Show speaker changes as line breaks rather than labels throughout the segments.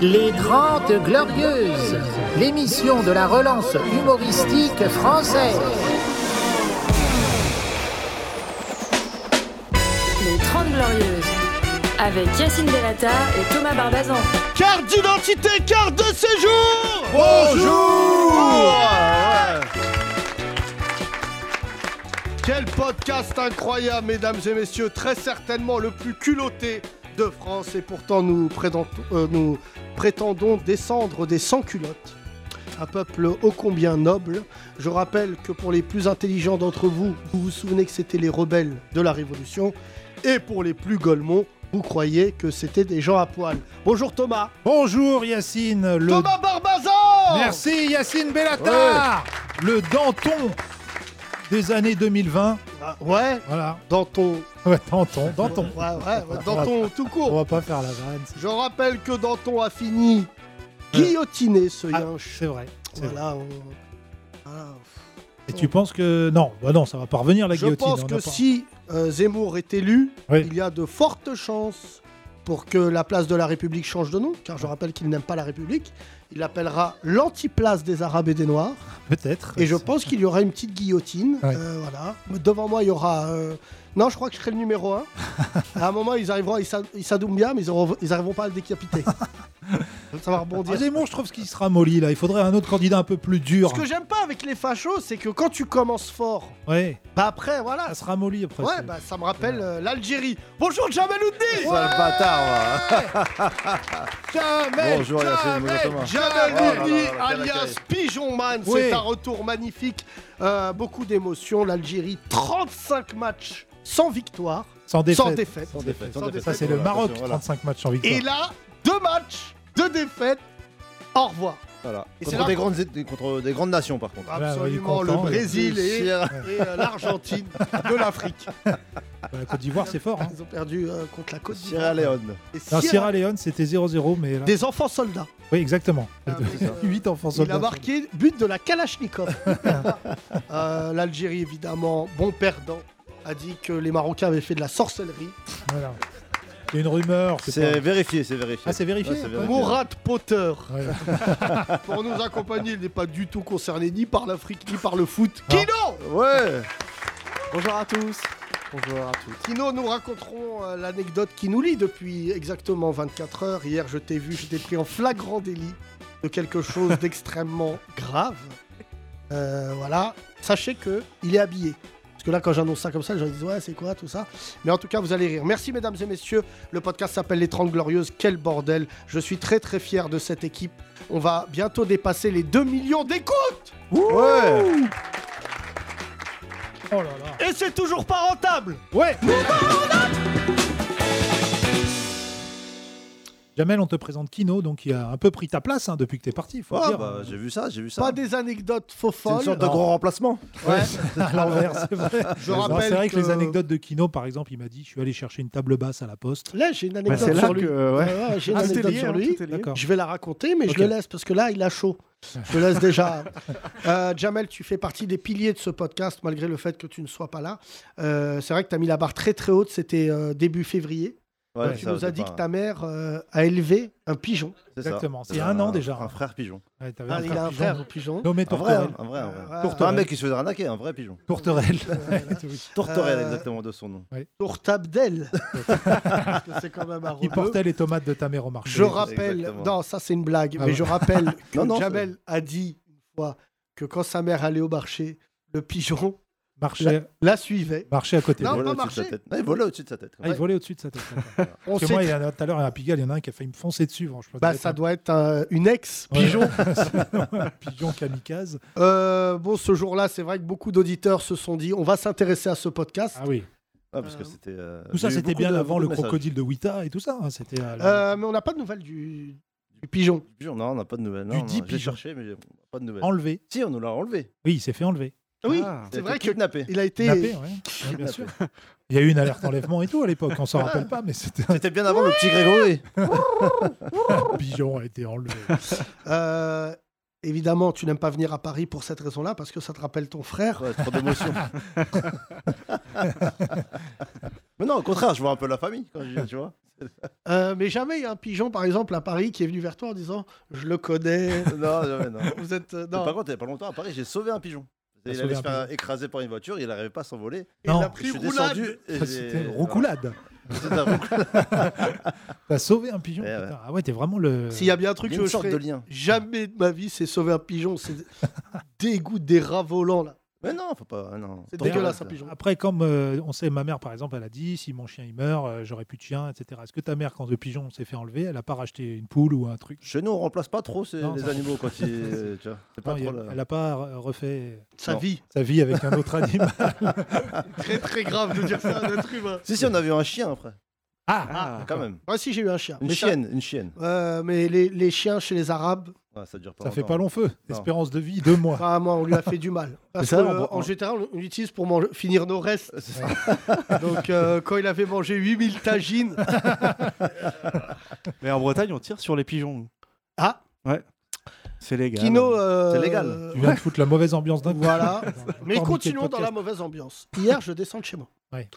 Les Grandes Glorieuses, l'émission de la relance humoristique française.
Les 30 Glorieuses, avec Yacine Delata et Thomas Barbazan.
Carte d'identité, carte de séjour
Bonjour
Quel podcast incroyable, mesdames et messieurs, très certainement le plus culotté de France, et pourtant nous, prétentons- euh, nous prétendons descendre des sans-culottes. Un peuple ô combien noble. Je rappelle que pour les plus intelligents d'entre vous, vous vous souvenez que c'était les rebelles de la Révolution. Et pour les plus golemons, vous croyez que c'était des gens à poil. Bonjour Thomas.
Bonjour Yacine, le...
Thomas Barbazan
Merci Yacine Bellatar Le Danton des années 2020.
Ah, Ouais,
Voilà.
dans ton...
Ouais, Danton, Danton.
Ouais, ouais, ouais, dans ton tout
On
court.
va pas faire la vanne.
Je rappelle que Danton a fini guillotiné ce
Ah,
yinche.
c'est vrai. c'est vrai.
Voilà, on- Ah,
Et tu penses que... Non, bah non, ça va pas revenir la
Je
guillotine.
pense
on a
que
pas-
si euh, Zemmour est élu,
Oui.
il y a de fortes chances pour que la place de la République change de nom, car je rappelle qu'il n'aime pas la République. Il l'appellera l'anti-place des Arabes et des Noirs.
Peut-être.
Et je pense qu'il y aura une petite guillotine.
Ouais.
euh, voilà. Mais Devant moi, il y aura. euh, Non, je crois que je serai le numéro 1. à un moment, ils arriveront à Issa- Issa Doumbia, mais ils auront- ils n'arriveront pas à le décapiter. Ça va
Ah,
rebondir.
Zemmour, je trouve qu'il sera molli là. Il faudrait un autre candidat un peu plus dur.
Ce que j'aime pas avec les fachos, c'est que quand tu commences fort,
Ouais,
bah après, voilà.
ça sera molli après.
Ouais,
c'est-
bah ça me rappelle euh, l'Algérie. Bonjour Jamel Oudni
Sale bâtard, moi.
Jamel
Bonjour, Yacine, bonjour, Thomas.
Jamel
Oh là là,
Oudni,
quel
alias
accueil.
Pigeonman,
Oui.
c'est un retour magnifique. Euh, beaucoup d'émotions, l'Algérie, 35 matchs sans victoire,
Sans défaite.
sans défaite.
Sans défaite, sans
Ça,
défaite.
Ça, c'est le
Voilà,
Maroc,
attention, voilà.
35 matchs en victoire.
Et là, deux matchs, deux défaites, au revoir.
Voilà.
Et c'est
Contre,
là
des
qu'on-
grandes, é- contre des grandes nations, par contre.
il est
Absolument,
content,
le
il est
Brésil et,
Tiens.
et, euh, l'Argentine de l'Afrique.
Bah, la Côte d'Ivoire, c'est fort. Hein.
Ils ont perdu euh, contre la Côte
Sierra
d'Ivoire.
Leone.
Et
Non,
Sierra-
Sierra Leone, c'était 0-0, mais là...
Des enfants soldats.
Oui, exactement.
Ah, mais, euh,
8 enfants
Il a
soldats.
marqué but de la Kalachnikov. Euh, L'Algérie, évidemment, bon perdant, a dit que les Marocains avaient fait de la sorcellerie.
Voilà. Il y a une rumeur. c'est
C'est
pas-
vérifié, c'est vérifié.
Ah, c'est vérifié
Ouais, c'est vérifié.
Mourad Potter,
Ouais.
pour nous accompagner, il n'est pas du tout concerné ni par l'Afrique ni par le foot.
Ah.
Kino
Ouais
Bonjour à tous. Bonjour à tous. Kino, nous raconterons euh, l'anecdote qui nous lie depuis exactement 24 heures. Hier, je t'ai vu, je t'ai pris en flagrant délit de quelque chose d'extrêmement grave. Euh, voilà. Sachez que il est habillé. Parce que là, quand j'annonce ça comme ça, les gens disent Ouais, c'est quoi tout ça Mais en tout cas, vous allez rire. Merci, mesdames et messieurs. Le podcast s'appelle Les 30 Glorieuses. Quel bordel Je suis très, très fier de cette équipe. On va bientôt dépasser les 2 millions d'écoutes
Ouais
Oh là là.
Et c'est toujours pas rentable
Ouais. Jamel, on te présente Kino, donc il a un peu pris ta place hein, depuis que t'es parti. Faut
Ah,
dire.
bah, J'ai vu ça, j'ai vu
Pas
ça.
des anecdotes faux
C'est une
folles.
sorte de grand remplacement.
hein. Ouais.
à l'envers, c'est vrai.
Je
Non,
rappelle
c'est vrai que...
que-
les anecdotes de Kino, par exemple, il m'a dit, je suis allé chercher une table basse à la poste.
Là, j'ai une
Bah,
anecdote
c'est là
sur lui.
euh,
que. Ouais.
Ouais, ouais, j'ai une
Ah, c'était
anecdote
lié,
sur
hein,
lui.
c'était lié.
D'accord.
Je vais la raconter, mais
Ok.
je le laisse parce que là, il a chaud. Je le laisse déjà. Euh, Jamel, tu fais partie des piliers de ce podcast, malgré le fait que tu ne sois pas là. Euh, c'est vrai que tu as mis la barre très très haute, c'était euh, début février.
Ouais,
Tu
tu
ça,
nous as
c'est
dit
pas-
que ta mère euh, a élevé un pigeon.
c'est ça.
Exactement, c'est
Euh,
un an déjà. hein.
Un frère pigeon.
Ouais, t'avais
Ah, il a hein. un
pigeon
frère, un pigeon.
Nommé
Un vrai,
Tourterelle.
hein, un vrai, un vrai.
Ouais, ouais,
Pas un
Tourterelle.
mec qui se faisait arnaquer, un vrai pigeon.
Tourterelle.
Tourterelle,
Euh,
exactement, de son nom.
Tourtabdel. Parce que c'est quand même un
Il
rebeu.
portait les tomates de ta mère au marché.
Je rappelle,
Exactement.
non, ça c'est une blague,
Ah
mais
ouais.
je rappelle que
Non, non,
Jamel a dit une fois que quand sa mère allait au marché, le pigeon
Marchait,
la suivait.
marchait à côté.
Non,
d'elle.
il volait
pas
au-dessus de sa
marché.
tête. Non, il volait au-dessus de sa tête.
Ah, il volait au-dessus de sa tête. d'accord.
On
Parce
sait
que moi, il y en a- tout à l'heure, à Pigalle, il y en a un qui a failli me foncer dessus. franchement.
bah, ça doit être un- une ex.
Ouais. pigeon kamikaze.
Euh, bon, ce jour-là, c'est vrai que beaucoup d'auditeurs se sont dit on va s'intéresser à ce podcast.
Ah oui.
Ah, parce que c'était. euh,
Tout ça,
j'ai eu
c'était
beaucoup
bien
de-
avant
beaucoup
le
de messages.
crocodile de Wita et tout ça. hein, C'était euh, la-
Euh, mais on n'a pas de nouvelles du, du pigeon.
Du pigeon, Non, on n'a pas de nouvelles.
Du
Non,
dit
non, J'ai
pigeon.
cherché, mais j'ai- pas de nouvelles.
enlevé.
Si, on nous l'a enlevé.
Oui, il s'est fait enlever.
Oui,
Ah.
c'est vrai qu'il
Kidnappé.
a été.
Nappé, ouais. Ouais, bien sûr. Il y a eu une alerte enlèvement et tout à l'époque. On s'en rappelle pas, mais c'était
C'était bien avant le petit Grégory.
un pigeon a été enlevé.
euh, évidemment, tu n'aimes pas venir à Paris pour cette raison-là, parce que ça te rappelle ton frère.
Ouais, trop d'émotion. Mais non, au contraire, je vois un peu la famille quand je viens, tu vois.
Euh, mais jamais il y a un pigeon, par exemple, à Paris qui est venu vers toi en disant Je le connais.
non, jamais, non.
Vous êtes. euh,
Par
non.
contre, il n'y a pas longtemps, à Paris, j'ai sauvé un pigeon.
T'as
Il
sauvé
allait
un
se faire écraser par une voiture, il n'arrivait pas à s'envoler.
Il
Non.
a
Je
pris
suis
roulade.
descendu. et j'ai-
Ah, C'était une roucoulade.
voilà. C'était un roucoulade.
T'as sauvé un pigeon.
Ouais, ouais.
putain. Ah ouais, t'es vraiment le.
Euh, S'il y a bien un
Il
truc
y a
que
une
je
sorte de
ferai
lien.
jamais de ma vie, c'est sauver un pigeon. C'est dégoût des rats volants, là.
Mais non, faut pas. Non.
C'est
Faut
dégueulasse,
pas.
un pigeon.
Après, comme euh, on sait, ma mère, par exemple, elle a dit si mon chien il meurt, euh, j'aurai plus de chien, etc. Est-ce que ta mère, quand le pigeon s'est fait enlever, elle a pas racheté une poule ou un truc
Chez nous, on remplace pas trop ces-
Non,
les
ça-
animaux quand ils. tu vois, c'est pas
Non, il y a-
trop là.
Elle a pas re- refait
Sa
Non.
vie.
sa vie avec un autre animal.
Très, très grave de dire ça à un être humain.
Si, si, on a vu un chien après.
Ah,
Quand même.
Moi, si, j'ai eu un chien.
Une
Mais ça-
chienne, une chienne.
Euh, mais les, les chiens chez les Arabes,
Ouais, ça dure pas
ça fait
longtemps.
pas long feu.
Non.
Espérance de vie, deux mois.
apparemment, on lui a fait du mal. Parce
c'est vrai,
que,
on-
euh, en général, on l'utilise pour manger- finir nos restes. Donc, euh, quand il avait mangé 8000 tagines,
Mais en Bretagne, on tire sur les pigeons. nous.
Ah.
Ouais. C'est légal.
Kino. euh,
C'est légal.
Tu viens de foutre la mauvaise ambiance d'un coup.
Voilà.
Encore
Mais
niquer le
continuons dans la
podcast.
mauvaise ambiance. Hier, je descends de chez moi.
Ouais.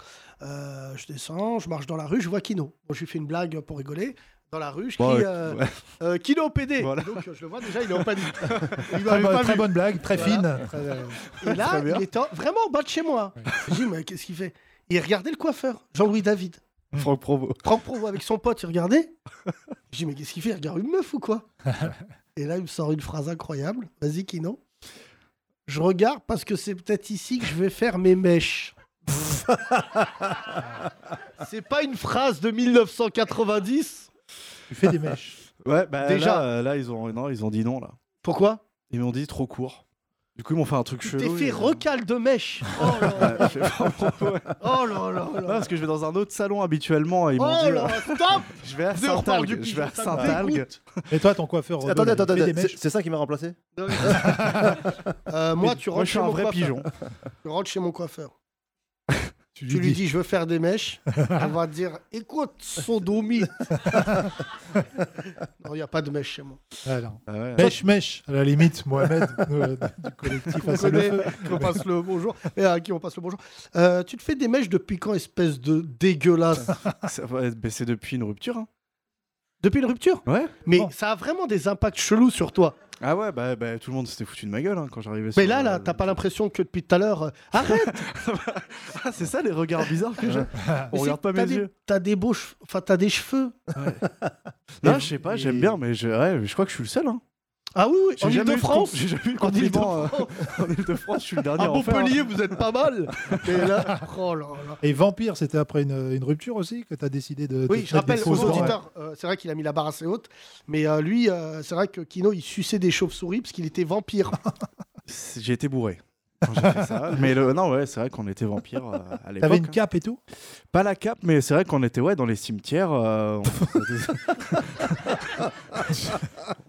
Euh, je descends, je marche dans la rue, je vois Kino. Bon, je lui fais une blague pour rigoler. Dans la rue, je crie
Bon, Bah ouais.
euh,
Ouais.
euh, Kino PD.
Voilà.
Donc, euh, je le vois déjà, il est en panique. Il
Très,
m'avait
bonne-
pas
très
vu.
bonne blague, très
Voilà. euh,
fine. très-
Et là,
Très bien.
il était en- vraiment en bas de chez moi. Je dis, mais qu'est-ce qu'il fait Il regardait le coiffeur, Jean-Louis David.
Franck Provo.
Franck Provo avec son pote, il regardait. Je dis, mais qu'est-ce qu'il fait Il regarde une meuf ou quoi Et là, il me sort une phrase incroyable. Vas-y, Kino. Je regarde parce que c'est peut-être ici que je vais faire mes mèches. c'est pas une phrase de 1990.
Tu fais des mèches.
Ouais, bah
Déjà.
Là, euh, là, ils, ont... Non, ils ont dit non, là.
Pourquoi
Ils m'ont dit trop court. Du coup, ils m'ont fait un truc
Tu
chelou.
t'es fait
et-
recal de mèche. Oh là
Ouais, je sais pas pourquoi.
là, oh là là
Non,
là.
parce que je vais dans un autre salon habituellement et ils m'ont
Oh
dit
là,
euh,
là, stop
je vais à
Deux reparts du
Saint-Algue. Je
pigeon,
vais à
ça me
Saint-Algue.
dégoûte.
Et toi, ton coiffeur. Rodolphe,
Attendez,
il
attendez,
fait des
attendez.
mèches.
C'est- c'est ça qui m'a remplacé
Euh, moi, tu rentres
Moi, je suis
chez
un
mon
vrai
coiffeur.
pigeon.
Tu rentres chez mon coiffeur.
Tu
Tu lui dis, je veux faire des mèches. Elle va te dire, écoute, sodomie. non, il n'y a pas de mèche chez moi.
Ah, non.
Ah ouais.
Mèche, mèche, à la limite, Mohamed, euh, du collectif.
Qu'on
Assez le
connaît,
Feu.
qu'on passe le bonjour. Et à qui on passe le bonjour. Euh, tu te fais des mèches depuis quand, espèce de dégueulasse
Ça va être- mais C'est depuis une rupture. hein.
Depuis une rupture
Ouais.
Mais
Bon.
ça a vraiment des impacts chelous sur toi.
Ah ouais, bah, bah, tout le monde s'était foutu de ma gueule hein, quand j'arrivais.
Mais
sur
là,
le-
là, t'as pas l'impression que depuis tout à l'heure. euh, Arrête
Ah, c'est ça les regards bizarres que j'ai.
mais
On
c'est-
regarde pas
t'as
mes
des-
yeux.
T'as des beaux cheveux. Enfin, t'as des cheveux.
Non,
Et-
je sais pas,
et-
j'aime bien, mais je, ouais, je crois que je suis le seul. Hein.
Ah oui, oui, en
J'ai jamais eu de com-
Ile-de-France.
J'ai jamais eu de
En
compliment. euh, En Ile-de-France, je suis le
Ah,
dernier.
À
à en faire, hein.
Montpellier, vous êtes pas mal. Mais là, oh là là.
Et Vampire, c'était après une, une rupture aussi que tu as décidé
euh,
de. de
Oui, je
mettre des
rappelle aux
sauces dans-
auditeurs, euh, c'est vrai qu'il a mis la barre assez haute, mais euh, lui, euh, c'est vrai que Kino, il suçait des chauves-souris parce qu'il était vampire.
C'est- J'ai été bourré. quand j'ai fait ça. mais le, non, ouais, c'est vrai qu'on était vampires euh, à l'époque.
T'avais une
hein.
cape et tout
Pas la cape, mais c'est vrai qu'on était ouais, dans les cimetières. euh, on-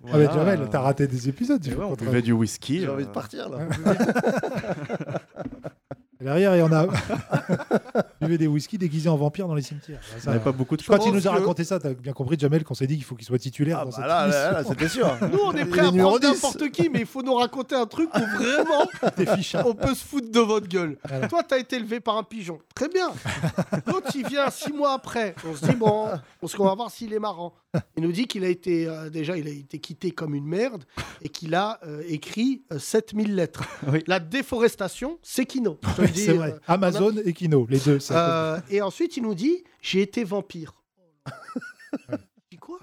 Voilà,
Ah, mais Jamel,
euh,
t'as raté des épisodes. tu
et ouais,
vois,
on
contre-
buvait du whisky.
J'ai envie
euh,
de partir là.
À l'arrière, il y en a. buvait des whisky déguisés en vampire dans les cimetières. Ça,
on avait pas beaucoup de
Quand
choix.
il nous a
que-
raconté ça, t'as bien compris, Jamel, qu'on s'est dit qu'il faut qu'il soit titulaire
Ah
dans
bah
cette
là, là,
émission.
là, c'était sûr.
Nous, on est prêts à
numéro
prendre
10.
n'importe qui, mais il faut nous raconter un truc où vraiment, on peut se foutre de votre gueule.
Voilà.
Toi, t'as été élevé par un pigeon. Très bien. L'autre, il vient six mois après. On se dit, bon, on se- on va voir s'il est marrant. Il nous dit qu'il a été, euh, déjà, il a été quitté comme une merde et qu'il a euh, écrit euh, 7000 lettres.
Oui.
La déforestation, c'est Kino. Je te le
Ouais,
dis,
c'est vrai.
euh,
Amazon et Kino, les deux. ça-
Euh, et ensuite, il nous dit J'ai été vampire. Je dis quoi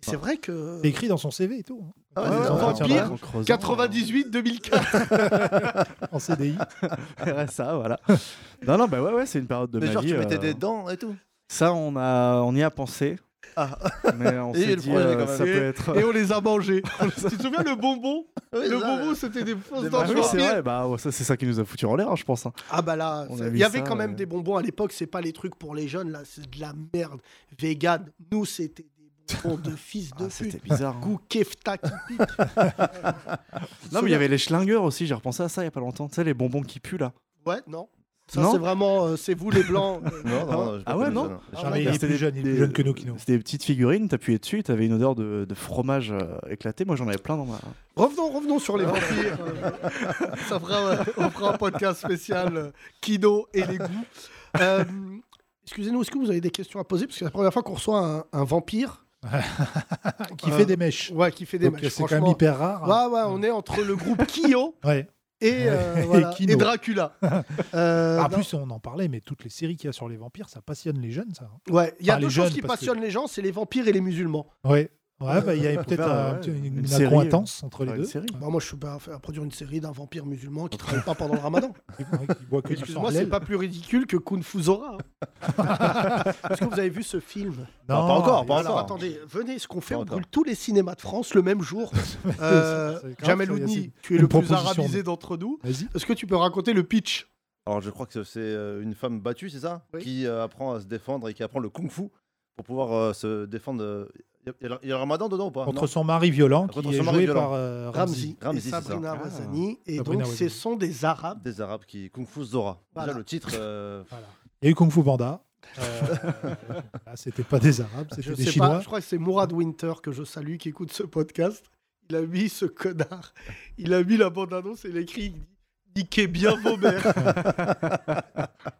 C'est vrai que.
C'est écrit dans son CV et tout, hein,
Ah ouais,
Ouais,
c'est
ouais,
sûr.
vampire,
en creusant,
98-2004.
en CDI.
RSA, voilà. Non, non, bah ouais, ouais, c'est une période de
Mais
ma
genre,
vie.
tu mettais
euh,
des dents et tout.
Ça, on, a, on y a pensé.
Ah.
Mais on
Et
s'est
le
dit,
projet,
euh,
quand même.
ça peut être.
Et on les a mangés. tu te souviens le bonbon
Oui,
Le
ça,
bonbon, c'était des fausses
Des
dents
Ah
de
oui, c'est
vampire.
vrai, bah, ouais, ça, c'est ça qui nous a foutu en l'air, hein, je pense. hein.
Ah bah là,
On
c'est-
a
il
vu
y avait
ça, euh.
quand même
ouais.
des bonbons à l'époque, c'est pas les trucs pour les jeunes, là, c'est de la merde. Vegan, nous, c'était des bonbons de fils de
Ah,
pute.
C'était bizarre. hein.
Goût kefta qui pique.
Non, mais il y avait les schlingueurs aussi, j'ai repensé à ça il y a pas longtemps. Tu sais, les bonbons qui puent là.
Ouais, non. Ça,
Non
c'est vraiment. euh, c'est vous les blancs.
Non, non, non, j'ai pas
Ah ouais,
connu ça,
non.
Ah,
Charlie, il est
c'était
plus
des-
jeune, il est plus
des-
jeune que nous, Kino.
C'était des petites figurines, t'appuyais dessus, t'avais une odeur de, de fromage euh, éclaté. Moi j'en avais plein dans ma.
Revenons, revenons sur les vampires. Euh, Ça fera, on fera un podcast spécial euh, Kino et les goûts. Euh, Excusez-nous, est-ce que vous avez des questions à poser Parce que c'est la première fois qu'on reçoit un, un vampire.
Qui
Euh,
fait des mèches.
Ouais, qui fait des
Donc
matchs.
c'est quand même
franchement.
hyper rare. hein.
Ouais, ouais, on est entre le groupe Kyo
Ouais.
et, euh, voilà,
Et
et,
Kino. Ah,
Dracula. Euh,
en
non.
plus, on en parlait, mais toutes les séries qu'il y a sur les vampires, ça passionne les jeunes, ça. hein.
Ouais, il y a
Enfin, les
deux choses
jeunes,
qui
parce que-
passionnent les gens, c'est les vampires et les musulmans.
Ouais. Ouais, bah, il y a peut-être
faire,
un-
ouais,
une,
une
une
série, euh,
accointance entre les
Une
deux.
série.
Bah, moi, je suis pas à faire- à produire une série d'un vampire musulman qui travaille pas pendant le ramadan.
Qui- qui boit que du
Excuse-moi,
sang
c'est
de
pas plus ridicule que Kung Fu Zora. hein. Est-ce que vous avez vu ce film
l'aile.
pas encore,
il y
pas
a-
Alors
encore.
attendez, venez, ce qu'on fait,
Pas
on
encore.
brûle tous les cinémas de France le même jour. Euh,
C'est- c'est grave,
Jamel
ça, Yacine.
Oudni, tu es
Une
le plus
proposition,
arabisé d'entre nous.
Vas-y.
Est-ce que tu peux raconter le pitch
Alors, je crois que c'est euh, une femme battue, c'est ça
Oui.
Qui euh, apprend à se défendre et qui apprend le kung-fu pour pouvoir euh, se défendre. Il y, a- y a le ramadan dedans ou pas
Contre
Non
son mari violent, qui
Contre
est
son mari
joué
violent.
par euh, Ramzi.
Ramzi,
Ramzi,
et
c'est ça.
Sabrina
Ah.
Razani. Et
Sabrina
donc, ce
Razani.
sont des Arabes.
Des Arabes qui kung-fu Zora.
Voilà.
Déjà, le titre. euh,
Voilà. Il y a eu Kung Fu Panda. Euh, là, c'était pas des Arabes,
Je
c'était des
sais
Chinois.
pas, je crois que c'est Mourad Winter que je salue qui écoute ce podcast. Il a mis ce connard, il a mis la bande-annonce et il a écrit il dit, Niquez bien vos mères.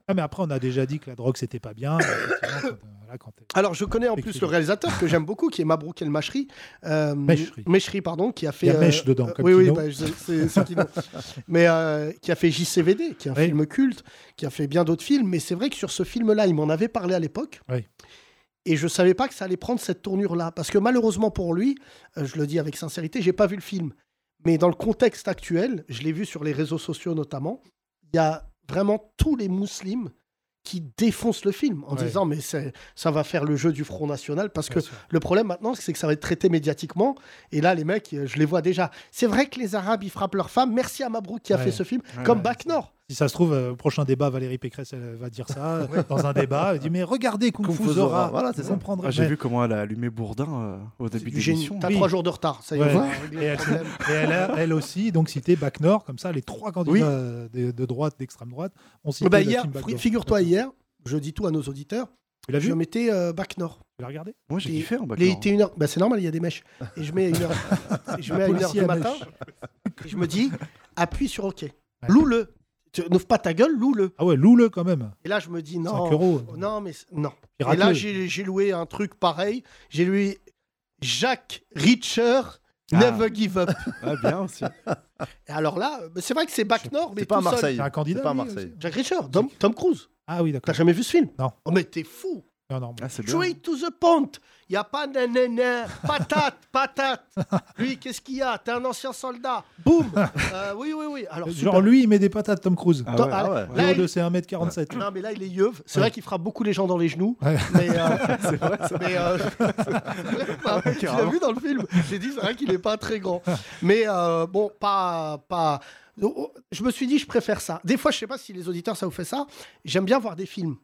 Ah, mais après, on a déjà dit que la drogue, c'était pas bien. Effectivement, quand, euh, voilà, quand t'es-
Alors, je connais en plus
Effectivement.
le réalisateur que j'aime beaucoup, qui est Mabrouk El Machri. Euh,
Meshri.
Meshri, pardon, qui a fait.
Il y a
euh,
Mesh dedans,
euh,
comme
oui, oui,
Kino.
bah, je- c'est c'est Kino. mais euh, qui a fait JCVD, qui est un
Oui.
film culte, qui a fait bien d'autres films. Mais c'est vrai que sur ce film-là, il m'en avait parlé à l'époque.
Oui.
Et je savais pas que ça allait prendre cette tournure-là. Parce que malheureusement pour lui, euh, je le dis avec sincérité, j'ai pas vu le film. Mais dans le contexte actuel, je l'ai vu sur les réseaux sociaux notamment, il y a vraiment tous les musulmans qui défoncent le film en
Ouais.
disant mais c'est- ça va faire le jeu du Front National parce que
Bien sûr.
le problème maintenant, c'est que ça va être traité médiatiquement. Et là, les mecs, euh, je les vois déjà. C'est vrai que les Arabes, ils frappent leurs femmes. Merci à Mabrouk qui a
Ouais.
fait ce film,
Ouais,
comme
ouais,
Bac Nord.
Si ça se trouve, euh, au prochain débat, Valérie Pécresse elle va dire ça euh, dans un débat. Elle dit Mais regardez Kung,
Kung
Fu
Fu Zora.
Zora.
Voilà, c'est
vous
ça.
comprendrez.
Ah, J'ai
Mais-
vu comment elle a allumé Bourdin euh, au
C'est
début de
du génie.
l'émission.
T'as
Oui.
trois jours de retard. Ça y est,
Ouais.
on va régler
Et
le
elle-
problème.
Et elle, a- elle aussi, donc cité Bac Nord, comme ça, les trois candidats
Oui.
euh, de, de droite, d'extrême droite, ont cité
Eh ben,
le
hier,
film Bac
fri-
Nord.
figure-toi, hier, je dis tout à nos auditeurs,
Tu l'as vu
je
Tu
mettais euh, Bac Nord.
l'as regardé
Moi, j'ai
Les-
kiffé en bac.
Il était une heure. Bah, c'est normal, il y a des mèches. Et je mets à une heure, et je mets à une heure
Policier
du
à
matin.
mèche.
et je me dis, appuie sur OK. Loue-le. Tu- N'ouvre pas ta gueule, loue-le.
Ah ouais, loue-le quand même.
Et là, je me dis,
5
non,
euros.
Oh, Non, mais c- non.
Pirate
Et là,
le.
j'ai j'ai loué un truc pareil. J'ai loué Jacques Richer,
Ah.
Never Give Up.
Ah, bien aussi.
Et alors là, euh, c'est vrai que c'est Back Nord, mais
C'est pas à
tout seul.
Marseille.
C'est un candidat.
C'est pas à
lui,
Marseille.
aussi.
Jacques Richer, Tom, Tom Cruise.
Ah oui,
T'as
d'accord.
jamais vu ce film
Non.
Oh, mais t'es fou.
Non, non.
Ah, c'est bien.
Straight to the point. Y a pas nanana, patate, patate. Lui, qu'est-ce qu'il y a T'es un ancien soldat. Boum. Euh, oui, oui, oui. Alors, super.
Genre, lui, il met des patates, Tom Cruise.
Ah
Tom-
ouais.
ah,
ouais.
là, il-
Là, c'est 1m47.
Non, mais là, il est yeuve. C'est
Ouais.
vrai qu'il frappe beaucoup les gens dans les genoux.
Ouais.
Mais. euh, mais euh, tu l'as vu dans le film. J'ai dit, c'est vrai qu'il n'est pas très grand. Mais euh, bon, pas. pas... oh, Je me suis dit, je préfère ça. Des fois, je sais pas si les auditeurs, ça vous fait ça. J'aime bien voir des films.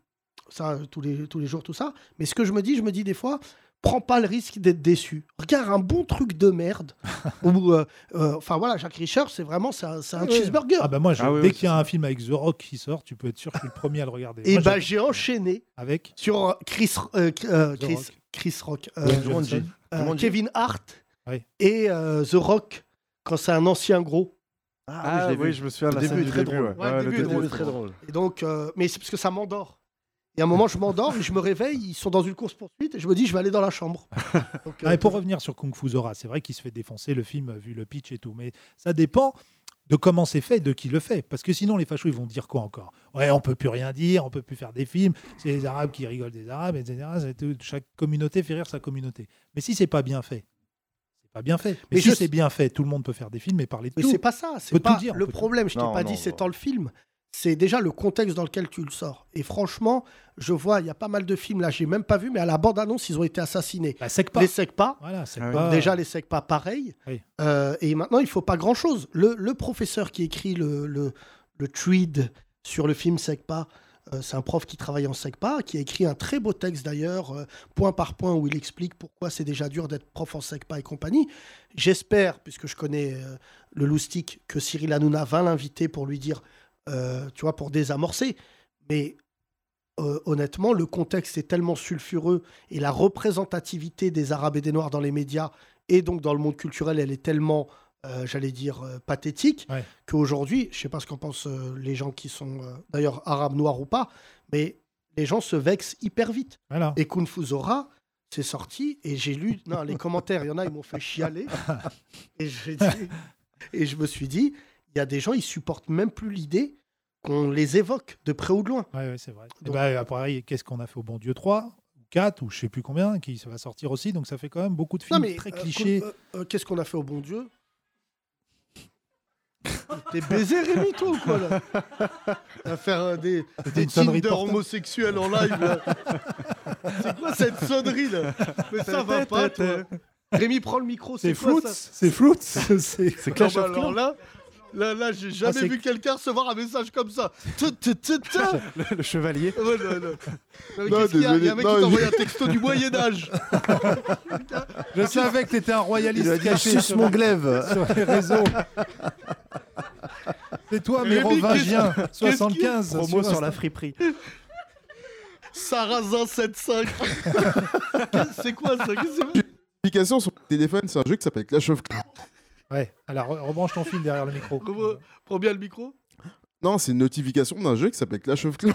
Ça, tous les, tous les jours, tout ça. Mais ce que je me dis, je me dis des fois. Prends pas le risque d'être déçu. Regarde un bon truc de merde. Ou, euh, euh, enfin voilà, Jacques Richer, c'est vraiment c'est un, c'est un
Ouais.
cheeseburger.
Ah bah moi, je-
Ah oui,
dès
oui,
qu'il y a un film avec The Rock qui sort, tu peux être sûr que je suis le premier à le regarder.
Et
Moi,
bah
j'ai-
j'ai enchaîné
avec
sur Chris euh, euh,
The
Chris
Rock.
Chris Rock euh,
Dwayne
Jumanji.
Johnson.
euh,
Jumanji.
Kevin Hart
Oui.
et euh, The Rock quand c'est un ancien gros
Ah, oui, je me souviens de
Le
la scène
début est
du
très
début.
drôle.
Ouais, le
Le
début
début est
drôle.
très drôle.
et donc euh, mais c'est parce que ça m'endort et à un moment je m'endors et je me réveille ils sont dans une course poursuite et je me dis je vais aller dans la chambre Donc, euh,
Ah, et pour revenir sur Kung Fu Zora, c'est vrai qu'il se fait défoncer le film vu le pitch et tout, mais ça dépend de comment c'est fait, et de qui le fait, parce que sinon les fachos ils vont dire quoi encore Ouais, on peut plus rien dire, on peut plus faire des films, c'est les Arabes qui rigolent des Arabes, etc. C'est tout. Chaque communauté fait rire sa communauté. Mais si c'est pas bien fait, c'est pas bien fait. Mais,
Mais
si
je-
c'est bien fait, tout le monde peut faire des films et parler de
mais
tout.
c'est pas ça
Peut
c'est
tout
pas
dire,
le
peut tout
problème je t'ai
Non,
pas
non,
dit c'est
non.
tant le film c'est déjà le contexte dans lequel tu le sors et franchement je vois il y a pas mal de films là j'ai même pas vu mais à la bande annonce ils ont été assassinés
La secpa.
les Secpa
Voilà, c'est
Ah oui.
pas
Déjà, les secs pas pareil.
Oui.
Euh, et maintenant, il faut pas grand-chose. Le, le professeur qui écrit le, le, le tweet sur le film SECPA, euh, c'est un prof qui travaille en SECPA, qui a écrit un très beau texte d'ailleurs, euh, point par point, où il explique pourquoi c'est déjà dur d'être prof en SECPA et compagnie. J'espère, puisque je connais euh, le loustic, que Cyril Hanouna va l'inviter pour lui dire, euh, tu vois, pour désamorcer. Mais euh, honnêtement, le contexte est tellement sulfureux et la représentativité des Arabes et des Noirs dans les médias et donc dans le monde culturel, elle est tellement, euh, j'allais dire, euh, pathétique
Ouais.
qu'aujourd'hui, je sais pas ce qu'en pensent euh, les gens qui sont euh, d'ailleurs arabes, noirs ou pas, mais les gens se vexent hyper vite.
Voilà.
Et Kung Fu Zora, c'est sorti et j'ai lu non, les commentaires. Il y en a, ils m'ont fait chialer. Et, j'ai dit- et je me suis dit, il y a des gens, ils supportent même plus l'idée qu'on les évoque de près ou de loin.
Ouais, ouais, c'est vrai. Et
Donc-
bah, après, qu'est-ce qu'on a fait au bon Dieu 3 ou 4 ou je sais plus combien qui ça va sortir aussi. Donc ça fait quand même beaucoup de films très
euh,
clichés.
Kung- euh, euh, Qu'est-ce qu'on a fait au bon Dieu T'es baisé, Rémi, toi, ou quoi, là À faire euh, des, des
une sonnerie
Tinder
portable.
homosexuels en live, là. C'est quoi cette sonnerie, là Mais ça va pas, toi. Rémi, prends le micro, c'est
C'est
quoi,
Fruits,
ça
c'est Fruits, c'est Ah,
C'est
Non,
Clash
bah
of
alors
Clans.
là, là, là, j'ai jamais
c'est-
vu quelqu'un recevoir un message comme ça. Tu, tu, tu, tu.
Le, le chevalier.
Ouais, non, non. Non, mais
Non,
qu'est-ce qu'il y a Il y a un mec qui
désolé, non,
t'a
je-
envoyé un texto du Moyen Âge.
Je savais que t'étais un royaliste
Il a dit
caché
suce
sur,
mon glaive.
sur les réseaux. euh, C'est toi,
Mais Rémi,
mérovingien,
qu'il-
75.
Promo
Insta.
sur la friperie.
Sarrazin 75. C'est quoi ça Qu'est-ce que c'est
L'application sur le téléphone, c'est un jeu qui s'appelle Clash of Clans.
Ouais, alors re- rebranche ton fil derrière le micro.
Re- Prends bien le micro.
Non, c'est une notification d'un jeu qui s'appelle Clash of Clans.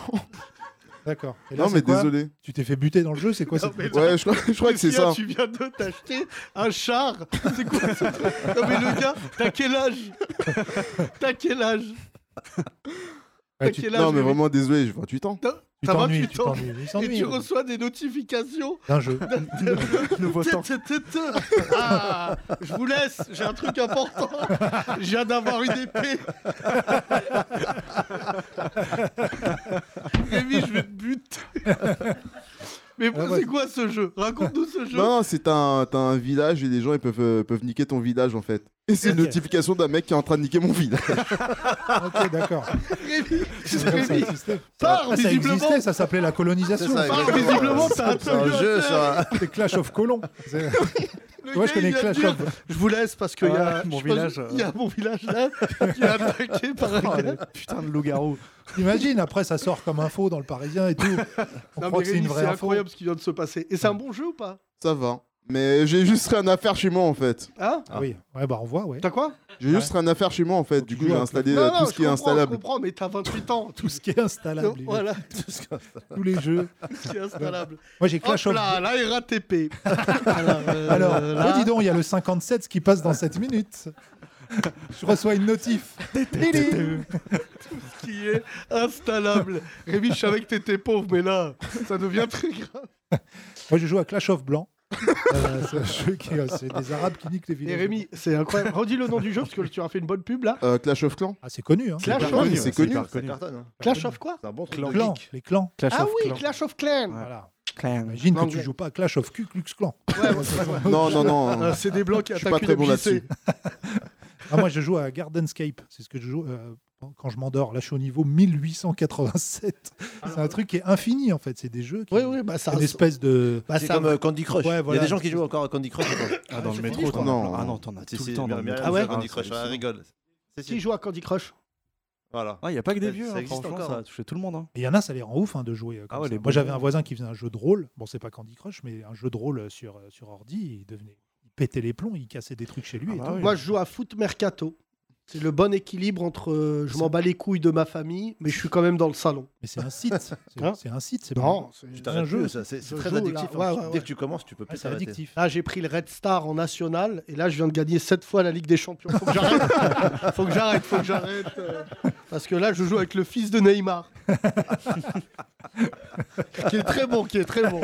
D'accord. Et là,
Non,
c'est
mais
quoi
désolé.
Tu t'es fait buter dans le jeu, c'est quoi
Non,
cette
mais là,
Ouais, je crois, je crois que c'est
Lucien,
ça.
Tu viens de t'acheter un char. C'est quoi ce truc Non mais le gars, t'as quel âge T'as quel âge T'as
Ouais, tu-
quel âge
Non, mais
Rémi
vraiment, désolé, j'ai 28 ans.
Tu
T'as
t'ennuies,
28
tu
ans.
t'ennuies. Il
Et
s'ennuie, hein.
tu
ouais.
reçois des notifications
d'un jeu.
Nouveau temps.
Ah, je vous laisse, j'ai un truc important. Je viens d'avoir une épée. Rémi, je vais te buter. Mais
Ah ouais.
c'est quoi ce jeu Raconte-nous ce jeu.
Non, non, c'est un, t'as un village et les gens ils peuvent, euh, peuvent niquer ton village en fait. Et c'est une
Ok.
notification d'un mec qui est en train de niquer mon village.
Ah, Ok, d'accord.
Rémi,
Ça
Rémi,
existait.
pars
Ah, ça
visiblement.
existait, ça s'appelait la colonisation.
C'est ça,
Pars
exactement.
visiblement, t'as un
C'est un
truc à
jeu,
faire.
ça.
C'est Clash of Colons. C'est-
Le
Moi, je
gars, il
connais
vient de
Clash
dire,
of.
Je vous laisse parce qu'il y a
Ah, mon
je pense-
village, euh.
Il y a mon village là qui est attaqué par un
Oh,
gars.
le putain de loup-garou.
Imagine, après, ça sort comme info dans le Parisien et tout. On
Non,
croit
mais
que c'est
Rémi,
une
c'est
vraie info.
incroyable ce qui vient de se passer. Et c'est un bon jeu ou pas
Ça va. Mais j'ai juste rien à faire chez moi en fait.
Hein
Ah.
Oui, ouais, bah on voit, ouais.
T'as quoi
J'ai juste rien à faire chez moi en fait. Du coup,
tu
j'ai
joues à
installé
Non,
euh,
non, je
tout ce qui est
comprends,
installable.
Je comprends, mais t'as 28 ans.
Tout ce qui est installable, les gars.
voilà,
tous les jeux.
ce qui est installable.
Moi, j'ai
Hop
Clash of.
là, la RATP. Alors, euh,
Alors,
là,
oh, dis donc, il y a le 57 ce qui passe dans 7 minutes. Je reçois une notif. Lili.
ce qui est installable. Rémi, je savais que t'étais pauvre, mais là, ça devient très grave.
Moi, je joue à Clash of Blanc. Euh, c'est un jeu qui euh, c'est des Arabes qui niquent les
Et
villages.
Rémi, c'est incroyable. Redis le nom du jeu parce que tu as fait une bonne pub là.
Euh, Clash of Clans.
Ah, c'est connu, hein.
Clash
pas
of
connu. c'est connu.
hyper
Ça
cartonne, hein.
Clash of quoi
C'est un bon truc.
Clan.
de
Clans,
geek.
les clans.
Clash
Ah
of
oui,
Clans.
Clash of Clans.
Voilà.
Clan.
Imagine que
Anglais.
tu joues pas à Clash of Ku Klux Klan.
Ouais, ouais, ouais, ouais.
Non, non, non.
Ah, c'est des blancs qui
Je suis
attaquent
pas très
une
bon
MJC.
là-dessus.
Ah, moi, je joue à Gardenscape. C'est ce que je joue euh, quand je m'endors. Là, je suis au niveau 1887.
Ah,
C'est
bah.
un truc qui est infini, en fait. C'est des jeux qui.
Oui, oui, bah ça.
une espèce de.
bah,
C'est
ça-
comme euh, Candy Crush.
Ouais,
Il y
voilà.
a des gens qui jouent encore à Candy Crush. encore.
Ah, dans le
c'est
métro,
fini,
t'en as
non.
plein. Ah non, t'en as tout
Si, si,
le temps. dans le
Myriam,
métro.
Ah ouais
c'est Candy Crush, elle rigole. Si,
Qui
si.
joue à Candy Crush
Voilà.
Ah, il n'y a pas que des
Ça-
vieux,
ça
hein,
existe
franchement,
encore,
ça
hein.
a touché tout le monde. hein.
Et il y en a, ça les rend ouf hein, de jouer. euh, Comme
Ah ouais,
ça.
les
Moi, j'avais un
bonbons.
voisin qui faisait un jeu de rôle. Bon, c'est pas Candy Crush, mais un jeu de rôle euh, sur, euh, sur ordi. Il devenait. Il pétait les plombs, il cassait des trucs chez lui.
Ah
et
bah
tout.
oui.
Moi, je joue à foot mercato. C'est le bon équilibre entre euh, je m'en bats les couilles de ma famille, mais je suis quand même dans le salon.
Mais c'est un site. C'est
Hein
c'est un site. C'est
Non,
Tu
pas un
t'arrêtes
jeu.
plus, ça, C'est c'est
Je
très
joue, là.
addictif. hein.
Ouais, ouais, ouais.
Dès que tu commences, tu peux
Ah,
plus
c'est
t'arrêter.
addictif.
Là, j'ai pris le Red Star en national et là, je viens de gagner 7 fois la Ligue des Champions. Faut que j'arrête. faut que j'arrête, faut que j'arrête. euh, Parce que là, je joue avec le fils de Neymar. qui est très bon, qui est très bon.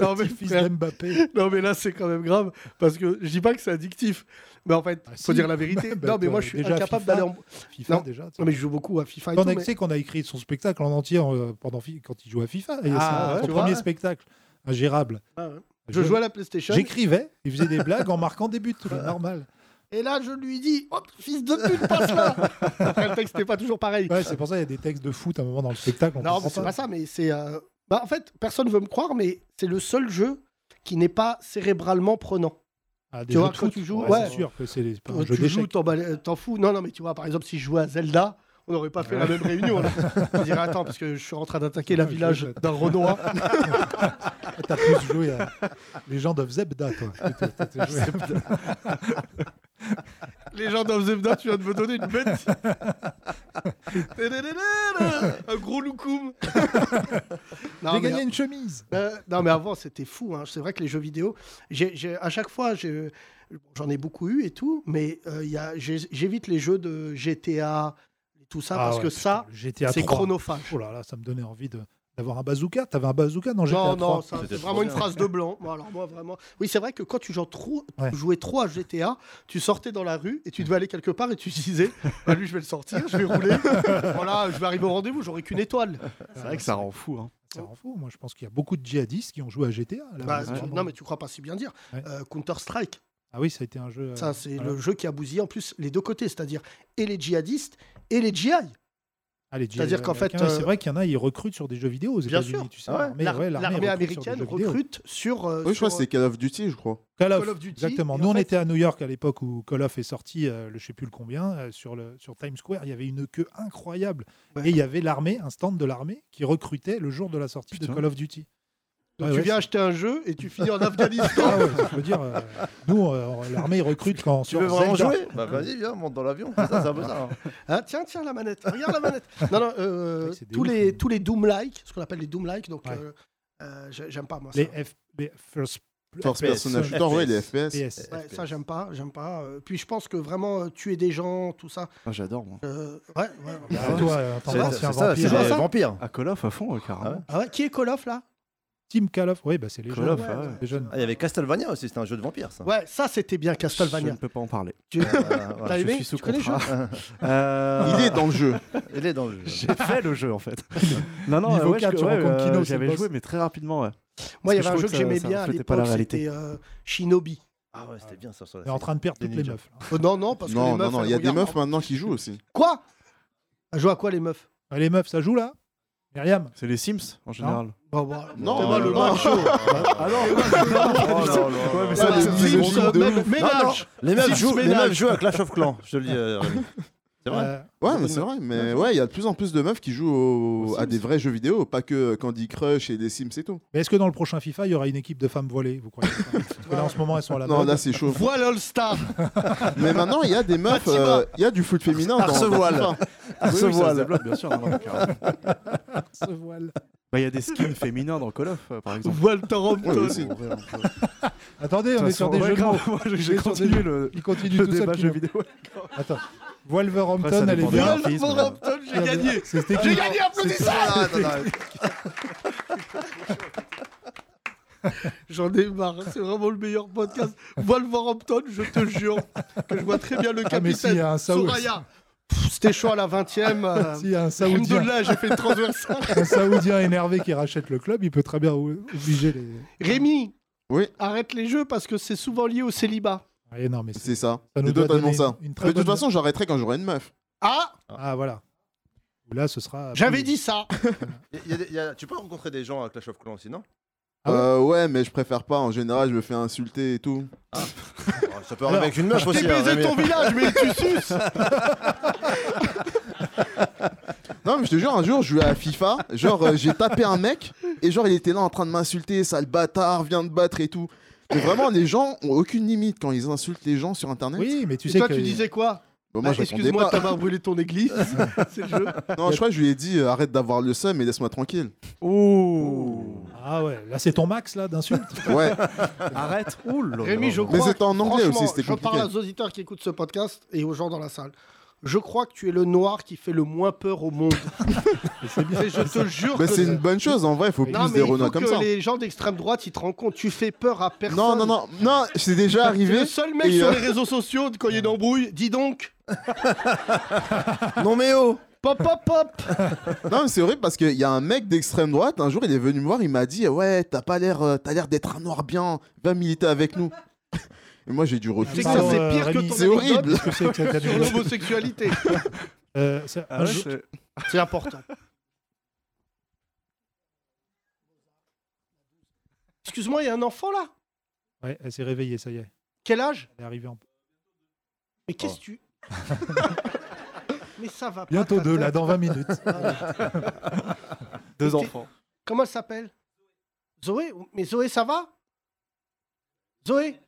non, mais,
Fils
frère,
d'Mbappé.
non, mais là, c'est quand même grave parce que je dis pas que c'est addictif. Mais en fait,
Ah,
faut
si.
dire la vérité.
Bah,
non, mais
toi,
moi, je suis
déjà,
incapable
FIFA.
d'aller en.
FIFA
Non.
déjà. tu sais.
Non, mais je joue beaucoup à FIFA et
T'en
tout,
as-
mais-
tu sais qu'on a écrit son spectacle en entier euh, pendant fi- quand il jouait à FIFA. Et
Ah,
c'est
ouais,
son
tu
premier
vois.
spectacle. Ingérable.
Ah, ouais. Je jouais à la PlayStation.
J'écrivais, il faisait des blagues en marquant des buts, c'est normal.
Et là, je lui dis Hop, fils de pute, passe là Après, le texte n'est pas toujours pareil.
Ouais, c'est pour ça qu'il y a des textes de foot à un moment dans le spectacle. on
non,
comprend
mais c'est pas ça, mais c'est. euh, Bah, en fait, personne veut me croire, mais c'est le seul jeu qui n'est pas cérébralement prenant.
Ah, des
Tu
jeux
vois,
de
quand
foot,
tu joues,
ouais,
ouais.
c'est sûr que c'est pas un
Euh,
jeu
tu joues,
d'échecs.
t'en bats- euh, t'en fous. Non, non, mais tu vois, par exemple, si je jouais à Zelda. On n'aurait pas fait la même réunion. Là. Je dirais, attends, parce que je suis en train d'attaquer la
Ouais, je
village
vois,
d'un Renoir.
T'as plus joué hein. à... les gens doivent Zebda, toi. plutôt. T'as- t'as joué à-
Les gendarmes Zebda, tu viens de me donner une bête. Un gros loukoum.
J'ai gagné une chemise.
Euh, non, mais avant, c'était fou. hein. C'est vrai que les jeux vidéo, j'ai- j'ai- à chaque fois, je- j'en ai beaucoup eu et tout, mais euh, il y a- j'ai- j'évite les jeux de GTA et tout ça,
Ah
parce
ouais,
que
putain,
ça,
le GTA
c'est
3.
chronophage.
Oh là là, ça me donnait envie de- d'avoir un bazooka. T'avais un bazooka dans GTA
Non,
3.
non, ça, c'est
C'était
vraiment
trop
une
bien.
phrase de blanc. Moi, alors, moi, vraiment. Oui, c'est vrai que quand tu jouais trop,
Ouais.
jouais trop à GTA, tu sortais dans la rue et tu devais aller quelque part et tu disais Bah, Lui, je vais le sortir, je vais rouler. voilà, je vais arriver au rendez-vous, j'aurais qu'une étoile.
C'est vrai que ça rend fou. Hein.
Ça rend fou. Moi, je pense qu'il y a beaucoup de djihadistes qui ont joué à GTA. à la
Bah,
base.
tu- Non, mais tu crois pas si bien dire.
Ouais.
Euh, Counter-Strike.
Ah oui, ça a été un jeu. euh,
Ça, c'est
voilà.
le jeu qui a bousillé en plus les deux côtés, c'est-à-dire et les djihadistes et les GI.
Ah, les
c'est-à-dire
djihadistes
qu'en fait,
américains,
euh,
C'est vrai qu'il y en a, ils recrutent sur des jeux vidéo aux
Bien
États-Unis.
sûr.
Tu sais,
Ah ouais.
l'armée,
L'ar-
ouais, l'armée
L'armée
recrute sur des
américaine
jeux vidéo.
recrute sur. euh,
Oui, je
sur,
crois que c'est Call of Duty, je crois.
Call of,
Call of Duty,
exactement.
et
Nous,
en
on
fait-
était à New York à l'époque où Call of est sorti, euh, le, je sais plus le combien, euh, sur, le, sur Times Square. Il y avait une queue incroyable.
Ouais.
Et il y avait l'armée, un stand de l'armée, qui recrutait le jour de la sortie de
Putain.
Call of Duty.
Donc
Ouais,
tu
ouais,
viens acheter un jeu et tu finis en Afghanistan.
Ah ouais, je veux dire, euh, nous, euh, l'armée recrute quand
Tu
sur
veux vraiment
Zelda.
jouer Bah vas-y, viens, monte dans l'avion. Ça, ça veut ça.
Hein, tiens, tiens, la manette. Regarde la manette. Non, non, euh,
C'est vrai que c'est des
tous,
ouf,
les,
mais-
tous les Doom-like, ce qu'on appelle les Doom-like, donc
Ouais.
euh, euh, j'ai- j'aime pas moi. Ça,
Les, F, les first
Force
FPS.
Personnage. Shooter, ouais, les FPS.
FPS.
Ouais,
FPS.
ça j'aime pas, j'aime pas. Euh, Puis je pense que vraiment euh, tuer des gens, tout ça.
Ah, J'adore, moi.
euh, ouais, ouais, ouais.
Ah, toi, euh, t'en
C'est
penses, c'est un
c'est ça, c'est
vampire.
des
ça
vampires.
À Call of, à fond, euh, carrément.
Ah ouais, qui est Call of là
Team Call of, oui, bah, c'est les
Call
jeunes.
of, ah ouais.
Les jeunes.
Ah, Il y avait Castlevania aussi, c'était un jeu de vampires ça.
Ouais, ça c'était bien
Je
Castlevania.
ne peux pas en parler.
Tu-
Euh, voilà.
T'as
je
aimé
suis sous
Tu connais le jeu
contrat. Euh,
Il est dans le jeu.
Il est dans le jeu.
J'ai fait le jeu en fait. non, non,
Niveau
ouais, je-
quatre, tu
ouais,
rencontres
euh,
Kino, c'est le
J'avais
boss.
joué, mais très rapidement. Ouais.
Moi, il y
Parce
avait un jeu
que je
que
trouvais que
j'aimais
ça-
bien
ça
à
reflétait pas la
l'époque,
réalité.
c'était euh, Shinobi.
Ah ouais, c'était bien ça sur la
On est en train de perdre
Des
toutes les
ninjas.
meufs. là.
Oh, non, non, parce que
Non,
les
non,
meufs.
non.
elles
Il y a des
regardent-
meufs maintenant qui jouent aussi.
Quoi Elle joue à quoi les meufs
Ah, les meufs, ça joue là
euh,
Myriam
C'est les Sims en général.
Bon, bon,
Non,
t'es pas Bah, le macho.
Ah non, Oh là là.
Ouais, mais
Ah,
ça,
c'est
Sims,
misogyne
euh,
de
même-
ouf.
Ménage
Les meufs
Six
jouent, les
ménages.
meufs jouent à Clash of Clans, je te le dis. euh, Rémi. C'est vrai.
Euh,
Ouais, mais c'est vrai. Mais ouais, il y a de plus en plus de meufs qui jouent au-
Aux
à
Sims.
des vrais jeux vidéo, pas que Candy Crush et des Sims et tout.
Mais est-ce que dans le prochain FIFA, il y aura une équipe de femmes voilées Vous croyez pas Parce que là, en ce moment, elles
Oh
sont à la
Non,
mode.
là c'est chaud.
Voile All-Star
Mais maintenant, il y a des meufs,
Fatima.
euh, il y a du foot féminin dans
Arcevoile.
dans FIFA.
Ah Oui,
se
oui, ça
voile.
se développe, bien
hein,
sûr. non, non, mais carrément. Bah,
se voile.
Il y a des skins féminins dans Call of, euh, par exemple.
Voile Toronto
Ouais, aussi.
Attendez, on est sur des
Ouais,
jeux de mots.
grave, moi, je-
On
je
est sur des
continue
jeux-
le.
Il continue
Le
tout seul.
débat jeux
Kino.
vidéo.
Attends. Wolverhampton,
Après, ça
elle est
dépend des
bien.
gens. graphisme.
Wolverhampton, j'ai gagné
C'était qui
J'ai gagné, applaudissez
Ah,
Ah,
J'en ai marre, c'est vraiment le meilleur podcast. Wolverhampton, je te jure que je vois très bien le
Ah, mais s'il
capitaine
y a un Saoud-
Soraya. Pff, C'était chaud à la 20ème. euh,
s'il y a un Saoudien,
Alhamdoulilah, j'ai fait une transversale.
un Saoudien énervé qui rachète le club, il peut très bien ou- obliger les.
Rémi,
Oui.
arrête les jeux parce que c'est souvent lié au célibat.
Ouais, Ah, non, mais c'est-
C'est ça.
Ça nous
C'est
doit
totalement
donner
ça.
une- une très
Mais de toute
bonne-
façon, j'arrêterai quand j'aurai une meuf.
Ah,
Ah, voilà. Là, ce sera.
j'avais dit ça.
Il y a des- il y a- Tu peux rencontrer des gens à Clash of Clans aussi, non
Ah ouais
Euh, ouais, mais je préfère pas. En général, je me fais insulter et tout.
Oh, Ça peut arriver avec une meuf
T'es
aussi. hein,
baisé
Rémi.
ton village, mais tu suces.
Non, mais je te jure, un jour, je jouais à FIFA. Genre, euh, j'ai tapé un mec et genre, il était là en train de m'insulter, sale bâtard, viens te battre et tout. Mais vraiment, les gens ont aucune limite quand ils insultent les gens sur internet.
Oui, mais tu
Hein Et
sais
toi,
que.
tu disais quoi
Bah, moi,
Ah,
je répondais
Excuse-moi
pas.
de t'avoir brûlé ton église. c'est le jeu.
Non, je crois que je lui ai dit euh, arrête d'avoir le seum et laisse-moi tranquille.
Ouh
Ah ouais, là, c'est ton max, là, d'insultes
Ouais,
Arrête Ouh là là.
Rémi, je crois.
mais c'était en anglais
franchement,
aussi, c'était
Je parle
compliqué.
aux auditeurs qui écoutent ce podcast et aux gens dans la salle. Je crois que tu es le noir qui fait le moins peur au monde.
C'est bien.
Et je te jure
Bah,
que
c'est une bonne chose en vrai, il faut
Non, mais
plus des
il faut
renards comme
que
ça.
les gens d'extrême droite, ils te rendent compte, tu fais peur à personne.
Non, non, non, non, c'est déjà
T'es
arrivé.
le seul mec
et,
sur
euh,
les réseaux sociaux de quand il y a une embrouille. Dis donc,
Non mais oh
pop, pop, pop.
Non, mais c'est horrible parce qu'il y a un mec d'extrême droite, un jour, il est venu me voir, il m'a dit Ouais, t'as pas l'air euh, t'as l'air d'être un noir bien, va militer avec nous. Et moi, j'ai dû
Tu sais que
refuser.
ça,
Pardon,
Ah, c'est
euh,
pire que
Rémi.
ton
C'est horrible.
anecdote
Qu'est-ce que c'est que cette
sur
anecdote
l'homosexualité.
Euh, c'est-
Ah
un
ouais,
jour-
c'est-
C'est important. Excuse-moi, il y a un enfant là
Ouais, elle s'est réveillée, ça y est.
Quel âge
Elle est arrivée en.
Mais qu'est-ce que tu. Mais ça va pas.
Bientôt
ta
deux, là,
tête. Ah,
dans 20 minutes.
Deux
Mais t'es-
enfants.
Comment elle s'appelle Zoé Mais Zoé, ça va Zoé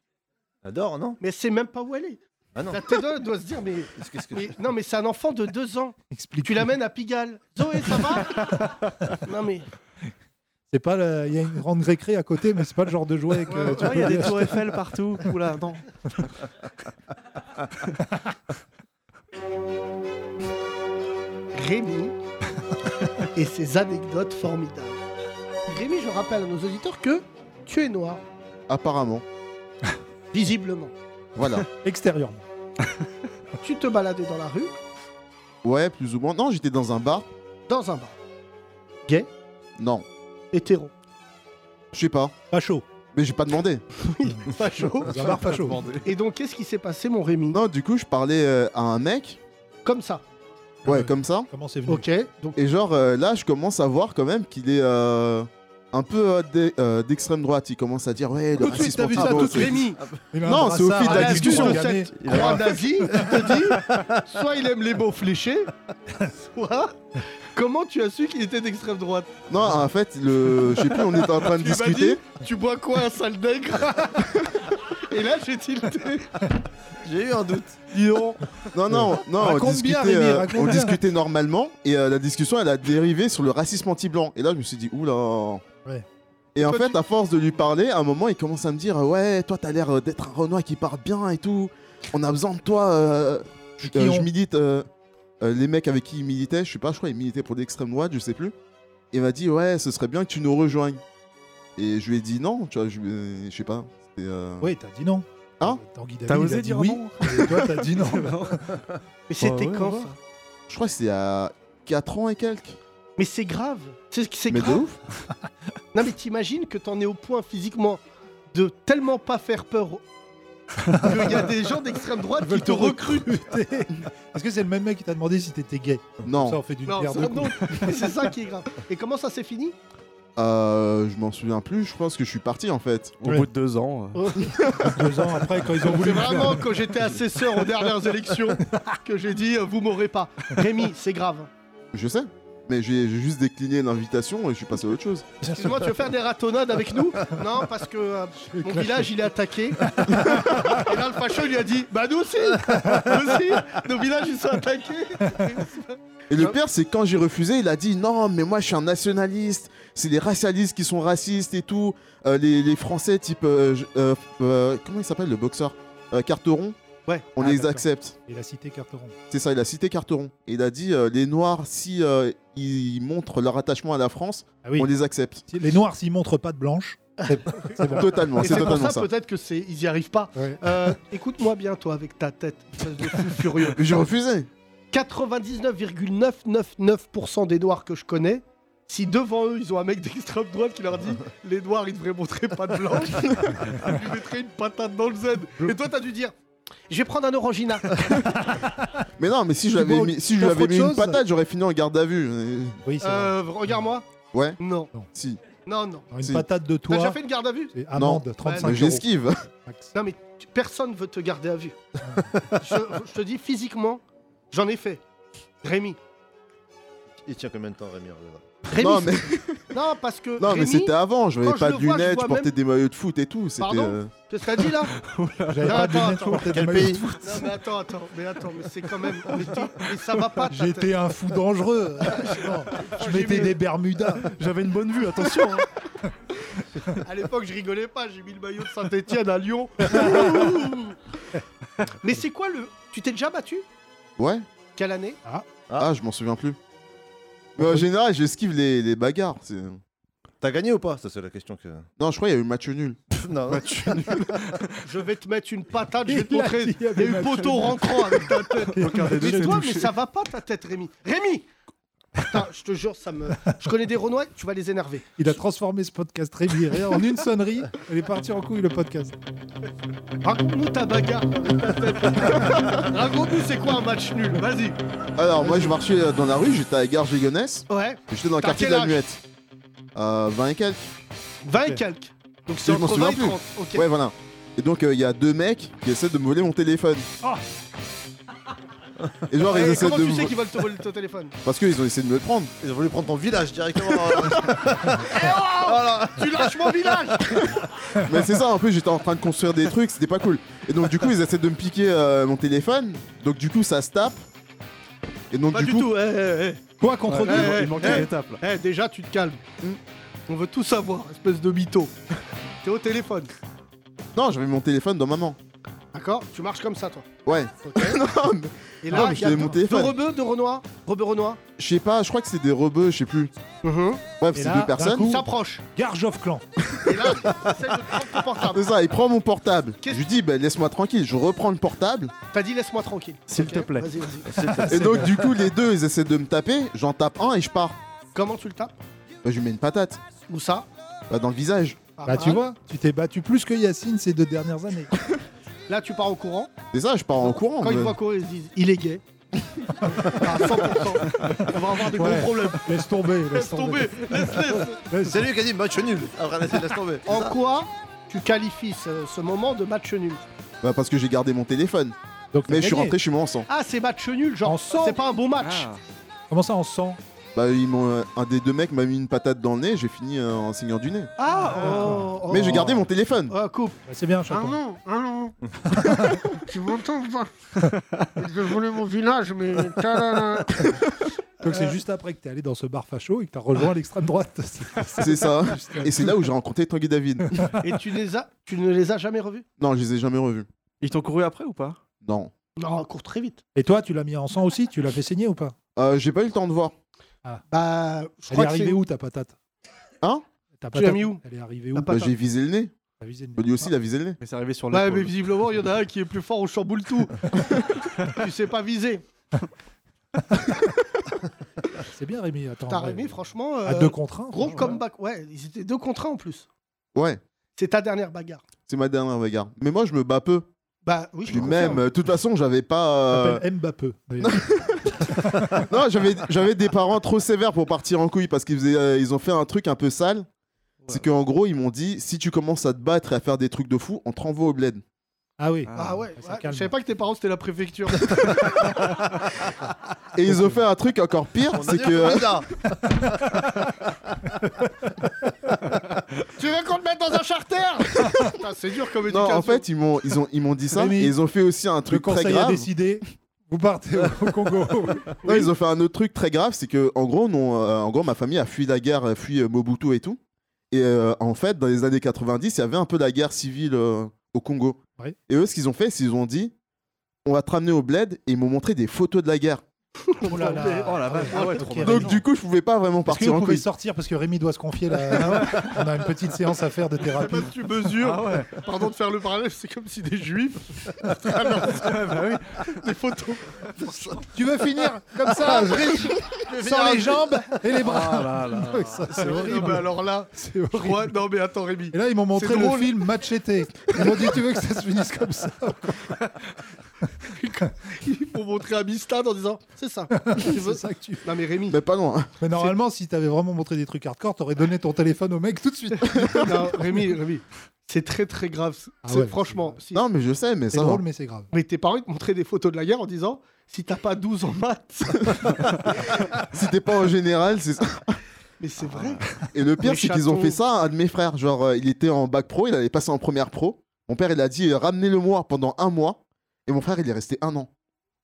Adore, non
Mais elle sait même pas où elle est.
Ah non.
La T2 doit se dire, mais,
Qu'est-ce que-
mais- non, mais c'est un enfant de deux ans.
Explique.
Tu l'amènes à Pigalle. Zoé, ça va Non, mais.
C'est pas le- il y a une grande récré à côté, mais c'est pas le genre de jouet que
Ouais,
tu
Ah, Il y
peux
a des
dire.
tours Eiffel partout. Oula, non.
Rémi et ses anecdotes formidables. Rémi, je rappelle à nos auditeurs que tu es noir,
Apparemment.
visiblement.
Voilà.
extérieurement.
Tu te baladais dans la rue,
Ouais, plus ou moins. Non, j'étais dans un bar.
dans un bar,
Non,
hétéro,
je sais pas.
Pas chaud.
Mais j'ai pas demandé.
pas chaud.
Dans un bar pas chaud.
Et donc, qu'est-ce qui s'est passé, mon Rémi
Non, du coup, je parlais euh, à un mec.
Comme ça.
Ouais,
Euh,
comme ça.
Comment c'est venu
Ok. Donc,
Et genre, euh, là, je commence à voir quand même qu'il est euh, un peu euh, d'e- euh, d'extrême droite. Il commence à dire, ouais, le
tout de suite,
racisme
t'as vu ça
anti-blanc,
tout de
Ah, c'est-
suite. Rémi,
Il a un
Non, c'est au
brassard
fil de
à
la
la
discussion.
Tour
de
Gagné.
cette croix nazie te dit soit il aime les mots fléchés, soit. Comment tu as su qu'il était d'extrême droite
Non, en fait, le... Euh, je sais plus, on était en train de
Tu m'as
discuter.
dit, Tu bois quoi, un sale nègre Et là, j'ai tilté.
J'ai eu un doute.
Dis donc. Non, Ah non, non, on
Euh, Raconte
discutait,
bien, Rémi,
euh,
raconte
on
bien.
discutait normalement et euh, la discussion, elle a dérivé sur le racisme anti-blanc. Et là, je me suis dit, oula.
Ouais.
Et en
Toi,
fait,
tu-
à force de lui parler, à un moment, il commence à me dire, ouais, toi, t'as l'air euh, d'être un Renoir qui parle bien et tout. On a besoin de toi. euh, je,
Qui
euh,
on
je milite. euh, euh, les mecs avec qui il militait, je sais pas, je crois, il militait pour l'extrême droite, je sais plus. Il m'a dit, ouais, ce serait bien que tu nous rejoignes. Et je lui ai dit non, tu vois, je, euh, je sais pas. c'était, euh,
Oui, t'as dit non.
Hein
Tanguy David,
T'as
il
osé
a dit
dire
oui.
non
Et toi, t'as dit non. Bah,
Mais c'était
ouais,
quand
ouais.
ça
Je crois que c'est à 4 ans et quelques.
Mais c'est grave. C'est c'est
Mais de
grave. Non, mais t'imagines que t'en es au point physiquement de tellement pas faire peur au- qu'il y a des gens d'extrême droite qui te recrutent.
Est-ce que c'est le même mec qui t'a demandé si t'étais gay
Non.
Ça, on fait d'une
Non,
pierre
ça,
deux
non.
coups.
Mais c'est ça qui est grave. Et comment ça s'est fini
Euh, je m'en souviens plus, je pense que je suis parti en fait.
Au
Ouais.
bout de deux ans. euh,
Deux ans après, quand ils ont
C'est
voulu le faire.
vraiment quand j'étais assesseur aux dernières élections que j'ai dit euh, vous m'aurez pas. Rémi, c'est grave.
Je sais, mais j'ai j'ai juste décliné l'invitation et je suis passé à autre chose.
Excuse-moi, tu veux faire des ratonnades avec nous Non, parce que euh, mon village il est attaqué. Et là, le facho il lui a dit bah nous aussi, nous aussi, nos villages ils sont attaqués.
Et le pire, c'est quand j'ai refusé, il a dit non, mais moi je suis un nationaliste, c'est les racialistes qui sont racistes et tout. Euh, les, les Français, type. euh, je- euh, euh, comment il s'appelle le boxeur Euh, Carteron
Ouais.
On
Ah,
les
d'accord.
accepte.
Il a cité Carteron.
C'est ça, il a cité Carteron. Et il a dit euh, les Noirs, si euh, ils montrent leur attachement à la France,
Ah oui.
on les accepte.
Si Les noirs, s'ils montrent pas de blanche, c'est c'est bon.
Totalement,
Et
c'est
c'est pour
totalement
ça,
ça.
peut-être que c'est ils y arrivent pas.
Ouais.
Euh, Écoute-moi bien toi avec ta tête espèce de fou furieux.
Mais j'ai refusé.
99,999% des noirs que je connais, si devant eux ils ont un mec d'extrême droite qui leur dit les noirs ils devraient montrer pas de blanche, ils lui mettraient une patate dans le Z. Et toi t'as dû dire je vais prendre un orangina.
Mais non, mais si je lui
Tu
avais
vois,
mis, si je lui
t'offres
avais
autre
mis une
chose
patate, j'aurais fini en garde à vue. Euh,
Oui, c'est vrai.
Euh, Regarde-moi.
Ouais.
Non,
Si.
non, non.
Alors, Une
si.
patate de
T'as déjà
toi,
fait une garde à vue Euh,
c'est amende,
Mais
35 euros.
J'esquive.
max. Ah.
Non mais tu- personne veut te garder à vue. je, je te dis physiquement, j'en ai fait. Rémi.
Il tient combien de temps, Rémi en général
Rémi
Non, mais,
c'est- non, parce que
non, mais
Rémi,
c'était avant. Je n'avais
quand
pas
je
de
le vois, je
lunettes, je
vois
portais des maillots de foot et tout. C'était.
Pardon
euh,
qu'est-ce que t'as dit là
J'avais
Non,
pas de
attends,
lunettes, je
attends.
portais des
Quel
maillots de
pays
foot.
Non mais attends, attends, mais attends, mais c'est quand même. Mais, t'es- mais ça va pas. ta tête.
J'étais un fou dangereux. Non, Je mettais des Bermudas.
J'avais une bonne vue, attention. hein.
À l'époque, je rigolais pas, j'ai mis le maillot de Saint-Etienne à Lyon. Mais c'est quoi le. Tu t'es déjà battu
Ouais.
Quelle année
Ah, je m'en souviens plus.
Ah,
Mais en général, j'esquive les, les bagarres. c'est-
T'as gagné ou pas Ça, c'est la question que.
Non, je crois qu'il y a eu match nul.
non,
Je vais te mettre une patate, je
Il
vais te
a
montrer.
dit,
Il
il y
y
avait
a eu
match
poteau
nul.
rentrant avec ta tête.
Aucun des deux
Mais
n'est
toi, mais
touché.
ça va pas ta tête, Rémi. Rémi Putain, je te jure, ça me. Je connais des Renois, tu vas les énerver.
Il a transformé ce podcast Rémi et Rien en une sonnerie. Elle est partie en couille, le podcast.
Raconte-nous ta bagarre avec ta tête. Raconte-nous c'est quoi un match nul, vas-y.
Alors, moi, je marchais euh, dans la rue, j'étais à la gare Gégonesse.
Ouais,
J'étais dans le
T'as
quartier de
quel
la
âge
Muette. Euh, 20 et quelques.
20 et quelques. Donc c'est
Je m'en
entre
souviens
20 et
plus.
30. Ok.
Ouais, voilà. Et donc, euh, il y a deux mecs qui essaient de me voler mon téléphone. Et genre, ils
Et
essaient
comment
de
tu
me...
sais qu'ils veulent te voler ton téléphone
Parce qu'ils ont essayé de me le prendre.
Ils ont voulu prendre ton village directement.
Eh, oh, Tu lâches mon village
Mais c'est ça, en plus, j'étais en train de construire des trucs, c'était pas cool. Et donc, du coup, ils essaient de me piquer euh, mon téléphone. Donc, du coup, ça se tape. Et donc,
Pas
du,
du
coup,
tout, eh, eh,
Quoi contre
eh.
nous
Ouais.
Il manque
Eh,
une
eh.
étape là.
Eh, déjà, tu te calmes.
Hmm.
On veut tout savoir, espèce de mytho. T'es au téléphone,
non, j'avais mon téléphone dans ma main.
d'accord Tu marches comme ça, toi.
Ouais.
Ok
non, mais-
Et
Ah Non,
là,
mais
il
je
y a
t'avais
de,
mon téléphone.
de Rebeu, de Renoir, Rebeu Renoir.
je sais pas, je crois que c'est des rebeux, je sais plus.
Mhm.
Bref,
Et
c'est
là,
deux
d'un
personnes.
coup-
Il s'approche.
Garge of Clan.
Et là, il essaie de prendre ton portable.
C'est ça, il prend mon portable. Je
Qu'est-ce-
lui dis, bah, laisse-moi tranquille. Je reprends le portable.
T'as dit laisse-moi tranquille.
S'il
Ok,
te plaît.
Vas-y, vas-y.
Et donc, du coup, les deux, ils essaient de me taper. J'en tape un et je pars.
Comment tu le tapes
Bah, je lui mets une patate.
Où ça Ah
Bah, dans le visage.
Par
Bah, tu
là.
vois, tu t'es battu plus que Yacine ces deux dernières années.
Là, tu pars au courant.
C'est ça, je pars en courant.
Quand ils
bah.
voient courir, ils se disent il est gay. Ah, à 100%. On va avoir des
Ouais.
gros problèmes.
Laisse tomber, laisse,
Laisse tomber. Laisse, laisse.
Laisse-
C'est lui qui a dit match nul. Après, laisse, laisse tomber.
En quoi tu qualifies ce, ce moment de match nul
Bah, parce que j'ai gardé mon téléphone.
Donc,
Mais
t'as
je suis
gagné.
rentré chez moi en sang.
Ah, c'est match nul, genre.
En sang.
C'est pas un bon match.
Ah. Comment ça, on sent
Bah, ils m'ont, euh, un des deux mecs m'a mis une patate dans le nez, j'ai fini euh, en saignant du nez.
Ah, oh,
d'accord.
oh.
Mais j'ai gardé mon téléphone.
Ah, coupe.
Bah, C'est bien, chaton.
non, ah non. tu m'entends ou pas Je voulais mon village, mais. tadana.
Donc,
Euh,
c'est juste après que t'es allé dans ce bar facho et que t'as
Ah.
rejoint l'extrême droite. euh,
C'est ça. Et c'est là où j'ai rencontré Tanguy David.
Et tu, les as, tu ne les as jamais revus
Non, je les ai jamais revus.
Ils t'ont couru après ou pas
Non.
Non, cours très vite.
Et toi, tu l'as mis en sang aussi Tu l'as fait saigner ou pas
Euh, j'ai pas eu le temps de voir.
Bah, je
Elle est
crois que
arrivée
c'est.
où ta patate
Hein
Ta
Tu
patate
l'as mis où
Elle est arrivée où
La
Bah,
patate.
j'ai visé le nez.
T'as visé le nez.
Bah, Lui aussi, il a visé le nez.
Mais c'est arrivé sur
Ouais,
la
Bah, mais visiblement, il y en a un qui est plus fort au chamboule tout. tu sais pas viser.
C'est bien, Rémi. Attends,
T'as
ouais.
Rémi, franchement. euh,
À deux contre un.
Gros
franchement, ouais.
comeback. Ouais, ils étaient deux contre un en plus.
Ouais,
C'est ta dernière bagarre.
c'est ma dernière bagarre. Mais moi, je me bats peu.
Bah oui, je
Puis
te
même,
confirme.
euh, de toute façon, j'avais pas. euh,
s'appelle Mbappé. d'ailleurs.
Non, j'avais, j'avais des parents trop sévères pour partir en couille parce qu'ils faisaient, euh, ils ont fait un truc un peu sale. C'est qu'en gros, ils m'ont dit si tu commences à te battre et à faire des trucs de fou, on te renvoie au bled.
Ah oui.
Ah ouais,
Ça
ouais,
calme.
je savais pas que tes parents c'était la préfecture.
Et ils ont fait un truc encore pire
On a
c'est
dit
que.
au candidat.
tu veux qu'on te mette dans un charter Putain, Ah, C'est dur comme
Non,
éducation.
en fait, ils m'ont, ils ont, ils m'ont dit ça.
Rémi,
et ils ont fait aussi un
Le
truc très
conseil a
grave.
décidé. Vous partez au au Congo.
Non, ils ont fait un autre truc très grave, c'est que en gros, non, euh, en gros, ma famille a fui la guerre, a fui euh, Mobutu et tout. Et euh, en fait, dans les années 90, il y avait un peu la guerre civile euh, au Congo.
Ouais.
Et eux, ce qu'ils ont fait, c'est qu'ils ont dit, on va te ramener au bled, et ils m'ont montré des photos de la guerre.
Oh là là.
Oh la vache, ah ouais, trop
Ok,
bien.
Rémi.
Donc du coup, je pouvais pas vraiment
Est-ce que
partir
vous
en
pouvez
couille.
sortir parce que Rémi doit se confier là hein? On a une petite séance à faire de
Je sais
thérapie.
pas si tu mesures.
Ah ouais,
Pardon de faire le parallèle, c'est comme si des juifs. Des photos.
Tu veux finir comme
Ah,
ça Sans les jambes et les bras.
là là.
Ça,
Ah
c'est
ouais, Non, mais
horrible.
alors là,
C'est horrible.
je crois- Non, mais attends, Rémi.
Et là, ils m'ont montré
C'est
le
drôle.
film Matchété. Ils m'ont dit Tu veux que ça se finisse comme ça
Ils vont montrer à Mistad en disant C'est ça. Tu veux
C'est ça que tu.
Non, mais Rémi.
Mais pas loin.
Mais normalement, si t'avais vraiment montré des trucs hardcore, t'aurais donné ton téléphone au mec tout de suite.
Non, Rémi, Rémi. C'est très très grave.
Ah
C'est-
ouais,
franchement, si-
Non, mais je sais, mais
C'est
ça. va.
drôle, mais c'est grave.
Mais tes parents ils te montraient des photos de la guerre en disant si t'as pas 12 en maths.
Si t'es pas en général, c'est ça.
Mais c'est vrai.
Et le pire,
Les
c'est qu'ils ont
chatons.
fait ça à un de mes frères. Genre, euh, il était en bac pro, il allait passer en première pro. Mon père, il a dit, euh, ramenez-le-moi pendant un mois. Et mon frère, il est resté un an.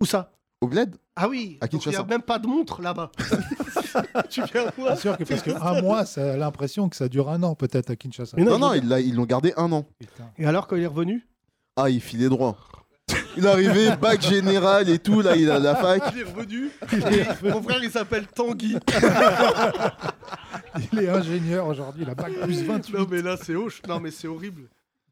Où ça
Au bled
Ah oui.
À
donc Il n'y a
Kinshasa.
même pas de montre là-bas. tu viens
C'est
voir.
sûr que ah, parce que un mois, ça a l'impression que ça dure un an peut-être à Kinshasa.
Mais
Non, non,
je-
il l'a- ils l'ont gardé un an.
Putain.
Et alors quand il est revenu
Ah, il filait droit. Il est arrivé, bac général et tout, là, il a la fac.
Il est revenu. et mon frère il s'appelle Tanguy.
Il est ingénieur aujourd'hui, la bac plus 28.
Non mais là c'est hoche. Non mais c'est horrible.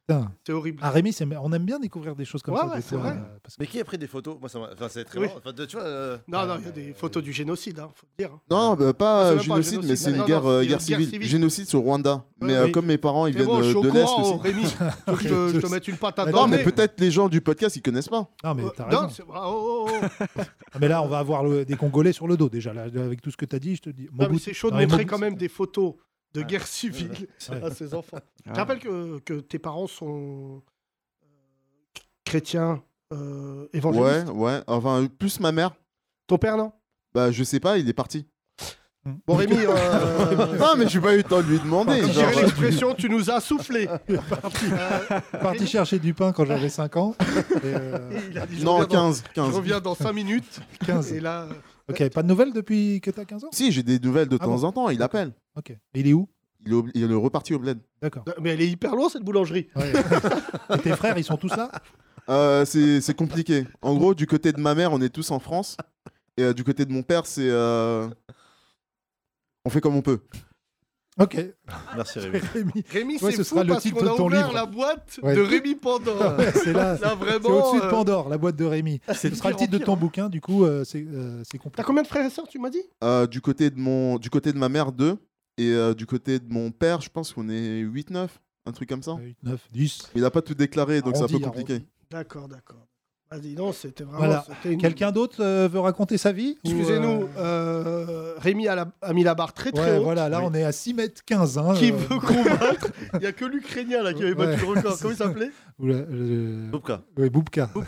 Putain.
C'est horrible.
Ah Rémi, c'est- on aime bien découvrir des choses comme
Ouais,
ça.
ouais,
des
c'est
fois,
vrai.
euh, parce que-
Mais qui a pris des photos Moi, ça m'a- enfin, c'est très
Oui.
marrant. Enfin, tu vois, euh,
Non non il y a des photos du génocide. Hein, faut le dire. hein.
Non,
C'est
bah, pas euh,
même pas un
génocide, mais
génocide.
c'est
Non,
une
non,
guerre,
non, c'est
euh,
une
guerre
guerre
civile.
civile.
Génocide sur Rwanda.
Ouais,
mais euh,
oui.
comme mes parents, ils
C'est
viennent
bon, je suis
euh,
au
de l'Est
courant.
aussi.
oh, Rémi, Faut que je, te- je te mette une patate
Mais
Non,
dans le
mais
nez.
peut-être les gens du podcast, ils connaissent pas.
Non, mais
Euh,
t'as
non,
raison.
c'est- ah, oh, oh, oh.
Ah, mais là, on va avoir le- des Congolais sur le dos déjà. Là, avec tout ce que t'as dit, je te dis.
Non, mais
Mobutu-
c'est chaud de
Non, mais
montrer
Mobutu-
quand même des photos de guerre civile
Ouais.
à ses enfants.
Ah.
Je rappelle que, que tes parents sont euh, chrétiens euh,
Ouais,
évangéliste.
ouais. Enfin, plus ma mère.
Ton père, non
Bah, je sais pas, il est parti.
Bon, Rémi, euh,
Non, mais j'ai bah, pas eu le temps de lui demander.
comme
genre,
dirait l'expression, tu nous as soufflé. Euh,
Parti chercher du pain quand j'avais 5 ans. Et, euh,
Il a dit, je
non,
reviens dans-
15. 15.
Je reviens dans 5 minutes.
15.
Et là,
Ok, pas de nouvelles depuis que t'as 15 ans
Si, j'ai des nouvelles de
Ah
temps
bon
en temps, il appelle.
Ok. Il est où
Il est, ob- il est reparti au bled.
D'accord.
mais elle est hyper loin cette boulangerie.
Ouais. Et tes frères, ils sont tous là
Euh, c'est c'est compliqué. En gros, du côté de ma mère, on est tous en France. Et euh, du côté de mon père, c'est. euh, On fait comme on peut.
Ok.
Merci Rémi.
Rémi.
Rémi, c'est
Ouais, ce
fou
sera le
parce
titre
qu'on
de
a
ton
ouvert
livre.
la boîte
Ouais.
de Rémi Pandore.
Ouais, c'est là.
là,
C'est
vraiment.
au-dessus de
euh,
Pandore, la boîte de Rémi.
c'est
Ce sera le
pire
titre
en
de
pire. hein.
ton bouquin, du coup, euh, c'est euh, c'est
T'as
compliqué.
combien de frères et sœurs, tu m'as dit
Euh, du, côté de mon... du côté de ma mère, 2. Et euh, du côté de mon père, je pense qu'on est 8-9. Un truc comme ça.
9, 10.
Il n'a pas tout déclaré, donc c'est un peu
hein,
Arrondi,
compliqué.
D'accord, d'accord. Vas-y, non, c'était vraiment.
Voilà.
c'était une-
Quelqu'un d'autre euh, veut raconter sa vie ou,
Excusez-nous,
euh,
euh, Rémi a, la- a mis la barre très très
ouais,
haute.
voilà, là, on est à 6 mètres 15. hein,
Qui
euh,
veut combattre Il n'y a que l'Ukrainien là qui avait battu le record. Comment il s'appelait
ou la- le-
Boubka.
ouais, Boubka.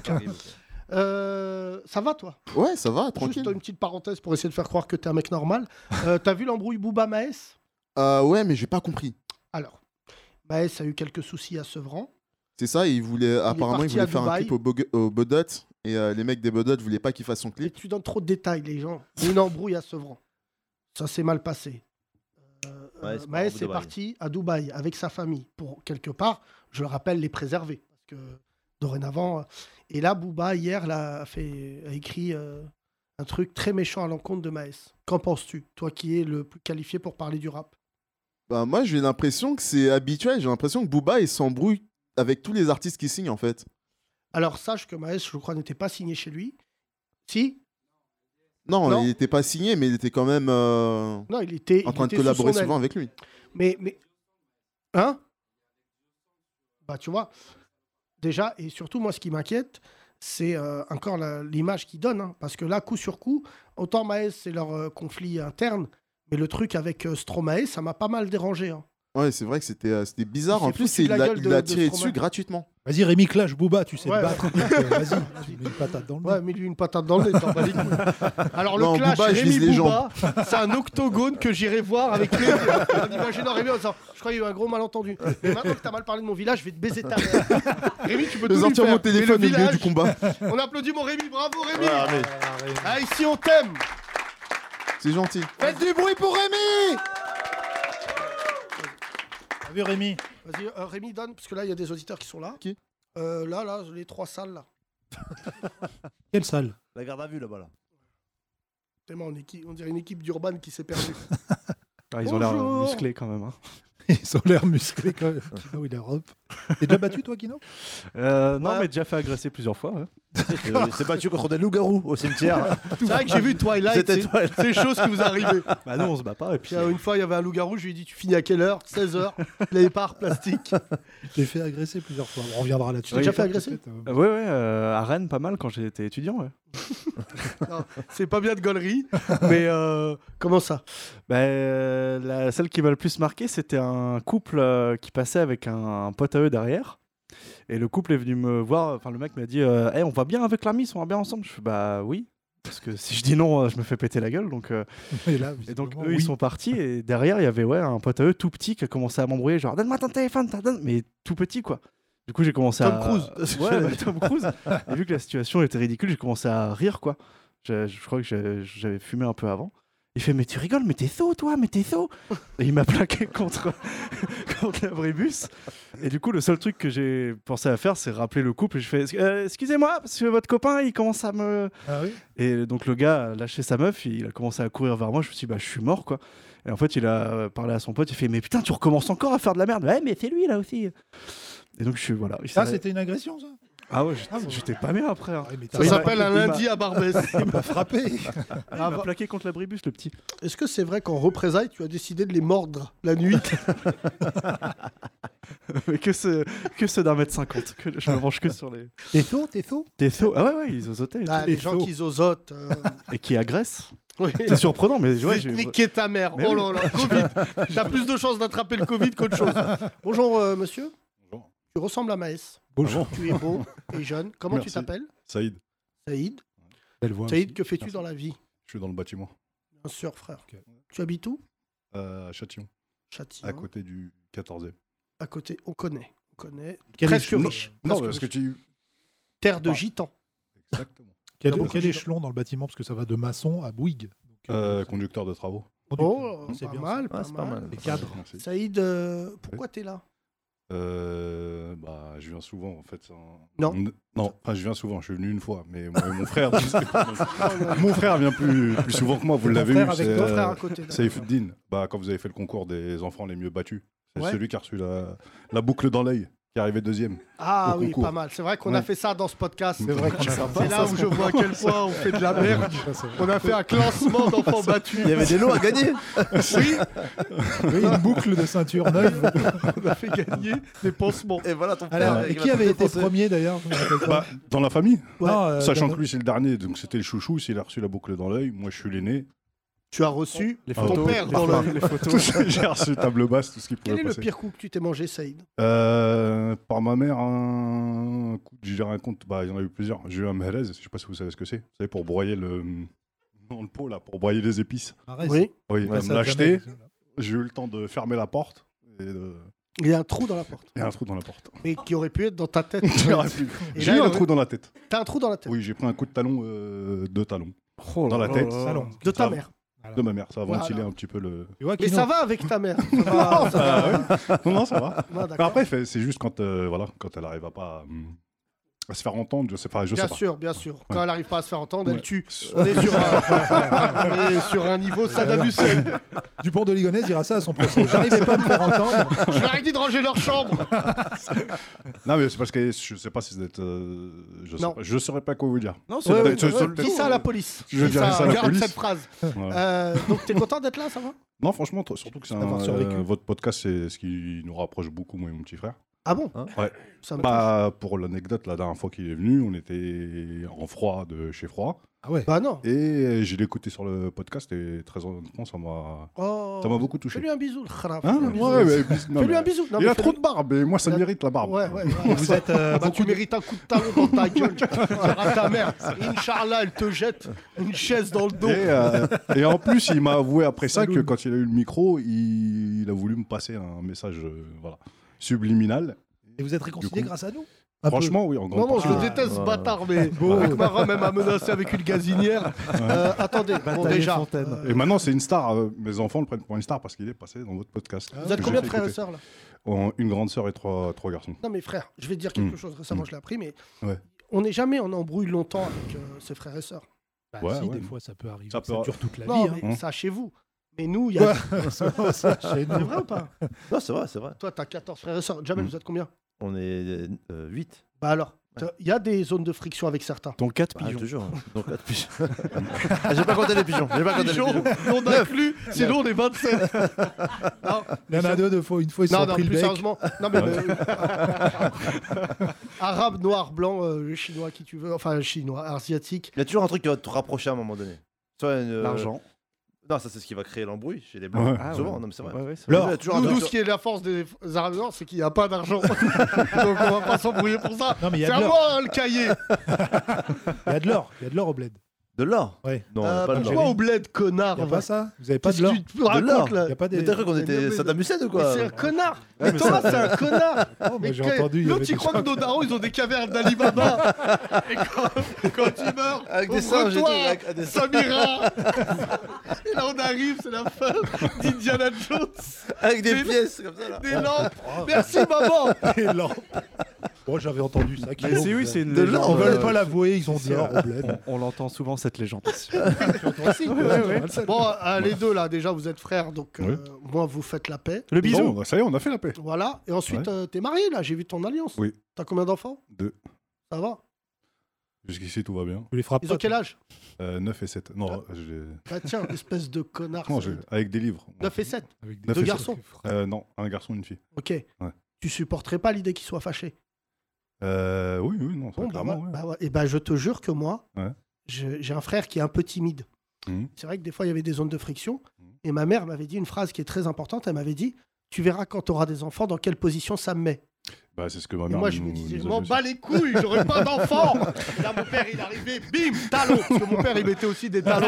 Euh, Ça va toi
Ouais, ça va,
Juste
tranquille.
une petite parenthèse pour essayer de faire croire que t'es un mec normal. Euh, T'as vu l'embrouille Booba Maes
Euh, ouais, mais j'ai pas compris.
Alors, Maes a eu quelques soucis à Sevran.
C'est ça, il voulait, apparemment, il
parti à
voulait faire un
Dubaï.
clip au, Bog- au Bodot. Et euh, les mecs des Bodot voulaient pas qu'il fasse son
Et
clip.
tu donnes trop de détails, les gens. Il y a Une embrouille à Sevran. Ça s'est mal passé. Euh,
Ouais,
euh,
c'est
Maes
pour
est
Dubaï.
parti à Dubaï avec sa famille pour quelque part, je le rappelle, les préserver. Parce que dorénavant. euh, Et là, Booba, hier, là, a, fait, a écrit euh, un truc très méchant à l'encontre de Maes. Qu'en penses-tu Toi qui es le plus qualifié pour parler du rap.
Bah, moi, j'ai l'impression que c'est habituel. J'ai l'impression que Booba, il s'embrouille avec tous les artistes qui signent, en fait.
Alors sache que Maes, je crois, n'était pas signé chez lui. Si
Non,
Non.
il était pas signé, mais il était quand même euh,
Non, il était.
en
il
train de
était sous
collaborer
son aile.
souvent avec lui.
Mais, mais. Hein Bah, tu vois, déjà, et surtout, moi, ce qui m'inquiète, c'est euh, encore la- l'image qu'il donne. hein, parce que là, coup sur coup, autant Maes, c'est leur euh, conflit interne, mais le truc avec euh, Stromae, ça m'a pas mal dérangé. hein.
Ouais, c'est vrai que c'était euh, c'était
Il
bizarre.
s'est
En plus,
foutu
il
de la
l'a
gueule
il
de-
l'a
de
tiré
Stromae.
dessus gratuitement.
Vas-y, Rémi, clash Booba, tu sais
Ouais.
te battre. donc, euh, Vas-y, tu mets une patate dans le
Ouais,
nez.
mets-lui une patate dans le nez, t'en bats les couilles. Alors, le
Non,
clash
Booba, je
Rémi
vise les
Booba, c'est un octogone que j'irai voir avec plaisir. En imaginant Rémi en disant Je crois qu'il y a eu un gros malentendu. Mais maintenant que t'as mal parlé de mon village, je vais te baiser ta mère. Rémi, tu peux
Je
tout lui
sortir
faire.
mon
Mais le
téléphone au milieu
village, Ah,
du combat.
On applaudit mon Rémi, bravo Rémi
Voilà, Rémi.
Ah ici on t'aime
C'est gentil.
Faites du bruit pour Rémi
T'as vu, Rémi
Vas-y euh, Rémi donne, parce que là il y a des auditeurs qui sont là.
Qui
Euh, Là, là, les trois salles là.
Quelle salle
La garde à vue là-bas là.
Tellement on, est qui- on dirait une équipe d'Urban qui s'est perdue.
Ah, ils ont l'air
Bonjour.
euh, musclés quand même. hein.
Ils ont l'air musclés quand même. Kino, il est Europe. T'es déjà battu, toi, Kino
Euh, non,
Ouais.
mais déjà fait agresser plusieurs fois. hein. ouais.
Euh, Il s'est battu contre des loups-garous au cimetière.
C'est vrai que j'ai vu Twilight,
C'était
c'est
toi.
c'est les choses qui vous arrivent.
Bah, nous, on se bat pas. Et puis,
Puis euh, une fois il y avait un loup-garou, je lui ai dit tu finis à quelle heure 16h, les parts plastique.
Tu t'es fait agresser plusieurs fois. Bon, on reviendra là-dessus.
Tu t'es déjà
fait agresser
Peut-être, euh,
Euh, ouais, ouais, euh, à Rennes, pas mal quand j'étais étudiant. Ouais.
C'est pas bien de gaulerie, mais euh, comment ça
Bah, euh, la, celle qui m'a le plus marqué, c'était un couple euh, qui passait avec un, un pote à eux derrière. Et le couple est venu me voir. Enfin, le mec m'a dit euh, Eh, On va bien avec l'ami, on va bien ensemble. Je fais Bah oui. Parce que si je dis non, euh, je me fais péter la gueule. Donc, euh,
Et, là,
Et donc,
visiblement,
eux, ils
oui.
sont partis. Et derrière, il y avait ouais, un pote à eux tout petit qui a commencé à m'embrouiller genre, donne-moi ton téléphone, t'as- donne- mais tout petit, quoi. Du coup, j'ai commencé
Tom
à.
Cruise.
Ouais, bah, Tom Cruise. Et vu que la situation était ridicule, j'ai commencé à rire, quoi. Je, je crois que j'ai- j'avais fumé un peu avant. Il fait, mais tu rigoles, mais t'es saut, toi, mais t'es saut. Et il m'a plaqué contre, contre l'abribus. Et du coup, le seul truc que j'ai pensé à faire, c'est rappeler le couple. Et je fais, Euh, excusez-moi, parce que votre copain, il commence à me.
Ah oui
Et donc le gars a lâché sa meuf, il a commencé à courir vers moi, je me suis dit bah je suis mort quoi. Et en fait il a euh, parlé à son pote, il fait mais putain tu recommences encore à faire de la merde, ouais mais c'est lui là aussi. Et donc je suis voilà. il
Ça,
s'est-
c'était une agression, ça
ah ouais j'étais-
Ah, bon.
j'étais pas bien après. hein.
Ah, mais t'as
Ça
Il m'a-
s'appelle un
il m'a-
lundi à Barbès. Ah,
pas frappé.
Il m'a plaqué contre la bribus le petit.
Est-ce que c'est vrai qu'en représailles, tu as décidé de les mordre la nuit
mais que ce que ce d'un mètre cinquante. Que je me venge que sur les.
T'es faux, t'es faux.
Des sauts. Ah ouais ouais ils osotaient et,
Ah,
tout.
les gens qui zozotent. euh,
Et qui agressent.
oui.
C'est surprenant mais ouais
Vite
j'ai.
niquer ta mère.
Mais
oh là là, Covid. T'as plus de chances d'attraper le Covid qu'autre chose. Bonjour, euh, monsieur.
Bonjour.
Tu ressembles à Maës.
Ah
Bonjour.
Tu es beau et jeune. Comment tu
Merci.
t'appelles
Saïd,
Saïd.
Belle voix.
Saïd,
aussi.
que fais-tu
Merci.
dans la vie
je suis dans le bâtiment.
Bien sûr, frère.
Ok.
Tu habites où
Euh, à Châtillon,
Châtillon.
à côté du 14e.
À côté. On connaît. On connaît.
Quel
presque
échelon-
riche.
Non,
Parce
parce que tu.
Terre de
Bah.
gitan.
Exactement.
Quel,
D'accord.
quel échelon dans le bâtiment Parce que ça va de maçon à Bouygues. Donc,
Euh,
euh,
conducteur de travaux.
conducteur.
Oh,
Ah, C'est
pas,
bah,
bien,
mal,
ça.
pas,
c'est
mal.
Les cadres.
Merci.
Saïd, euh, pourquoi t'es là
Euh, bah, je viens souvent en fait. en-
Non.
en- Non, enfin, je viens souvent. Je suis venu une fois, mais moi et mon frère. mon frère vient plus, plus souvent que moi. Vous
Ton
l'avez
frère
eu.
avec
c'est,
Ton
euh,
frère à côté. d'accord.
Saifuddin. Bah, quand vous avez fait le concours des enfants les mieux battus, c'est
Ouais.
celui qui a reçu la, la boucle dans l'œil, qui est arrivé deuxième.
Ah
au
oui,
concours.
pas mal. C'est vrai qu'on a
Ouais.
fait ça dans ce podcast.
C'est vrai
C'est là où je vois à quel point on fait de la merde.
Ça, c'est-
On a fait un classement d'enfants battus.
Il y avait des lots à gagner.
Oui,
Oui, une boucle de ceinture neuve.
on a fait gagner des pansements.
Et voilà ton frère.
Alors, et
il va
qui
tout
avait été
défoncer.
premier d'ailleurs Je me rappelle pas.
Bah, dans la famille,
Non, euh,
sachant
dans-
que lui c'est le dernier, donc c'était le chouchou. S'il a reçu la boucle dans l'œil, moi je suis l'aîné.
Tu as reçu
Les
Ah,
ton
photos,
père
les
dans
photos,
le...
les
Tout
photos.
ce que J'ai reçu table basse, tout ce qui pouvait
Quel est le
passer.
pire coup que tu t'es mangé, Saïd
Euh, par ma mère, un coup de géré un compte, bah, il y en a eu plusieurs. J'ai eu un merez, je sais pas si vous savez ce que c'est. Vous savez, pour broyer le. Dans le pot, là, pour broyer les épices.
Arrête,
Oui,
ça,
elle
ça
me l'a
a jamais-
acheté. J'ai eu le temps de fermer la porte. Et de-
Il y a un trou dans la porte.
il y a un trou dans la porte.
Et qui aurait pu être dans ta tête.
J'ai eu
Et là, il
un
aurait-
trou dans la tête.
T'as un trou dans la tête.
Oui, j'ai pris un coup de talon, euh, de talon.
Oh
Dans
là
la
là
tête.
là là.
Salon.
De ta
Ça-
mère.
De ma mère, ça a ventilé
Voilà.
un petit peu le. Ah
Tu vois,
Mais
Kino,
ça va avec ta mère. Ça va, ça va.
Non, non, ça va.
Non,
Mais
d'accord.
après, fait- c'est juste quand, euh, voilà, quand elle arrive à pas hum, à se faire entendre, je sais pas. Je
Bien
sais pas.
sûr, bien sûr. Quand elle n'arrive pas à se faire entendre, elle
Ouais. Ah
tue. On est sur un, on est sur un niveau Saddam Hussein.
Dupont de Ligonnès dira ça à son procès. J'arrivais pas à me faire entendre.
Je leur ai dit de ranger leur chambre.
Non, mais c'est parce que je sais pas si vous êtes. euh, je, sais
Non.
pas, je saurais pas quoi vous dire.
Non, c'est
Ouais,
vrai,
ouais,
c'est
ouais,
vrai.
ouais.
Dis ça à la police.
Je
Dis
dirais ça à la
garde
police.
cette phrase.
Voilà.
Euh, donc, t'es content d'être là, ça va
Non, franchement, t- surtout que c'est
D'avoir
un,
survécu.
euh, votre podcast, c'est ce qui nous rapproche beaucoup, moi et mon petit frère.
Ah bon
Hein
Ouais.
Ça me touche.
Bah, pour l'anecdote, la dernière fois qu'il est venu, on était en froid de chez froid.
Ah ouais.
Bah non.
Et je l'ai écouté sur le podcast et très honnêtement, ça m'a
Oh.
ça m'a beaucoup touché.
Fais-lui un bisou, le kharaf.
Hein
Fais-lui un bisou.
Ouais, ouais, bis- non,
Fais-lui
mais-
un bisou. Non,
Il
mais
a
fais-lui-
trop de barbe et moi, ça
Il a-
mérite la barbe.
Ouais, ouais. ouais.
Vous êtes euh,
Bah, tu
beaucoup de-
mérites un coup de talon dans ta gueule. Tu verras ta mère. Inch'Allah, elle te jette une chaise dans le dos.
Et, euh, et en plus, il m'a avoué après ça que
Salut.
quand il a eu le micro, il, il a voulu me passer un message euh, voilà, subliminal.
Et vous êtes réconciliés
Du coup,
grâce à nous Un peu.
Franchement, oui, en grande
Non, non, je le
partie. Euh,
déteste, ce
Ah.
bâtard, mais
Bon.
avec Marat, même m'a menacé avec une gazinière. Euh, attendez, bon,
Bataille
déjà.
Fontaine.
euh,
Et maintenant, c'est une star. euh, Mes enfants le prennent pour une star parce qu'il est passé dans votre podcast.
Euh, vous êtes
Que
combien
j'ai
de
fait
frères et
écouter.
sœurs là
En- Une grande sœur et trois, trois garçons.
Non, mais frère, je vais te dire quelque
Mm.
chose. Récemment,
Mm.
je l'ai appris, mais
Ouais.
on n'est jamais en embrouille longtemps avec euh, ses frères et sœurs.
Bah,
Ouais,
si,
ouais.
des fois, ça peut arriver. Ça,
Ça peut-
Ah.
dure toute la
Non,
vie.
mais
hein.
ça chez vous. Mais nous, il y a.
hein. Ça, chez
C'est
nous.
vrai ou pas
Non, c'est vrai, c'est vrai.
Toi, t'as 14 frères et sœurs. Jamel,
Mm.
vous êtes combien
On est
euh,
8.
Bah alors, il y a des zones de friction avec certains.
Dont 4
Ah,
pigeons.
toujours. Donc là, pigeons. Ah, J'ai pas compté les pigeons. J'ai pas compté les pigeons.
on inclut, sinon on est 27. non,
Il y en a deux, deux fois. Une fois, ils se
non,
sont
non,
pris
plus
le bec.
sérieusement. Non, mais. euh, arabe, noir, blanc, euh, chinois, qui tu veux. Enfin, chinois, asiatique.
Il y a toujours un truc qui va te rapprocher à un moment donné. Soit une, euh,
L'argent.
Non, ça c'est ce qui va créer l'embrouille chez les blancs.
Ouais.
Ah,
Souvent,
ouais.
non mais c'est vrai.
Ouais, ouais, c'est vrai.
L'or.
Il y a toujours un
Nous,
truc
nous,
sur-
ce qui est la force des Arabes du Nord, c'est qu'il n'y a pas d'argent. Donc on va pas s'embrouiller pour ça.
Non, mais il y
C'est
a
à
de l'or.
moi hein, le cahier.
Il y a de l'or. Il y a de l'or au bled.
De l'or
Ouais.
Non,
Euh,
pas de
Pourquoi
l'or.
au bled, connard
Il n'y a
va-
pas ça Vous avez pas
Qu'est-ce
de l'or
que tu te racontes
De
là
Il n'y a pas des.
Mais t'as cru qu'on
Mais
était
non, mais-
Saddam Hussein ou
Mais
quoi
c'est un connard
Ouais,
Mais
mais
Thomas, c'est un connard
Oh, mais j'ai
que-
entendu. il y
L'autre,
avait
il
des
croit que
trucs.
nos darons, ils ont des cavernes d'Alibaba Et quand, quand il meurt,
Avec des
ouvre-toi,
singes et tout, avec- avec des singes.
Samira Et là, on arrive, c'est la fin d'Indiana Jones
Avec
Mais-
des pièces comme ça là.
Des lampes
Oh,
Merci, maman
Et l'or. Moi, j'avais entendu ça.
Mais c'est oui, c'est une
De
légende.
l'or,
Ils
euh,
veulent pas l'avouer, ils ont de l'or au bled.
On, on l'entend souvent cette légende.
Bon, euh, les deux là, déjà vous êtes frères, donc euh,
Ouais.
moi vous faites la paix.
Le
Bon,
bison.
bah, ça y est, on a fait la paix.
Voilà. Et ensuite,
Ouais.
euh, t'es marié là, j'ai vu ton alliance.
Oui.
T'as combien d'enfants
Deux.
Ça va
Jusqu'ici, tout va bien.
Tu les frappes.
Ils ont
pas,
quel âge
9 et 7. Non, je l'ai-
Bah tiens, espèce de connard.
non, je- avec des livres.
9 et 7,
avec des-
Neuf
deux
et sept.
garçons.
Euh, non, un garçon, une fille.
Ok. Tu supporterais pas l'idée qu'ils soient fâchés
Euh, oui, oui, non, ça,
Bon, bah,
clairement.
ouais,
ouais.
bah ouais. Et bah je te jure que moi,
Ouais.
je- j'ai un frère qui est un peu timide.
Mhm.
C'est vrai que des fois il y avait des zones de friction.
Mhm.
Et ma mère m'avait dit une phrase qui est très importante. Elle m'avait dit Tu verras quand tu auras des enfants dans quelle position ça me met.
Bah, c'est ce que ma
Et
mère
moi, je
nous-
me disais,
nous
je
a
m'en
fait.
bats les couilles, j'aurai pas d'enfant. Et Là, mon père, il est arrivé, bim, talons. Parce que mon père, il mettait aussi des talons.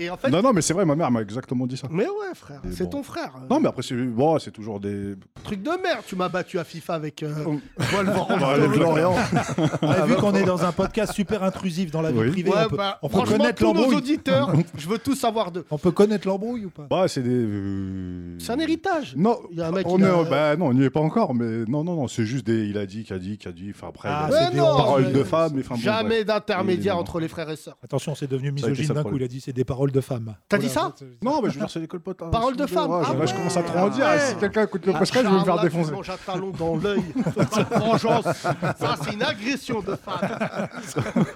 Et en fait,
Non, non, mais c'est vrai, ma mère m'a exactement dit ça.
mais ouais, frère,
Et
c'est
bon.
ton frère. euh.
Non, mais après, c'est bon, c'est toujours des.
Truc de merde, tu m'as battu à FIFA avec. euh,
Oh.
Paul Varan.
Bah, les Blancs.
Ouais, vu qu'on est dans un podcast super intrusif dans la vie
Oui.
privée,
Ouais,
on peut,
bah,
on peut
franchement,
connaître
tous nos
l'embrouille.
auditeurs, je veux tout savoir d'eux.
On peut connaître l'embrouille ou pas
Bah, c'est des. euh,
C'est un héritage.
Non,
Il y a un mec
on
qui
est,
l'a-
bah, non, on n'y est pas encore, mais non, non, non, c'est juste des. Il a dit, qu'il a dit, qu'il a dit. Enfin, après,
Ah,
il y a
c'est
Mais
des
non,
paroles
mais-
de femmes, mais enfin, bon, bref.
Jamais d'intermédiaire
Et-
entre les frères et sœurs.
Attention, c'est
Ça
devenu
a été
misogyne
ça,
d'un
le
coup. Il a dit c'est des paroles de femmes.
T'as dit ça
Non, mais je veux dire, c'est l'école pote.
Parole de femme.
Là,
Ah
je
ouais.
commence à trop en dire.
Ah
et Si
ouais.
quelqu'un écoute le podcast, je vais me faire
Charles, là, tu
défoncer.
manges un talon dans l'œil. Ça, c'est vengeance. Ça, c'est une agression de femme.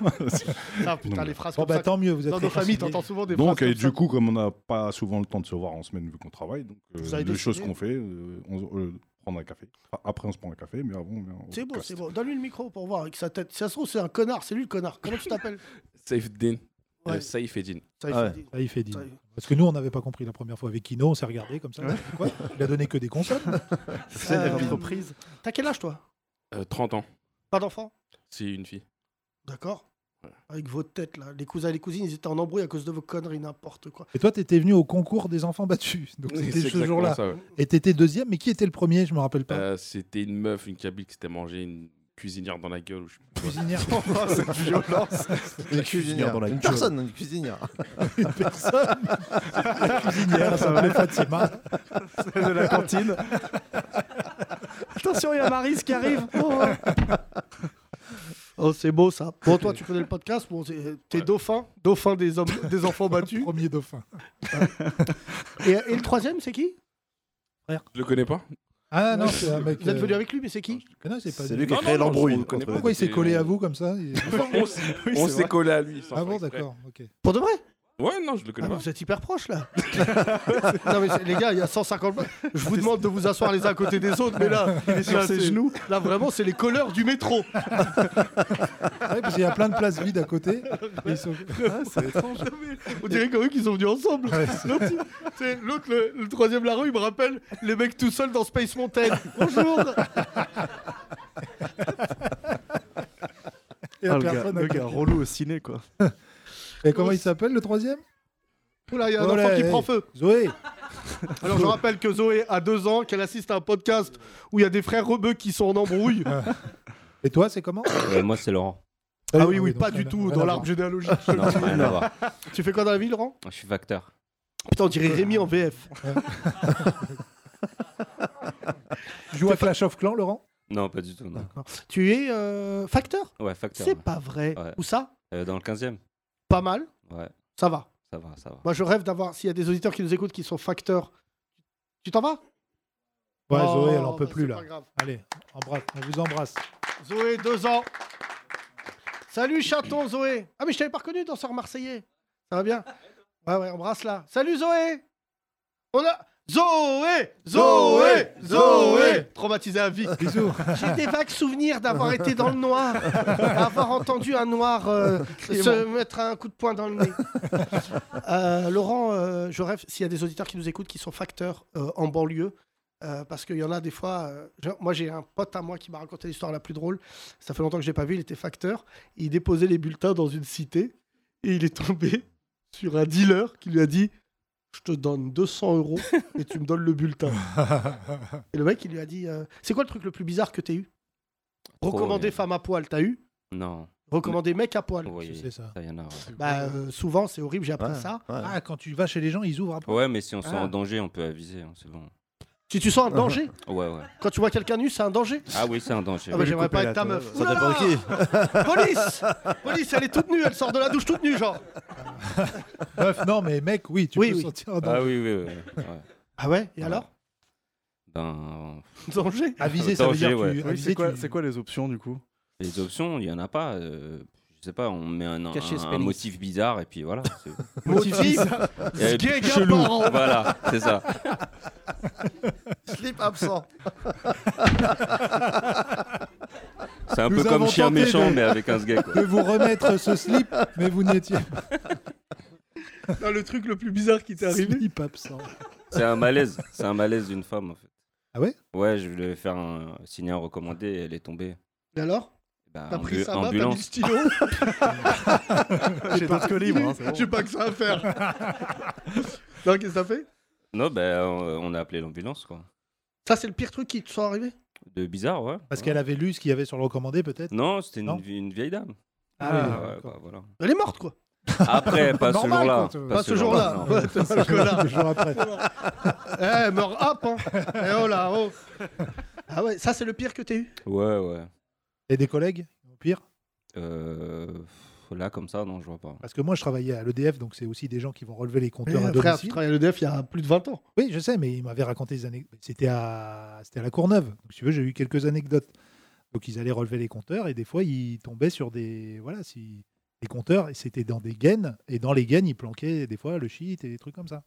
Ah, putain,
Non.
les phrases
Bon,
comme
bah
ça.
tant mieux, vous êtes
Dans nos familles,
réconciliés.
t'entends souvent des
Donc,
phrases.
et
comme
du coup, comme on n'a pas souvent le temps de se voir en semaine vu qu'on travaille, donc euh,
Vous avez
les
décidé.
choses qu'on fait, euh, on se- euh, prendre un café. Enfin, après, on se prend un café, mais avant, on vient au
ça. C'est bon,
podcast.
c'est bon. Donne-lui le micro pour voir avec sa tête. Si ça se trouve, c'est un connard. C'est lui le connard. Comment tu t'appelles
Safe Din.
Ouais.
Euh, Saif Eddin.
Ça, il
Ah
faut
ouais.
dire.
Ça, il fait dire.
Ça, il-
Parce que nous, on n'avait pas compris la première fois avec Kino, on s'est regardé comme ça. on a dit, Quoi il a donné que des consonnes.
C'est
Euh,
l'entreprise.
T'as quel âge, toi
Euh, 30 ans.
Pas d'enfant
C'est une fille.
D'accord.
Ouais.
Avec vos têtes, là. Les cousins et les cousines, ils étaient en embrouille à cause de vos conneries, n'importe quoi.
Et toi, t'étais venu au concours des enfants battus. Donc c'était ce
exactement
jour-là.
ça, ouais.
Et t'étais deuxième, mais qui était le premier Je me rappelle pas.
Euh, C'était une meuf, une cabine qui s'était mangée une cuisinière dans la gueule. ou je sais pas quoi.
Cuisinière.
Violence. Une
cuisinière
cuisinière.
dans la
Une
gueule.
personne, une cuisinière.
personne. La cuisinière, elle s'appelait Fatima.
de la cantine. Attention, il y a Marise qui arrive.
Oh, c'est beau, ça. Bon, toi, tu connais le podcast. Bon, c'est- T'es dauphin. Dauphin des, hommes, des enfants battus.
Premier dauphin.
Et, et le troisième, c'est qui
Je le connais pas
Ah non, c'est un mec.
Vous êtes
euh,
venu avec lui, mais c'est qui
non, c'est pas
C'est lui qui a
Non,
créé
non, non,
l'embrouille.
je le connais
contre-
pas.
Pourquoi il s'est collé à vous comme ça Il-
On s- on s'est collé à lui. sans
Ah
faire
bon,
exprès.
d'accord. ok.
Pour de vrai
Ouais, non, je le connais
Ah,
pas.
vous êtes hyper proches là. non mais c'est- les gars, il y a 150. Je vous demande de vous asseoir les uns à côté des autres, mais là, il est
sur ses
genoux. Là vraiment, c'est les colleurs du métro.
Ouais, parce qu'il y a plein de places vides à côté. Et ils sont-
On dirait quand même qu'ils sont venus ensemble. L'autre, il- tu sais, l'autre, le, le troisième larron, il me rappelle les mecs tout seuls dans Space Mountain. Bonjour.
Et
Ah, le gars,
personne n'a
le gars
compris.
relou au ciné, quoi.
Et comment il s'appelle le troisième
Oula, il y a un
Voilà,
enfant qui
hey.
prend feu.
Zoé.
Alors je rappelle que Zoé a deux ans, qu'elle assiste à un podcast où il y a des frères rebeux qui sont en embrouille.
Ah. Et toi, c'est comment
Euh, moi, c'est Laurent.
Ah oui, oui,
donc
pas
rien
du
à-
tout
rien
dans
à
l'arbre
voir.
généalogique.
Ah
Non, rien à voir.
Tu fais quoi dans la ville, Laurent
Je suis facteur.
Putain, on
Euh.
dirait Rémi en VF.
Tu joues à Clash of Clans, Laurent
Non, pas du tout. non.
Tu es euh, facteur
Ouais, facteur.
C'est
ouais.
pas vrai.
Ouais.
Ou ça
Euh, dans le 15e
Pas mal.
Ouais,
Ça va.
ça va, ça va.
Moi, je rêve d'avoir. S'il y a des auditeurs qui nous écoutent qui sont facteurs, tu t'en vas
Ouais,
Oh,
Zoé, elle en peut
bah,
plus
c'est
là.
pas grave.
Allez, embrasse. On vous embrasse.
Zoé, deux ans. Salut, chaton, Zoé. Ah, mais je t'avais pas reconnu, danseur marseillais. Ça va bien Ouais, ouais, embrasse là. Salut, Zoé. On a. Zoé Zoé Zoé Traumatisé à vie.
Bisous.
J'ai des vagues souvenirs d'avoir été dans le noir, d'avoir entendu un noir euh, se mettre un coup de poing dans le nez. Euh, Laurent, euh, je rêve, s'il y a des auditeurs qui nous écoutent qui sont facteurs euh, en banlieue, euh, parce qu'il y en a des fois. euh, genre, moi, j'ai un pote à moi qui m'a raconté l'histoire la plus drôle. Ça fait longtemps que je l'ai pas vu, il était facteur. Il déposait les bulletins dans une cité et il est tombé sur un dealer qui lui a dit. Je te donne 200 euros et tu me donnes le bulletin. Et le mec, il lui a dit euh, C'est quoi le truc le plus bizarre que t'aies eu Recommander
bien.
femme à poil, t'as eu
Non,
Recommander mec à poil.
oui,
C'est ça.
ça y en a. Ouais.
Bah, euh, souvent, c'est horrible, j'ai appris
Ouais,
ça.
ouais.
Ah, quand tu vas chez les gens, ils ouvrent
Bah.
après.
Ouais, mais si on sent
Ah.
en danger, on peut aviser, hein, c'est bon.
Si tu sens un danger,
Ouais, ouais.
quand tu vois quelqu'un nu, c'est un danger.
Ah oui, c'est un danger.
Ah bah,
oui.
j'aimerais pas
couper
être ta
la
meuf.
Ça
Oulala
dépend qui.
Police Police, elle est toute nue, elle sort de la douche toute nue, genre.
Meuf, non, mais mec, oui, tu
Oui,
peux
oui.
sentir un
Ah
danger.
oui, oui, oui. ouais.
Ah ouais Et
Ouais.
alors
Ben,
Danger
Aviser, ça veut
Danger,
dire
ouais.
tu.
C'est
aviser,
quoi,
tu-
c'est quoi les options, du coup
les options, il n'y en a pas. euh, je sais pas, on met un, un-
Cacher
un
spelling.
motif bizarre et puis voilà. c'est-
Motif
Euh,
Gay, gay,
chelou.
parent.
Voilà, c'est ça.
Slip absent.
C'est un
Nous
peu comme
avons
chien
tenté
méchant,
de-
mais avec un sgeg. quoi.
De vous remettre ce slip, mais vous n'y étiez pas.
Non, Le truc le plus bizarre qui t'est arrivé. hein.
Slip absent.
C'est un malaise. C'est un malaise d'une femme, en fait.
Ah ouais
Ouais, je voulais faire un signer un recommandé et elle est tombée.
Et alors
Bah,
T'as pris
ambu-
ça va, t'as mis le
ambulance.
stylo
J'ai d'autres que libre, hein, c'est bon.
J'ai pas que ça à faire. non, qu'est-ce que ça fait
Non, bah, on on a appelé l'ambulance, quoi.
Ça, c'est le pire truc qui te soit arrivé
De bizarre, ouais.
Parce qu'elle avait lu ce qu'il y avait sur le recommandé, peut-être
Non, c'était une,
Non
vie- une vieille dame.
Ah oui,
ouais,
d'accord.
bah, voilà.
Elle est morte, quoi.
Après, pas ce
Normal,
jour-là.
quand, euh,
Pas ce jour-là.
non.
Ouais, t'es pas le connard.
Deux jours après.
Eh, meurs, hop hein. Eh, oh là, oh Ah ouais, ça, c'est le pire que t'aies eu
Ouais, ouais.
Et des collègues, au pire
Euh, pff, là, comme ça, non, je vois pas.
Parce que moi, je travaillais à l'EDF, donc c'est aussi des gens qui vont relever les
Eh,
compteurs à
Frère, tu
domicile.
travailles à l'EDF il y a plus de 20 ans.
Oui, je sais, mais il m'avait raconté des anecdotes. C'était à, c'était à la Courneuve. Donc, si tu veux, j'ai eu quelques anecdotes. Donc, ils allaient relever les compteurs et des fois, ils tombaient sur des, voilà, si, des compteurs et c'était dans des gaines. Et dans les gaines, ils planquaient des fois le shit et des trucs comme ça.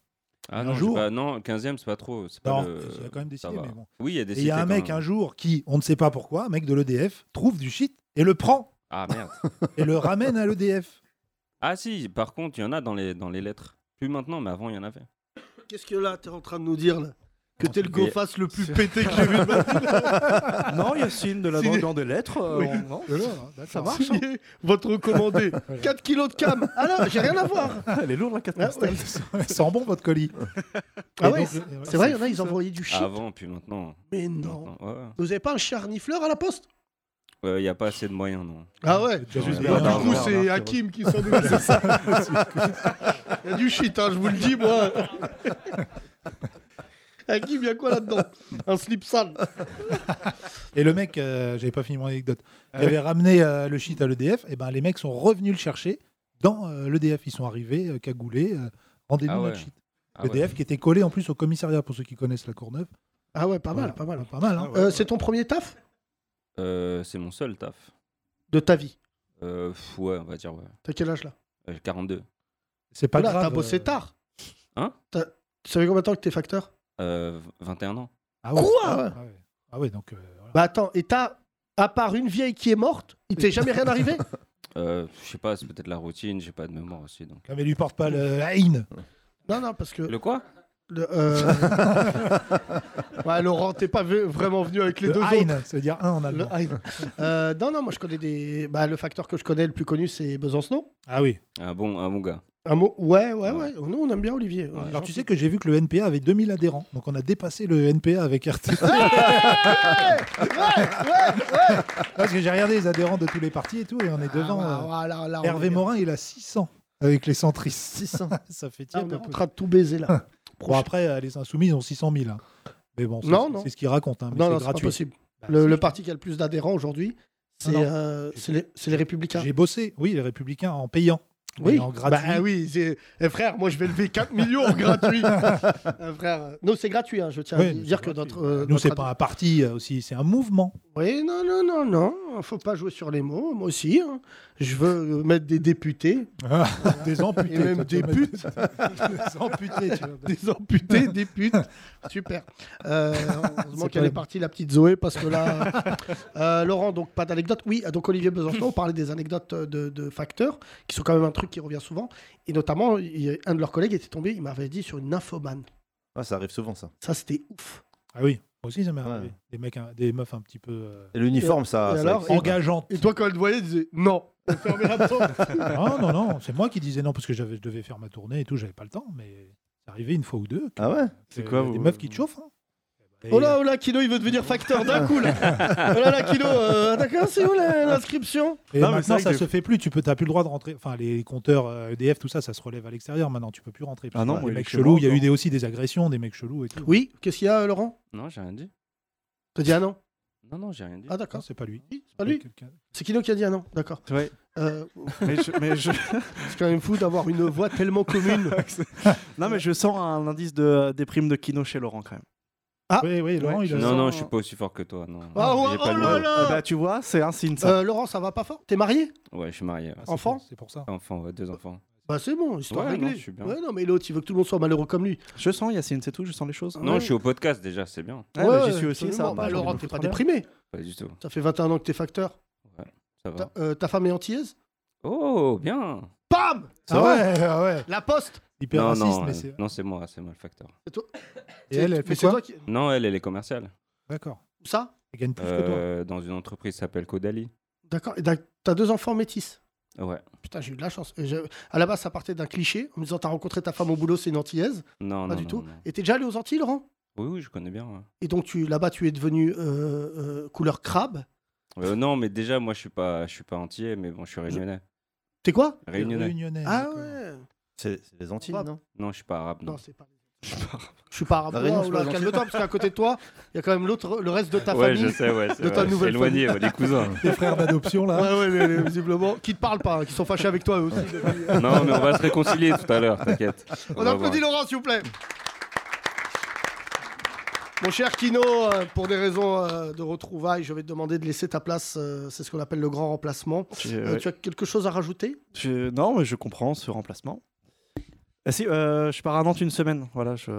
Ah
Un
non, j'ai
jour-
pas- non, 15e, c'est pas trop. c'est pas
Non,
le-
il y a quand même des
ça
cités,
va.
mais bon.
Oui, il y a des
Et il y a
cités
un
quand
mec hein.
même.
un jour qui, on ne sait pas pourquoi, un mec de l'EDF, trouve du shit et le prend
Ah merde.
et le ramène à l'EDF.
ah si, par contre, il y en a dans les, dans les lettres. Plus maintenant, mais avant, il y en avait.
Qu'est-ce que là, t'es en train de nous dire, là Que
Ah,
t'es le
Mais-
go-face le plus pété que j'ai vu de ma vie
Non, Yacine, de la
C'est
drogue
des-
dans des lettres. euh,
Oui.
on- non, ça
là.
marche. hein.
Signé, Votre recommandé 4 kilos de cam Ah là, j'ai rien à voir
Elle est lourde, la 4
Ah, ouais.
Sans bon, votre colis.
Ah
Et
ouais,
donc,
c'est-
euh,
C'est vrai, il y en a, ils envoyaient du shit.
Avant, puis maintenant.
Mais non.
Maintenant, ouais, ouais.
Vous avez pas un charnifleur à la poste
Ouais, Il n'y a pas assez de moyens, non.
Ah ouais
c'est juste
Ouais.
bien.
Bah,
Bernard,
du coup,
Bernard,
c'est
Bernard,
Hakim qui s'en occupe. C'est ça. Il y a du shit, hein, je vous le dis, moi. Hakim, il y a Ah, quoi là-dedans Un slip sale.
Et le mec, euh, j'avais pas fini mon anecdote,
Ah
qui avait ramené euh, le shit à l'EDF, et ben les mecs sont revenus le chercher dans l'EDF. Ils sont arrivés, euh, cagoulés, euh, rendez-nous
Ah ouais.
notre shit.
Ah ouais.
L'EDF qui était collé en plus au commissariat, pour ceux qui connaissent la Courneuve.
Ah ouais, pas mal,
Voilà.
pas mal.
Pas mal, hein
Euh, c'est ton premier taf
Euh, c'est mon seul taf.
de ta vie.
Euh, pff, ouais, on va dire, ouais.
T'as quel âge là
Euh, 42.
C'est pas
Là,
grave.
t'as bossé
euh,
tard.
Hein
T'as- Tu savais combien de temps que t'es facteur
Euh, 21 ans.
Ah ouais.
Quoi
Ah ouais. Ah ouais. Ah ouais, donc. euh, voilà.
Bah attends, et t'as, à part une vieille qui est morte, il t'est jamais rien arrivé
Euh, je sais pas, c'est peut-être la routine, j'ai pas de mémoire aussi. Donc.
Non, mais lui porte pas le la haine.
Non, non, parce que.
Le quoi
le- euh, ouais, Laurent, t'es pas v- vraiment venu avec les
Le
deux autres.
haine, ça veut dire un en
Le
allemand.
Hyde. Euh, non, non, moi je connais des. Bah, le facteur que je connais le plus connu, c'est Besancenot.
Ah oui.
Un bon, un bon gars.
Un mot. Ouais, ouais, ouais. Nous, on aime bien Olivier. Ouais,
euh, Alors tu
gentil.
sais que j'ai vu que le NPA avait 2000 adhérents, donc on a dépassé le NPA avec RT. Parce que j'ai regardé les adhérents de tous les partis et tout, et on est devant.
Ah,
euh,
voilà, là, là, on
Hervé
est-
Morin, il a 600 avec les centristes.
600.
ça fait
Ah,
tiède.
on est
un
en
peu.
train de tout baiser là.
Bon, après, euh, les Insoumis, ils ont 600 000. hein. Mais bon, c'est-
Non, non.
c'est ce qu'ils racontent. hein, mais
non,
c'est
non, c'est pas
gratuit.
possible.
Bah,
Le,
si,
le
je-
parti qui a le plus d'adhérents aujourd'hui, c'est
non.
euh, c'est les, c'est les Républicains.
J'ai bossé, oui, les Républicains, en payant. mais
Oui,
En gratuit.
Bah, oui c'est- eh, frère, moi je vais lever 4 millions en gratuit. Euh, frère, euh, non, c'est gratuit, hein, je tiens
Oui,
à
mais
dire
c'est
que
gratuit.
notre. euh,
Nous,
notre
c'est pas un parti euh, aussi, c'est un mouvement.
Oui, non, non, non, non. Faut pas jouer sur les mots. Moi aussi, hein. je veux euh, mettre des députés,
des amputés.
Et même
toi,
des
tu vois,
putes.
des amputés, tu vois.
des amputés, des putes. Super. Euh, heureusement
C'est
qu'elle
pas-
est partie, la petite Zoé, parce que là. Euh, Laurent, donc pas d'anecdote. Oui, donc Olivier Besançon, on parlait des anecdotes de, de facteurs, qui sont quand même un truc qui revient souvent. Et notamment, il- un de leurs collègues était tombé, il m'avait dit sur une infomane.
Ah, ça arrive souvent, ça.
Ça, c'était ouf.
Ah oui, moi aussi, ça m'est arrivé.
Ouais.
Des, mecs, hein, des meufs un petit peu euh,
Et l'uniforme, ça.
et
ça
alors,
existe.
engageantes.
Et toi, quand elle te voyait, tu disais non. Fermez la porte.
non, Ah, non, non, c'est moi qui disais non parce que j'avais- je devais faire ma tournée et tout, j'avais pas le temps, mais c'est arrivé une fois ou deux.
Ah ouais
C'est
que-
quoi,
Des
vous-
meufs qui te chauffent. hein. Et-
Oh là, oh là, Kino, il veut devenir facteur d'un coup là. Oh là là, Kino, euh, d'accord, c'est où la- l'inscription
Et
Non, mais c'est
maintenant,
vrai
ça
que-
se fait plus. Tu peux, t'as plus le droit de rentrer. Enfin, les compteurs euh, EDF, tout ça, ça se relève à l'extérieur. Maintenant, tu peux plus rentrer.
Ah non, moi,
les
il
mecs
est chez
chelous.
moi
Il y a eu
encore.
des, aussi des agressions, des mecs chelous et tout.
Oui, qu'est-ce qu'il y a, euh, Laurent
Non, j'ai rien dit.
T'as dit ah non
Non, non, j'ai rien dit.
Ah
Non,
d'accord.
c'est pas lui.
Oui, c'est pas lui.
Quelqu'un-
C'est Kino qui a dit ah non, d'accord.
Ouais.
Euh,
Mais je, mais je-
c'est quand même fou d'avoir une voix tellement commune.
Non, mais je sens un indice de déprime de Kino chez Laurent quand même.
Ah.
Oui, oui, Laurent,
Ouais,
il a.
non,
sens-
non, je suis pas aussi fort que toi. Non.
Ah ouais,
J'ai
oh
pas de
là
niveau.
là
Eh ben, tu vois, c'est un signe ça.
Euh, Laurent, ça va pas fort T'es marié
Ouais, je suis marié.
Ah,
ouais.
c'est
Enfant
pour- C'est pour ça.
Enfant, ouais, deux enfants.
Bah c'est bon, histoire
Ouais, non,
réglée.
je suis bien.
Ouais, non, mais l'autre, il veut que tout le monde soit malheureux comme lui.
Je sens Yacine, c'est tout, je sens les choses.
Non,
Ouais.
je suis au podcast déjà, c'est bien.
Ouais, bah, j'y suis aussi,
absolument.
ça.
Bah,
Bah,
Laurent,
je me
t'es
fous
pas
très bien.
déprimé.
Pas du tout.
Ça fait 21 ans que t'es facteur.
Ça
Ta,
va.
euh, ta femme est antillaise
Oh, bien.
Pam
Ah ouais, ah ouais.
La poste
Hyper
Non,
raciste,
non,
mais
euh,
c'est.
non, c'est moi, c'est moi le facteur.
Et elle, elle
Mais
fait
c'est
quoi
toi qui-
Non, elle, elle est commerciale.
D'accord.
Où ça
Elle gagne plus que toi.
Euh, Dans une entreprise qui s'appelle Codali.
D'accord. Et t'as- T'as deux enfants métis.
Ouais.
Putain, j'ai eu de la chance. Et je- À la base, ça partait d'un cliché en me disant t'as rencontré ta femme au boulot, c'est une antillaise.
Non,
pas
non,
Ah, du
non,
tout.
non.
Et t'es déjà allé aux Antilles, Laurent
Oui, oui, je connais bien. ouais.
Et donc tu là-bas, tu es devenu euh, euh, couleur crabe.
Euh, non, mais déjà, moi, je suis pas, je suis pas entier, mais bon, je suis réunionnais.
T'es quoi
Réunionnais.
Ah ouais.
C'est les Antilles,
Arabe. non
Non, je suis pas arabe. Non,
Non, c'est pas. Je suis pas
Bah,
arabe.
La Réunion,
Oh
c'est
là,
pas gentil.
Calme-toi, parce qu'à côté de toi, il y a quand même l'autre, le reste de ta
Ouais,
famille.
je sais, ouais, c'est
de ta
vrai.
nouvelle
Éloigné,
famille.
ouais, des cousins.
Tes frères d'adoption, là.
Ouais, ouais, les- les- visiblement. Qui te parlent pas, hein, qui sont fâchés avec toi eux aussi. depuis-
Non, mais on va se réconcilier tout à l'heure, t'inquiète.
On
va
applaudit
voir.
Laurent, s'il vous plaît. Mon cher Kino, euh, pour des raisons euh, de retrouvailles, je vais te demander de laisser ta place. euh, C'est ce qu'on appelle le grand remplacement.
J'ai-
Euh,
ouais.
Tu as quelque chose à rajouter
Je- Non, mais je comprends ce remplacement. Ah si, euh, je pars à Nantes une semaine. Voilà, je...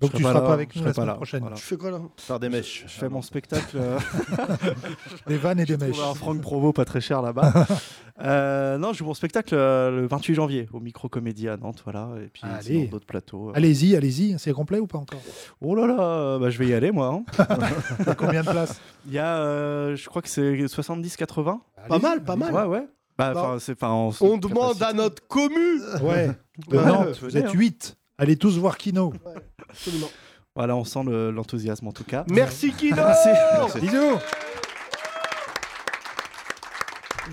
Donc
je
tu
pas
seras
là,
pas avec
je
nous la
serai pas
semaine
là,
prochaine.
voilà.
Tu fais
quoi, là
Par des mèches.
Je fais mon spectacle. euh,
Des vannes et des
J'ai
mèches.
trouvé un Franck Provo pas très cher là-bas. Euh, non, je joue mon spectacle euh, le 28 janvier au Micro Comédie à Nantes, voilà, et puis
Allez.
sinon, d'autres plateaux. euh.
Allez-y, allez-y. C'est complet ou pas encore
Oh là là, euh, bah, je vais y aller moi. hein.
Combien de places
Il y a, euh, je crois que c'est 70-80.
Pas mal, pas mal.
Ouais, ouais. Bah, enfin, c'est- enfin, en-
On demande à notre commu
Ouais. De
Ouais,
Nantes,
venez,
vous êtes
hein.
8. Allez tous voir Kino.
Voilà, on sent le- l'enthousiasme en tout cas.
Merci Kino
Ah, Merci. Merci.
Bisous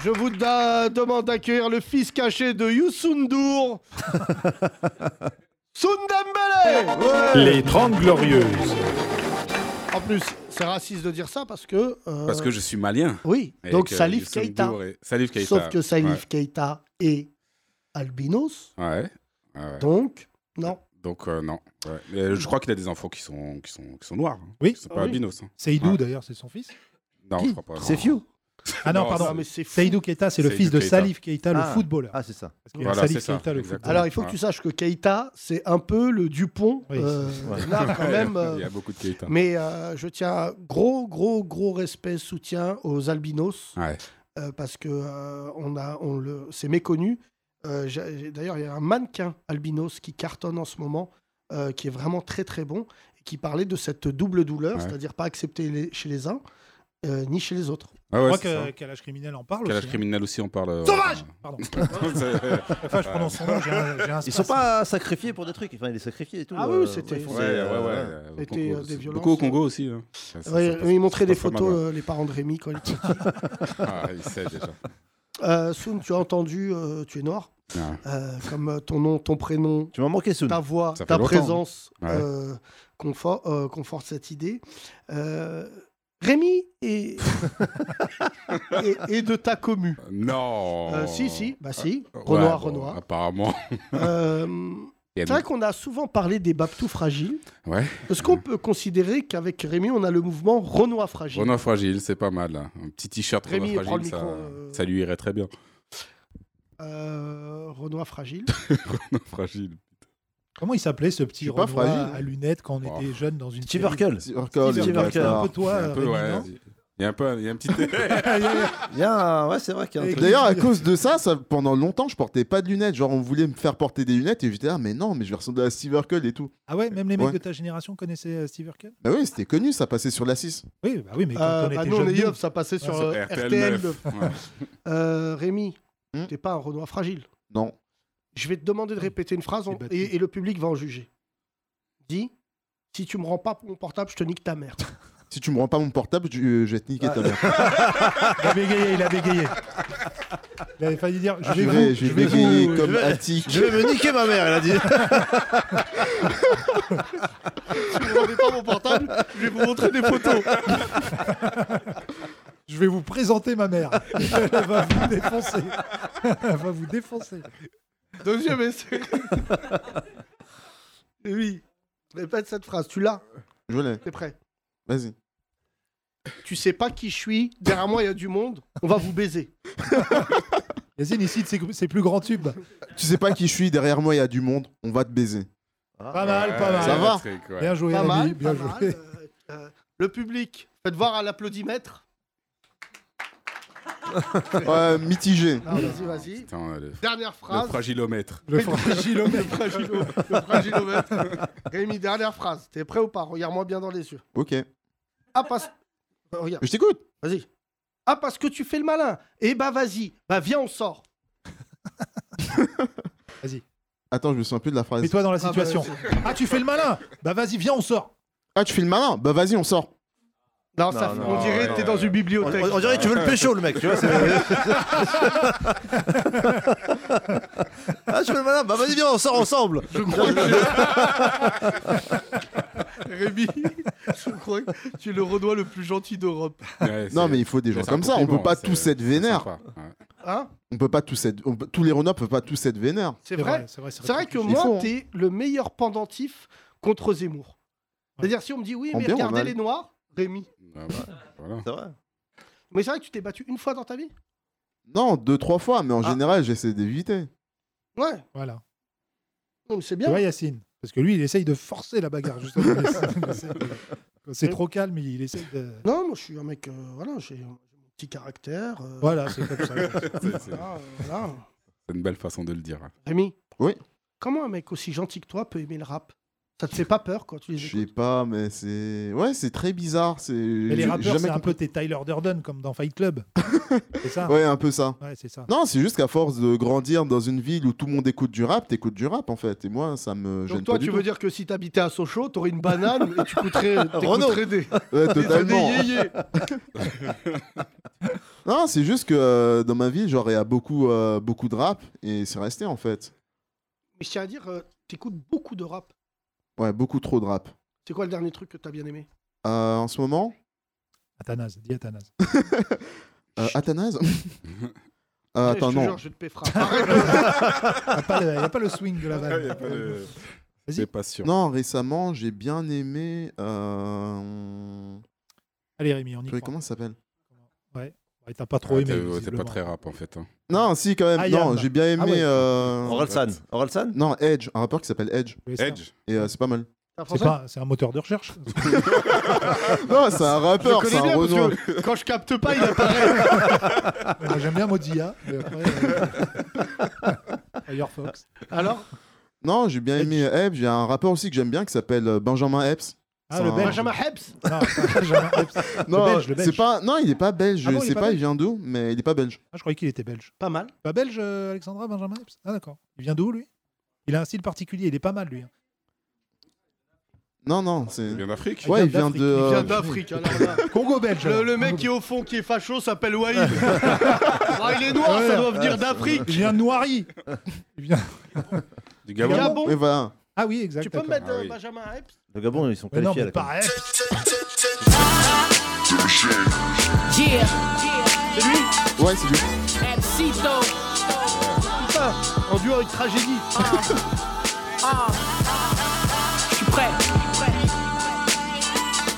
Je vous da- demande d'accueillir le fils caché de Youssoundour, Soundembele
Les 30 Glorieuses.
En plus, c'est raciste de dire ça parce que. euh,
Parce que je suis malien.
Oui,
Et
donc
que
Salif
Youssou
Keita.
N'Dour est- Salif Keita.
Sauf que Salif
ouais.
Keita est albinos.
Ouais. Ah ouais.
Donc, non.
Donc, euh, non. Ouais. Mais je crois qu'il a des enfants qui sont, qui sont, qui sont noirs. hein.
Oui.
Qui sont
Ah
pas albinos. hein.
C'est Idou
Ouais.
d'ailleurs, c'est son fils.
Non, je crois pas.
C'est Fiu. Ah non,
Non,
pardon.
non, mais c'est fou.
Seydou Keita, c'est le
Seydou
fils de
Keita.
Salif Keita, le
Ah.
footballeur.
Ah, c'est ça.
Parce qu'il y a
Voilà,
Salif
c'est ça,
Keita, le
exactement.
footballeur.
Alors, il faut que tu saches que Keita, c'est un peu le Dupont.
Oui,
euh,
c'est-
là,
ouais.
quand même. euh,
Il y a beaucoup de Keita.
Mais euh, je tiens gros, gros, gros respect, soutien aux albinos.
Ouais.
euh, parce que euh, on a, on le, c'est méconnu. Euh, j'ai- j'ai- D'ailleurs, il y a un mannequin albinos qui cartonne en ce moment, euh, qui est vraiment très très bon, et qui parlait de cette double douleur,
Ouais.
c'est-à-dire pas accepter les- chez les uns euh, ni chez les autres.
Ah Ouais,
Je
ouais,
crois
c'est ça.
que Kalash Criminel en parle
Calage
aussi. hein.
criminel aussi, on parle. euh,
Sauvage Pardon.
C'est-
Enfin, je prononce son nom, j'ai un- j'ai un
Ils sont
spasme.
pas sacrifiés pour des trucs. Enfin, il est sacrifié et tout.
Ah
euh,
oui, c'était-
ils font
Ouais,
des-
ouais, ouais,
euh,
ouais.
C'était,
Beaucoup-
euh, des violences.
Beaucoup au Congo aussi. hein. Ça- ça-
Ouais,
ça passe-
ils montraient
ça
des
passe pas mal,
photos,
ouais.
euh, les parents de Rémi quand il était
Ah, il sait déjà.
Euh, Soun, tu as entendu, euh, tu es noir.
Ouais.
Euh, comme euh, ton nom, ton prénom,
tu m'as manqué, Soun.
ta voix,
Ça fait
ta
longtemps.
présence
Ouais.
euh, confort- euh, conforte cette idée. Euh, Rémi est... est- est de ta commu.
Non.
Euh, si, si, bah si.
Euh,
Renoir,
ouais, bon,
Renoir.
Apparemment.
Euh,
Et
c'est
nous-
vrai qu'on a souvent parlé des Baptous fragiles.
Ouais.
Est-ce qu'on peut considérer qu'avec Rémi, on a le mouvement Renoir fragile
Renoir fragile, c'est pas mal. hein. Un petit t-shirt Renoir
Rémi, prends le
fragile, ça,
micro,
ça lui irait très bien.
Euh, Renoir fragile.
Renoir fragile.
Comment il s'appelait ce petit
Je suis pas
Renoir
fragile.
à lunettes quand on était jeune dans une
Steve
série
Urkel.
Steve
Urkel,
Urkel,
Steve
c'est un peu
Urkel.
toi,
Il y a un peu,
Rémi,
ouais,
non
Il y a un peu, un- il y a un petit.
Il y a un- Ouais, c'est vrai qu'il y a un truc.
D'ailleurs, à cause de ça, ça, pendant longtemps, je portais pas de lunettes. Genre, on voulait me faire porter des lunettes et j'étais là, mais non, mais je vais ressembler à Steve Urkel et tout.
Ah ouais, même les mecs
Ouais.
de ta génération connaissaient euh, Steve Urkel
Bah oui, c'était connu, ça passait sur la 6.
Oui, bah oui, mais quand
Euh,
on
bah
était
nous, on
jeune,
est Yop, ça passait sur
Ouais,
euh,
c'est
RTL.
neuf.
Euh, Rémi,
Hmm
t'es pas un Renoir fragile.
Non.
Je vais te demander de répéter une phrase on- et, et le public va en juger. Dis, si tu me rends pas mon portable, je te nique ta mère.
Si tu me rends pas mon portable, je, je vais te niquer
Bah.
ta mère.
Il a bégayé, il a bégayé. Il avait failli dire je
Ah, Je
vais
vais-
vous,
je vais
vais
bégayer
vous-
comme
je vais-
Attic.
Je vais me niquer ma mère, elle a dit.
Si vous ne rendez pas mon portable, je vais vous montrer des photos.
Je vais vous présenter ma mère. Elle va vous défoncer. Elle va vous défoncer.
Deuxième essai. Et oui, répète cette phrase. Tu l'as
Je l'ai.
T'es prêt
Vas-y.
Tu sais pas qui je suis Derrière moi, il y a du monde. On va vous baiser.
Yazine, ici, c'est c'est plus grand tube.
Tu sais pas qui je suis, derrière moi, il y a du monde. On va te baiser.
Pas mal, pas mal.
Ça va
Ah. Bien joué,
Pas
Rémi,
mal,
bien
pas
joué.
mal. Euh, euh, le public, faites voir à l'applaudimètre.
Ouais, mitigé.
Alors, vas-y, vas-y.
Putain, le...
Dernière phrase.
Le fragilomètre.
Le
fragilomètre. le, fragilo- le fragilomètre. Rémi, dernière phrase. T'es prêt ou pas Regarde-moi bien dans les yeux.
Ok.
Ah, parce. Euh, regarde.
Je t'écoute.
Vas-y. Ah, parce que tu fais le malin. Eh bah, vas-y. Bah, viens, on sort.
Attends, je me souviens plus de la phrase.
Mets-toi dans la situation. Ah, tu fais le malin Bah vas-y, viens, on sort.
Ah, tu fais le malin Bah vas-y, on sort.
Non, Ah, ça, on dirait que t'es dans une bibliothèque.
On, on dirait que tu veux le pécho, le mec. Tu vois, c'est- ah, je fais le malin. Bah, vas-y, viens, on sort ensemble.
Je crois que- Rémi, je crois que tu es le Renoir le plus gentil d'Europe.
non, mais il faut des gens
c'est un
comme ça. On peut
compliment,
pas
c'est-
tous être vénères.
Hein
On peut pas tous être. on peut- Tous les Renault peuvent pas tous être vénères.
C'est vrai. C'est vrai, que
Il
moi,
faut, hein.
t'es le meilleur pendentif contre Zemmour. C'est-à-dire, si on me dit oui,
En
mais
bien, Ah, en
regardez
mal.
les Noirs, Rémi.
bah,
C'est vrai.
Mais c'est vrai que tu t'es battu une fois dans ta vie
Non, deux, trois fois, mais en
Ah.
général, j'essaie d'éviter.
Ouais.
Voilà.
Non, mais C'est
Tu
bien.
vois, Yacine Parce que lui, il essaye de forcer la bagarre, justement. Il essaye- il essaye de- Quand C'est trop calme, il essaye de.
Non, moi, je suis un mec. euh, voilà, j'ai j'ai mon petit caractère. euh,
Voilà, c'est comme ça.
Voilà, euh,
C'est-
voilà.
C'est une belle façon de le dire.
Rémi
Oui.
Comment un mec aussi gentil que toi peut aimer le rap Ça te fait pas peur quand tu les
Je sais pas, mais c'est. Ouais, c'est très bizarre. C'est. j'ai-
Mais les
j'ai
rappeurs, c'est
jamais
un peu tes Tyler Durden, comme dans Fight Club. c'est ça
Ouais, un peu ça.
Ouais, c'est ça.
Non, c'est juste qu'à force de grandir dans une ville où tout le monde écoute du rap, t'écoutes du rap en fait. Et moi, ça me gêne
Donc toi,
pas du
tu
tout.
veux dire que si t'habitais à Sochaux, t'aurais une banane et tu coûterais
Renaud.
t'écouterais des...
Ouais,
des-
totalement.
des yéyés.
Non, c'est juste que euh, dans ma ville, genre, il y a beaucoup, euh, beaucoup de rap et c'est resté en fait.
Mais je tiens à dire, euh, t'écoutes beaucoup de rap.
Ouais, beaucoup trop de rap.
C'est quoi le dernier truc que t'as bien aimé
Euh, en ce moment,
Athanase, dis Athanase.
euh, Athanase. Euh,
Eh,
attends,
je te
non.
jure, je te paie frappe. Arrête.
Il n'y a pas le swing de la vanne.
C'est pas sûr.
Non, récemment, j'ai bien aimé. euh,
Allez, Rémi, on y
purée,
croit.
Comment ça s'appelle
Ouais. Ouais, T'as pas trop
Ah,
aimé.
t'es- ouais, T'es
visiblement.
pas très rap en fait. hein.
Non, si, quand même.
Ah,
non,
Yann.
j'ai bien aimé.
Ah ouais.
euh,
Orelsan. Orelsan
Non, Edge, un rappeur qui s'appelle Edge.
Oui, c'est Edge.
Et euh, c'est pas mal.
C'est pas- C'est un moteur de recherche.
Non, c'est un rappeur,
Je
c'est
connais
un
bien, parce
Renoir.
que
quand je capte pas, il apparaît.
Ouais, moi, J'aime bien Mozilla. mais après, euh, Firefox.
Alors
Non, j'ai bien aimé euh, Epps. J'ai un rappeur aussi que j'aime bien qui s'appelle euh, Benjamin Epps.
Ah,
C'est
le
un-
Belge.
Benjamin Hebs
Non, Benjamin Epps.
Non,
le belge, le
c'est
belge.
pas... non, il est pas belge.
Ah bon, il
je
est
sais
pas
pas, il
belge
vient d'où, mais il est pas belge.
Ah, je croyais qu'il était belge.
Pas mal.
Pas belge, euh, Alexandra Benjamin Epps Ah, d'accord. Il vient d'où, lui Il a un style particulier. Il est pas mal, lui. hein.
Non, non, c'est. Il
vient d'Afrique
Ouais, il vient de.
Il
euh,
vient d'Afrique. alors là.
Congo belge.
Le, le mec qui est au fond, qui est facho, s'appelle Waïd. Ah, il est noir, ça doit venir d'Afrique.
Il vient de Noiry. Il vient...
Ah,
Du
Gabon. Gabon.
Oui, voilà.
Ah oui, exact.
Tu peux me
d'accord.
mettre euh, Benjamin Hebs
Le Gabon, ils sont
Mais non,
qualifiés à
mais
la Coupe.
pareil.
Yeah.
C'est lui
euh, Ouais, c'est lui.
Epsito.
Putain, en duo avec tragédie.
Ah. Je suis prêt.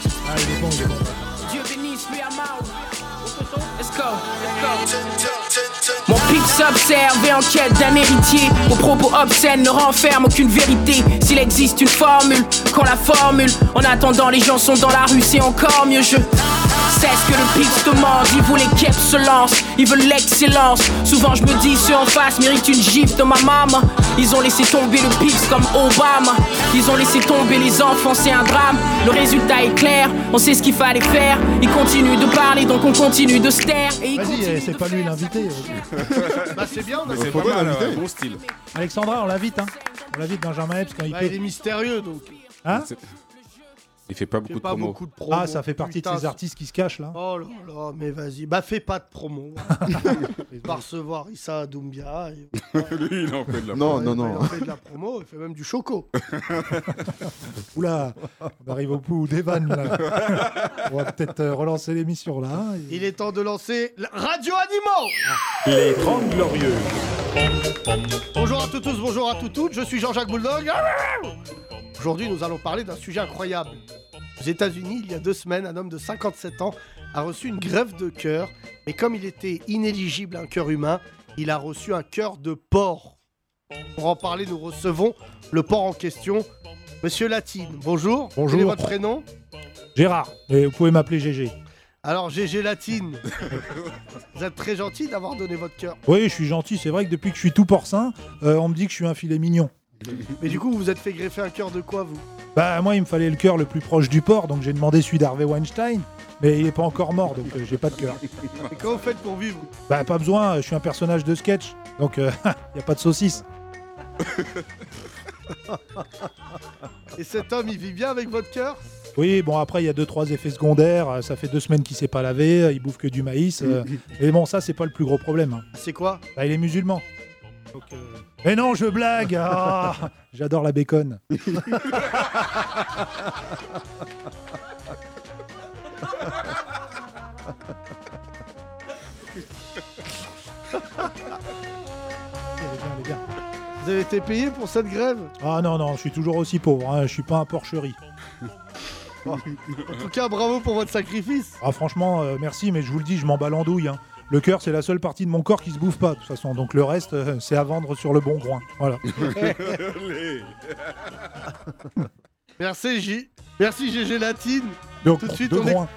Ah, il est bon, il est bon.
Dieu bénisse lui Amao. Let's go, let's go. Mon pic s'observe et en quête d'un héritier. Mon propos obscène ne renferme aucune vérité. S'il existe une formule, qu'on la formule. En attendant, les gens sont dans la rue, c'est encore mieux. Je sais ce que le pic se demande. Ils voulaient qu'Ep se lance, ils veulent l'excellence. Souvent, je me dis, ceux en face méritent une gifle de ma maman. Ils ont laissé tomber le pic comme Obama. Ils ont laissé tomber les enfants, c'est un drame. Le résultat est clair, on sait ce qu'il fallait faire. Ils continuent de parler, donc on continue de se taire. Et ils
Vas-y, eh, c'est pas lui l'invité.
Bah, c'est bien, on a
Mais c'est
compris.
pas mal, ouais, bon style.
Alexandra, on l'invite, hein. On l'invite Benjamin Epps quand il
Bah, il est
peut.
mystérieux donc.
Hein
C'est- Il fait pas beaucoup de
pas
promos.
beaucoup de promos.
Ah, ça fait partie de
putain,
ces artistes qui se cachent là.
Oh là là, mais vas-y, bah fais pas de promo. Il va recevoir Issa Doumbia. et-
Lui, il en fait de la
Non,
promo.
non,
Il
non.
en fait de la promo, il fait même du choco.
Oula, on arrive au bout des vannes là. On va peut-être euh, relancer l'émission là. hein.
Il est temps de lancer la- Radio Animaux
Les 30 Glorieux.
Bonjour à tous, tous, bonjour à toutes, toutes, je suis Jean-Jacques Bouldog. Aujourd'hui, nous allons parler d'un sujet incroyable. Aux États-Unis, il y a deux semaines, un homme de 57 ans a reçu une greffe de cœur, mais comme il était inéligible à un cœur humain, il a reçu un cœur de porc. Pour en parler, nous recevons le porc en question, Monsieur Latine. Bonjour.
Bonjour.
Quel est votre prénom
Gérard, mais vous pouvez m'appeler GG.
Alors, GG Latine. Vous êtes très gentil d'avoir donné votre cœur.
Oui, je suis gentil, c'est vrai que depuis que je suis tout porcin, euh, on me dit que je suis un filet mignon.
Mais du coup, vous vous êtes fait greffer un cœur de quoi, vous
Bah moi il me fallait le cœur le plus proche du port, donc j'ai demandé celui d'Harvey Weinstein, mais il est pas encore mort, donc euh, j'ai pas de cœur.
Et comment vous faites pour vivre
Bah pas besoin, je suis un personnage de sketch, donc il y a pas de saucisse.
Et cet homme, il vit bien avec votre cœur
Oui, bon après il y a deux trois effets secondaires, euh, ça fait deux semaines qu'il s'est pas lavé, euh, il bouffe que du maïs, euh, et bon ça c'est pas le plus gros problème. hein.
C'est quoi
Bah il est musulman. Mais non, je blague ah J'adore la bacon.
Vous avez été payé pour cette grève
Ah non, non, je suis toujours aussi pauvre, hein, je suis pas un porcherie.
En tout cas, bravo pour votre sacrifice.
Ah franchement, euh, merci, mais je vous le dis, je m'en bats en douille. hein. Le cœur, c'est la seule partie de mon corps qui se bouffe pas, de toute façon. Donc le reste, euh, c'est à vendre sur le bon groin. Voilà.
Merci J. Merci GG Latine.
Donc,
tout de suite,
de
on éc-
groin.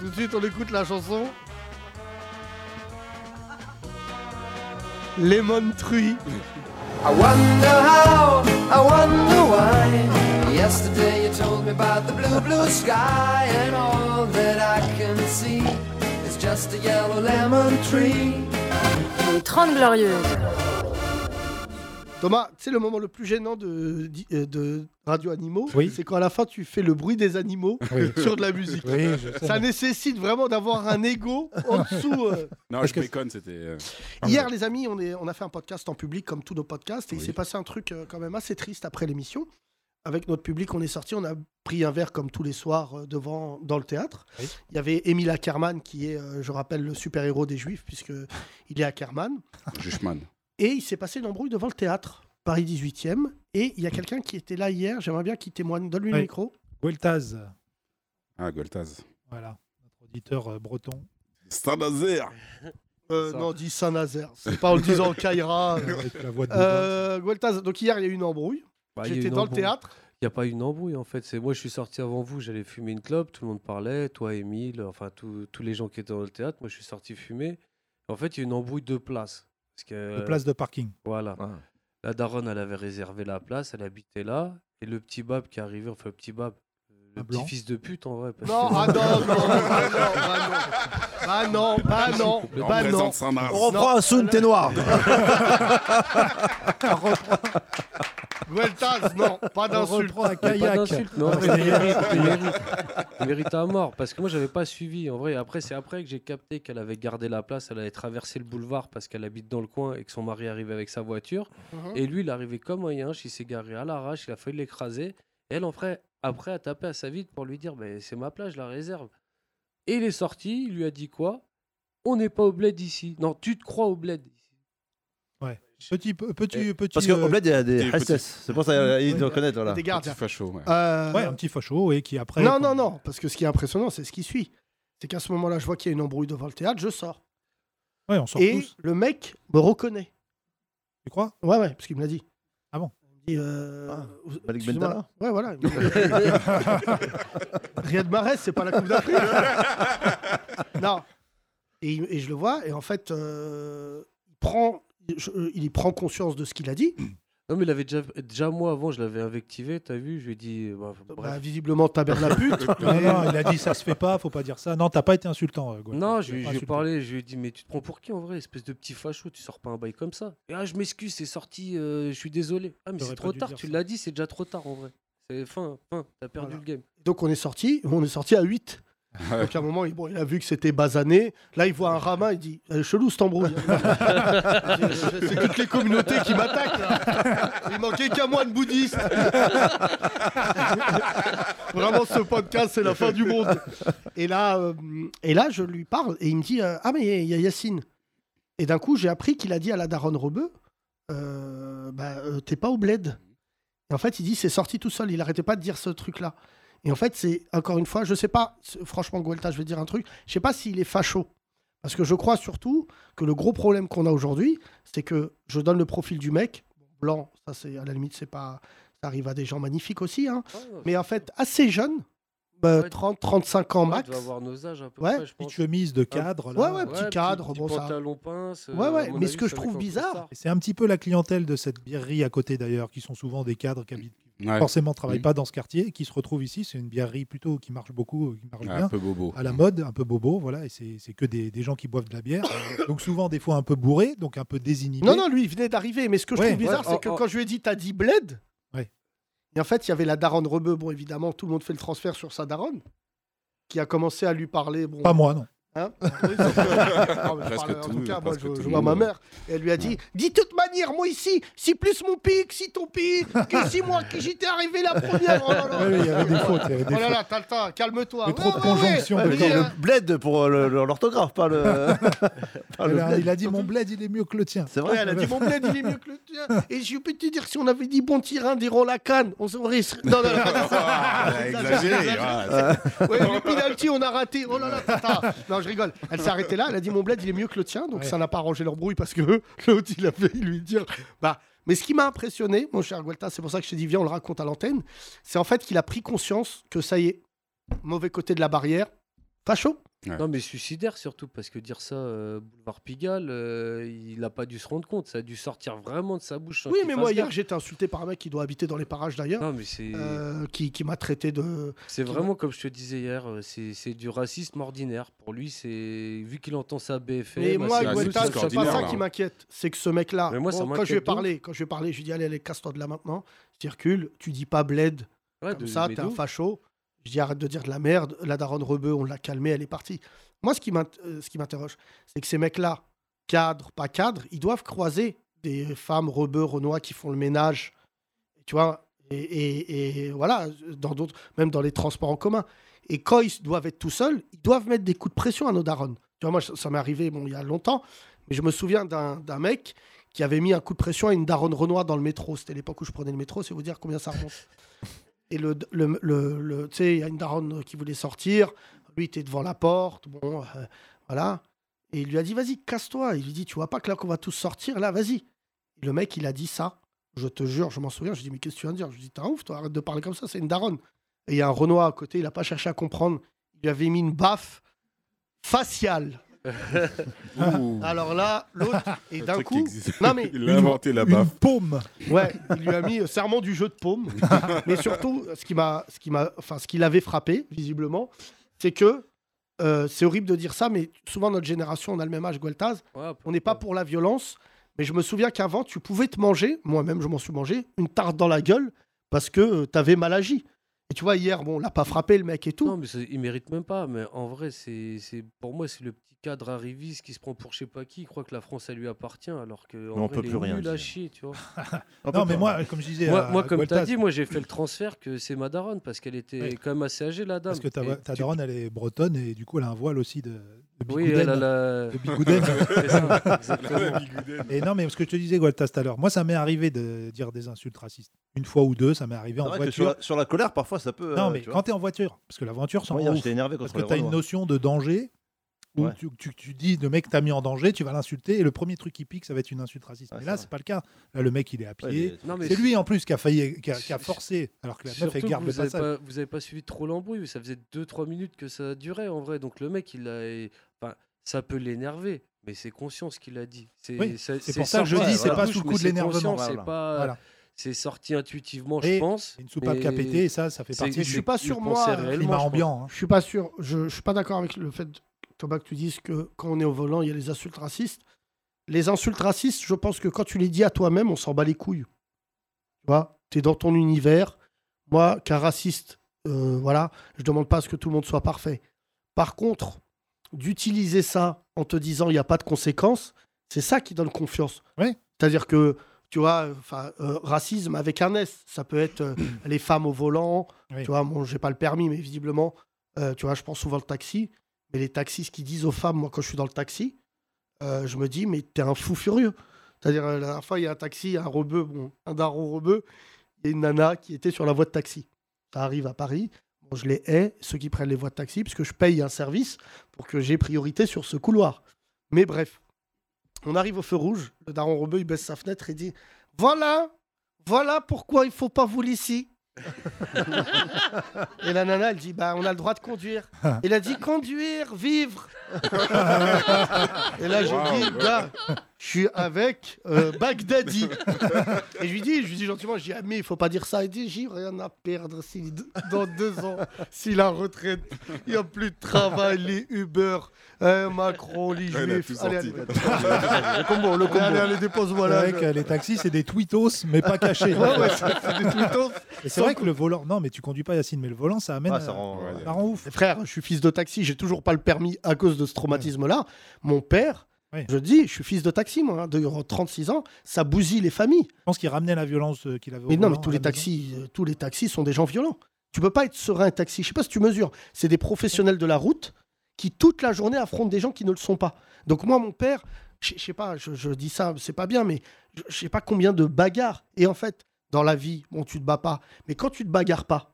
tout de suite on écoute la chanson. Lemon Tree.
I wonder how, I wonder why. Yesterday you told me about the blue, blue sky, and all that I can see is just a yellow lemon tree.
Les 30 Glorieuses.
Thomas, tu sais le moment le plus gênant de, di- euh, de Radio Animaux,
Oui.
c'est quand à la fin tu fais le bruit des animaux
Oui.
sur de la musique.
Oui, je sais,
Ça
mais-
nécessite vraiment d'avoir un ego en dessous. euh,
Non,
Parce
je
que-
déconne, c'était. euh,
Hier, les amis, on, est, on a fait un podcast en public, comme tous nos podcasts, et il s'est passé un truc euh, quand même assez triste après l'émission. Avec notre public, on est sorti, on a pris un verre comme tous les soirs euh, devant dans le théâtre.
Oui.
Il y avait Émile Ackerman, qui est, euh, je rappelle, le super-héros des Juifs, puisque il est Ackerman.
Jushman.
Et il s'est passé une embrouille devant le théâtre, Paris 18e. Et il y a quelqu'un qui était là hier, j'aimerais bien qu'il témoigne. Donne-lui le
Oui.
micro.
Gueltaz,
Ah, Goltaz.
voilà, notre auditeur euh, breton.
Saint-Nazaire
Euh, non, dis Saint-Nazaire. C'est pas en le disant Kaira.
Avec la voix de
Euh, Gueltaz, donc hier, il y a eu une embrouille.
Bah, il y a eu
J'étais
une
dans le
embrouille.
théâtre.
Il n'y a pas eu une embrouille en fait. C'est moi, je suis sorti avant vous, j'allais fumer une clope, tout le monde parlait, toi, Émile, enfin tous tous les gens qui étaient dans le théâtre. Moi, je suis sorti fumer. En fait, il y a eu une embrouille de place. Parce que,
De place de parking.
Voilà.
Ah.
La daronne, elle avait réservé la place, elle habitait là. Et le petit bab qui est arrivé, enfin le petit bab, le petit
blanc.
fils de pute en vrai. parce
Non,
que-
ah non, non, bah non, bah non, bah
Il
non, bah non.
représente Saint-Mars.
On reprend un Soun, t'es noir.
Gueltas, non, pas d'insulte.
Non, pas d'insulte, non. Il mérite, il mérite. Il mérite à mort. Parce que moi, j'avais pas suivi. En vrai, après, c'est après que j'ai capté qu'elle avait gardé la place. Elle avait traversé le boulevard parce qu'elle habite dans le coin et que son mari arrivait avec sa voiture.
Mhm.
Et lui, il arrivait comme un yinche. Il s'est garé à l'arrache. Il a failli l'écraser. Et elle, en vrai, après, a tapé à sa vitre pour lui dire Ben, C'est ma place, je la réserve. Et il est sorti. Il lui a dit quoi On n'est pas au bled ici. Non, tu te crois au bled.
Ouais. Petit, peu- petit, petit.
Eh, Parce qu'au
euh,
bled, il y a des
petit- petit-
SS. C'est pour ça
Ouais.
ils doivent connaître. Voilà.
Des gardes. Petit
facho, ouais.
Euh,
Ouais, un petit facho, et qui après.
Non, non, non, parce que ce qui est impressionnant, c'est ce qui suit. C'est qu'à ce moment-là, je vois qu'il y a une embrouille devant le théâtre, je sors.
Ouais, on sort
Et
tous.
le mec me reconnaît.
Tu crois
Ouais, ouais, parce qu'il me l'a dit.
Ah bon
Il me dit. Euh, vous-
Malik
excusez-moi,
Bentala
là. Ouais, voilà. Riyad Mahrez, c'est pas la Coupe d'Afrique. non. Et, il- et je le vois, et en fait, euh, il, prend, je- euh, il y prend conscience de ce qu'il a dit.
Non, mais il avait déjà, déjà moi avant, je l'avais invectivé. T'as vu Je lui ai dit bah, bref.
Bah, visiblement, ta mère la pute.
Non, non, il a dit ça se fait pas, faut pas dire ça. Non, t'as pas été insultant. euh, Gueltaz.
Non,
T'as
je lui je lui
pas
ai
insulté.
parlé, je lui ai dit, mais tu te prends pour qui en vrai, espèce de petit facho, tu sors pas un bail comme ça. Et ah, je m'excuse, c'est sorti, euh, je suis désolé. Ah, mais
T'aurais
c'est
pas
trop
dû
tard,
dire
tu l'as dit, c'est déjà trop tard en vrai. C'est fin, fin, t'as perdu le game.
Donc on est sorti, on est sorti à 8. Donc à un moment, il, bon, il a vu que c'était basané. Là, il voit un ramin, il dit Elle est Chelou cette embrouille. C'est- C'est toutes les communautés qui m'attaquent. là. Il manquait qu'un moine bouddhiste. Vraiment, ce podcast, c'est la fin du monde. Et là, euh, et là je lui parle et il me dit euh, Ah, mais il y a Yacine. Et d'un coup, j'ai appris qu'il a dit à la daronne Rebeu euh, bah, euh, T'es pas au bled. Et en fait, il dit c'est sorti tout seul. Il arrêtait pas de dire ce truc-là. Et en fait, c'est encore une fois, je sais pas, c'est- franchement, Guelta, je vais dire un truc. Je sais pas s'il est facho. Parce que je crois surtout que le gros problème qu'on a aujourd'hui, c'est que je donne le profil du mec. Blanc, ça c'est à la limite, c'est pas. Ça arrive à des gens magnifiques aussi. hein. Mais en fait, assez jeune, euh, 30, 35 ans
Ouais,
max.
tu vas avoir nos âges à peu
ouais,
près, je Hein
Petite chemise de cadre.
Ouais,
là.
ouais, petit cadre,
petit
bon ça.
pantalon pince, euh,
Ouais,
à
ouais,
mon
mais
avis,
ce que je
ça
trouve
dépend
bizarre,
Et C'est un petit peu la clientèle de cette bièrerie à côté d'ailleurs, qui sont souvent des cadres qui habitent- qui
Ouais.
forcément travaillent
Mhm.
pas dans ce quartier, et qui se retrouvent ici. C'est une bièrerie plutôt qui marche beaucoup, euh, qui marche
Un
bien,
peu bobo. Mm.
à la mode, un peu bobo, voilà. Et c'est c'est que des, des gens qui boivent de la bière, donc souvent des fois un peu bourrés, donc un peu désinhibés.
Non, non, lui, il venait d'arriver. Mais ce que je
Ouais.
trouve bizarre,
Ouais,
c'est
oh,
que
oh.
quand je lui ai dit T'as dit bled
Ouais.
Et en fait, il y avait la daronne Rebeu. Bon, évidemment, tout le monde fait le transfert sur sa daronne, qui a commencé à lui parler. Bon,
Pas moi, non.
Hein Oui, donc, euh, non, mais je
Presque
parle- en
tout,
tout cas, moi,
presque
je,
tout
je
le
vois ma
monde.
mère. Et elle lui a dit Dis toute manière, moi ici, si plus mon pic, si ton pic, que si moi qui j'étais arrivé la première. Oh là là.
Ouais, il y avait des fautes, il y avait des
Oh là
fautes.
là, Talta, calme-toi.
Le
Ouais,
trop de
ouais,
conjonction
ouais.
de
Oui,
temps.
euh,
Le bled pour euh, le- le- l'orthographe, pas le. pas le
Il a,
bled.
il a dit mon bled, il est mieux que le tien. Ah,
C'est
Ouais, elle a dit mon bled, il est mieux que le tien. Et je peux te dire, si on avait dit bon tirin, diront la canne, on s'aurait. Non, non, non, non,
Ah,
non,
exagéré,
non, non,
ouais.
non. Ouais, le penalty, on a raté. Oh là là, tata. Non, je rigole. Elle s'est arrêtée là, elle a dit mon bled, il est mieux que le tien. Donc ça n'a pas arrangé leur brouille parce que l'autre, il a fait lui dire. Bah. Mais ce qui m'a impressionné, mon cher Guelta, c'est pour ça que je t'ai dit, viens, on le raconte à l'antenne, c'est en fait qu'il a pris conscience que ça y est, mauvais côté de la barrière, pas chaud.
Non, mais suicidaire surtout, parce que dire ça, euh, Boulevard Pigalle, euh, il n'a pas dû se rendre compte. Ça a dû sortir vraiment de sa bouche. sans
Oui,
qu'il
mais
fasse
moi,
gaffe.
hier, j'ai été insulté par un mec qui doit habiter dans les parages d'ailleurs.
Non, mais c'est.
euh, qui qui m'a traité de.
C'est
qui
vraiment comme je te disais hier, euh, c'est c'est du racisme ordinaire. Pour lui, c'est vu qu'il entend ça à BFM.
Mais
bah,
moi,
c'est- hein.
Guetta,
c'est
c'est pas ça qui m'inquiète. C'est que ce mec-là,
Mais moi, ça
bon, quand
m'inquiète
je lui ai
de
parlé, quand je lui ai parlé, je lui ai dit allez, allez, casse-toi de là maintenant, circule, tu dis pas bled,
Ouais,
comme
de-
ça,
mais
t'es
de
un
ouf.
facho. Je dis arrête de dire de la merde, la daronne rebeu, on l'a calmée, elle est partie. Moi, ce qui m'int- euh, ce qui m'interroge, c'est que ces mecs-là, cadres, pas cadres, ils doivent croiser des femmes rebeux, renois qui font le ménage, tu vois, et, et- et voilà, dans d'autres, même dans les transports en commun. Et quand ils doivent être tout seuls, ils doivent mettre des coups de pression à nos darons. Tu vois, moi, ça, ça m'est arrivé bon, il y a longtemps, mais je me souviens d'un d'un mec qui avait mis un coup de pression à une daronne renois dans le métro. C'était l'époque où je prenais le métro, c'est vous dire combien ça remonte. Et le, le, le, le- tu sais, il y a une daronne qui voulait sortir. Lui, il était devant la porte. Bon, euh, voilà. Et il lui a dit, vas-y, casse-toi. Il lui dit, tu vois pas que là qu'on va tous sortir, là, vas-y. Et Le mec, il a dit ça. Je te jure, je m'en souviens. Je dis, mais qu'est-ce que tu viens de dire Je lui dis, t'es un ouf, toi, arrête de parler comme ça, c'est une daronne. Et il y a un Renoir à côté, il a pas cherché à comprendre. Il lui avait mis une baffe faciale. Alors là, l'autre, et
Un
d'un
truc qui
coup.
existe.
Non, mais
Il a inventé la baffe.
Paume.
Ouais, il lui a mis euh, serment du jeu de paume. Mais surtout, ce qui m'a, ce qui m'a, enfin, ce qui l'avait frappé visiblement, c'est que euh, c'est horrible de dire ça, mais souvent notre génération, on a le même âge, Gueltaz. on n'est pas pour la violence, mais je me souviens qu'avant, tu pouvais te manger, moi-même, je m'en suis mangé une tarte dans la gueule parce que euh, t'avais mal agi. Et tu vois, hier, bon, on l'a pas frappé le mec et tout.
Non, mais ça- il mérite même pas. Mais en vrai, c'est c'est- pour moi, c'est le petit cadre arriviste qui se prend pour je sais pas qui. Il croit que la France, elle lui appartient, alors que en
on
vrai,
peut
il
plus
est
rien
nul à
dire.
chier, tu vois.
On peut Non, mais pas. moi, comme je disais
moi,
à-
moi,
à
comme t'as
Gualtaz-
dit, moi j'ai fait le transfert que c'est ma daronne parce qu'elle était
Oui.
quand même assez âgée la dame.
Parce que ta,
Et
ta
tu-
daronne, elle est bretonne et du coup, elle a un voile aussi de, de
Oui,
Bigouden.
elle a la-
De Bigouden.
C'est ça, exactement.
et non, mais ce que je te disais, Gualtas, tout à l'heure, moi, ça m'est arrivé de dire des insultes racistes. Une fois ou deux, ça m'est arrivé
C'est
en
vrai que
voiture.
sur la, sur la colère, parfois, ça peut.
Non,
euh,
mais
tu vois.
quand t'es en voiture, parce que la voiture, c'est
Moi,
en
hier,
ouf,
j'étais énervé
Parce
contre les
que t'as une
Renois.
notion de danger où
Ouais.
tu, tu- tu dis, le mec t'a mis en danger, tu vas l'insulter et le premier truc qui pique, ça va être une insulte raciste. mais là, c'est pas le cas. Là, le mec, il est à
Ouais,
pied.
mais- Non, mais
c'est
c'est-
lui, en plus, qui a, failli, qui a, qui a forcé, alors que la meuf, elle
Surtout
garde
que
le
vous avez
passage.
pas- vous avez pas suivi trop l'embrouille, ça faisait 2-3 minutes que ça durait en vrai. Donc le mec, il a. et- enfin, ça peut l'énerver, mais c'est conscience qu'il a dit.
Oui,
ça-
c'est pour ça que je
sorti
dis,
de
c'est
sa
pas
bouche,
sous le coup
mais
de
c'est
l'énervement.
conscient, C'est
Voilà.
pas-
Voilà.
c'est sorti intuitivement,
Et
je pense.
une soupape
mais
qui a pété, et ça, ça fait
c'est-
partie
c'est-
Je suis pas
il
sûr,
le
moi. euh,
pensait réellement, je pense.
Je suis pas sûr. Je, je suis pas d'accord avec le fait, Thomas, que tu dises que quand on est au volant, il y a les insultes racistes. Les insultes racistes, je pense que quand tu les dis à toi-même, on s'en bat les couilles. Tu vois, t'es dans ton univers. Moi, qu'un raciste, euh, voilà, je demande pas à ce que tout le monde soit parfait. Par contre, d'utiliser ça en te disant il n'y a pas de conséquences, c'est ça qui donne confiance. C'est-à-dire que, tu vois, enfin, euh, racisme avec un S, ça peut être euh, les femmes au volant,
Oui.
tu vois, bon, j'ai pas le permis, mais visiblement, euh, tu vois, je prends souvent le taxi, mais les taxistes qui disent aux femmes, moi, quand je suis dans le taxi, euh, je me dis, mais t'es un fou furieux. C'est-à-dire, euh, la dernière fois, il y a un taxi, un rebeu, bon, un daron rebeu, il y a une nana qui était sur la voie de taxi. Ça arrive à Paris. Bon, je les hais, ceux qui prennent les voies de taxi, puisque je paye un service pour que j'ai priorité sur ce couloir. Mais bref, on arrive au feu rouge. Le daron rebeu, il baisse sa fenêtre et dit Voilà, voilà pourquoi il faut pas vous laisser. Et la nana, elle dit Bah, on a le droit de conduire. Il a dit Conduire, vivre. Et là, je
Wow.
dis Gars, je suis avec euh, Bagdadi. Et je lui dis, je lui dis gentiment, je dis, ah, mais il faut pas dire ça. Il dit, j'ai rien à perdre si d- dans deux ans, si la retraite, il n'y a plus de travail, les Uber, hein, Macron, les
Ouais, il a tout
Juifs. Allez, allez,
sorti.
le combo, le combo.
Allez,
Allez,
allez,
dépose-moi
Voilà,
là.
c'est vrai que les taxis, c'est des tweetos, mais pas cachés.
Ouais, ouais, c'est- c'est des tweetos.
Et c'est vrai que le volant, non, mais tu conduis pas Yacine, mais le volant, ça amène.
Ah, ça
à-
rend-
ça rend ouf.
Frère, je suis fils de taxi, j'ai toujours pas le permis à cause de ce traumatisme-là. Mon père,
Ouais.
je dis, je suis fils de taxi, moi, hein, de 36 ans, ça bousille les familles.
Je pense qu'il ramenait la violence euh, qu'il avait. au
Mais non, mais
volant
tous
à la
les
maison.
taxis, euh, tous les taxis sont des gens violents. Tu peux pas être serein un taxi. Je sais pas si tu mesures. C'est des professionnels de la route qui toute la journée affrontent des gens qui ne le sont pas. Donc moi, mon père, je je sais pas, je, je dis ça, c'est pas bien, mais je, je sais pas combien de bagarres. Et en fait, dans la vie, bon, tu te bats pas, mais quand tu te bagarres pas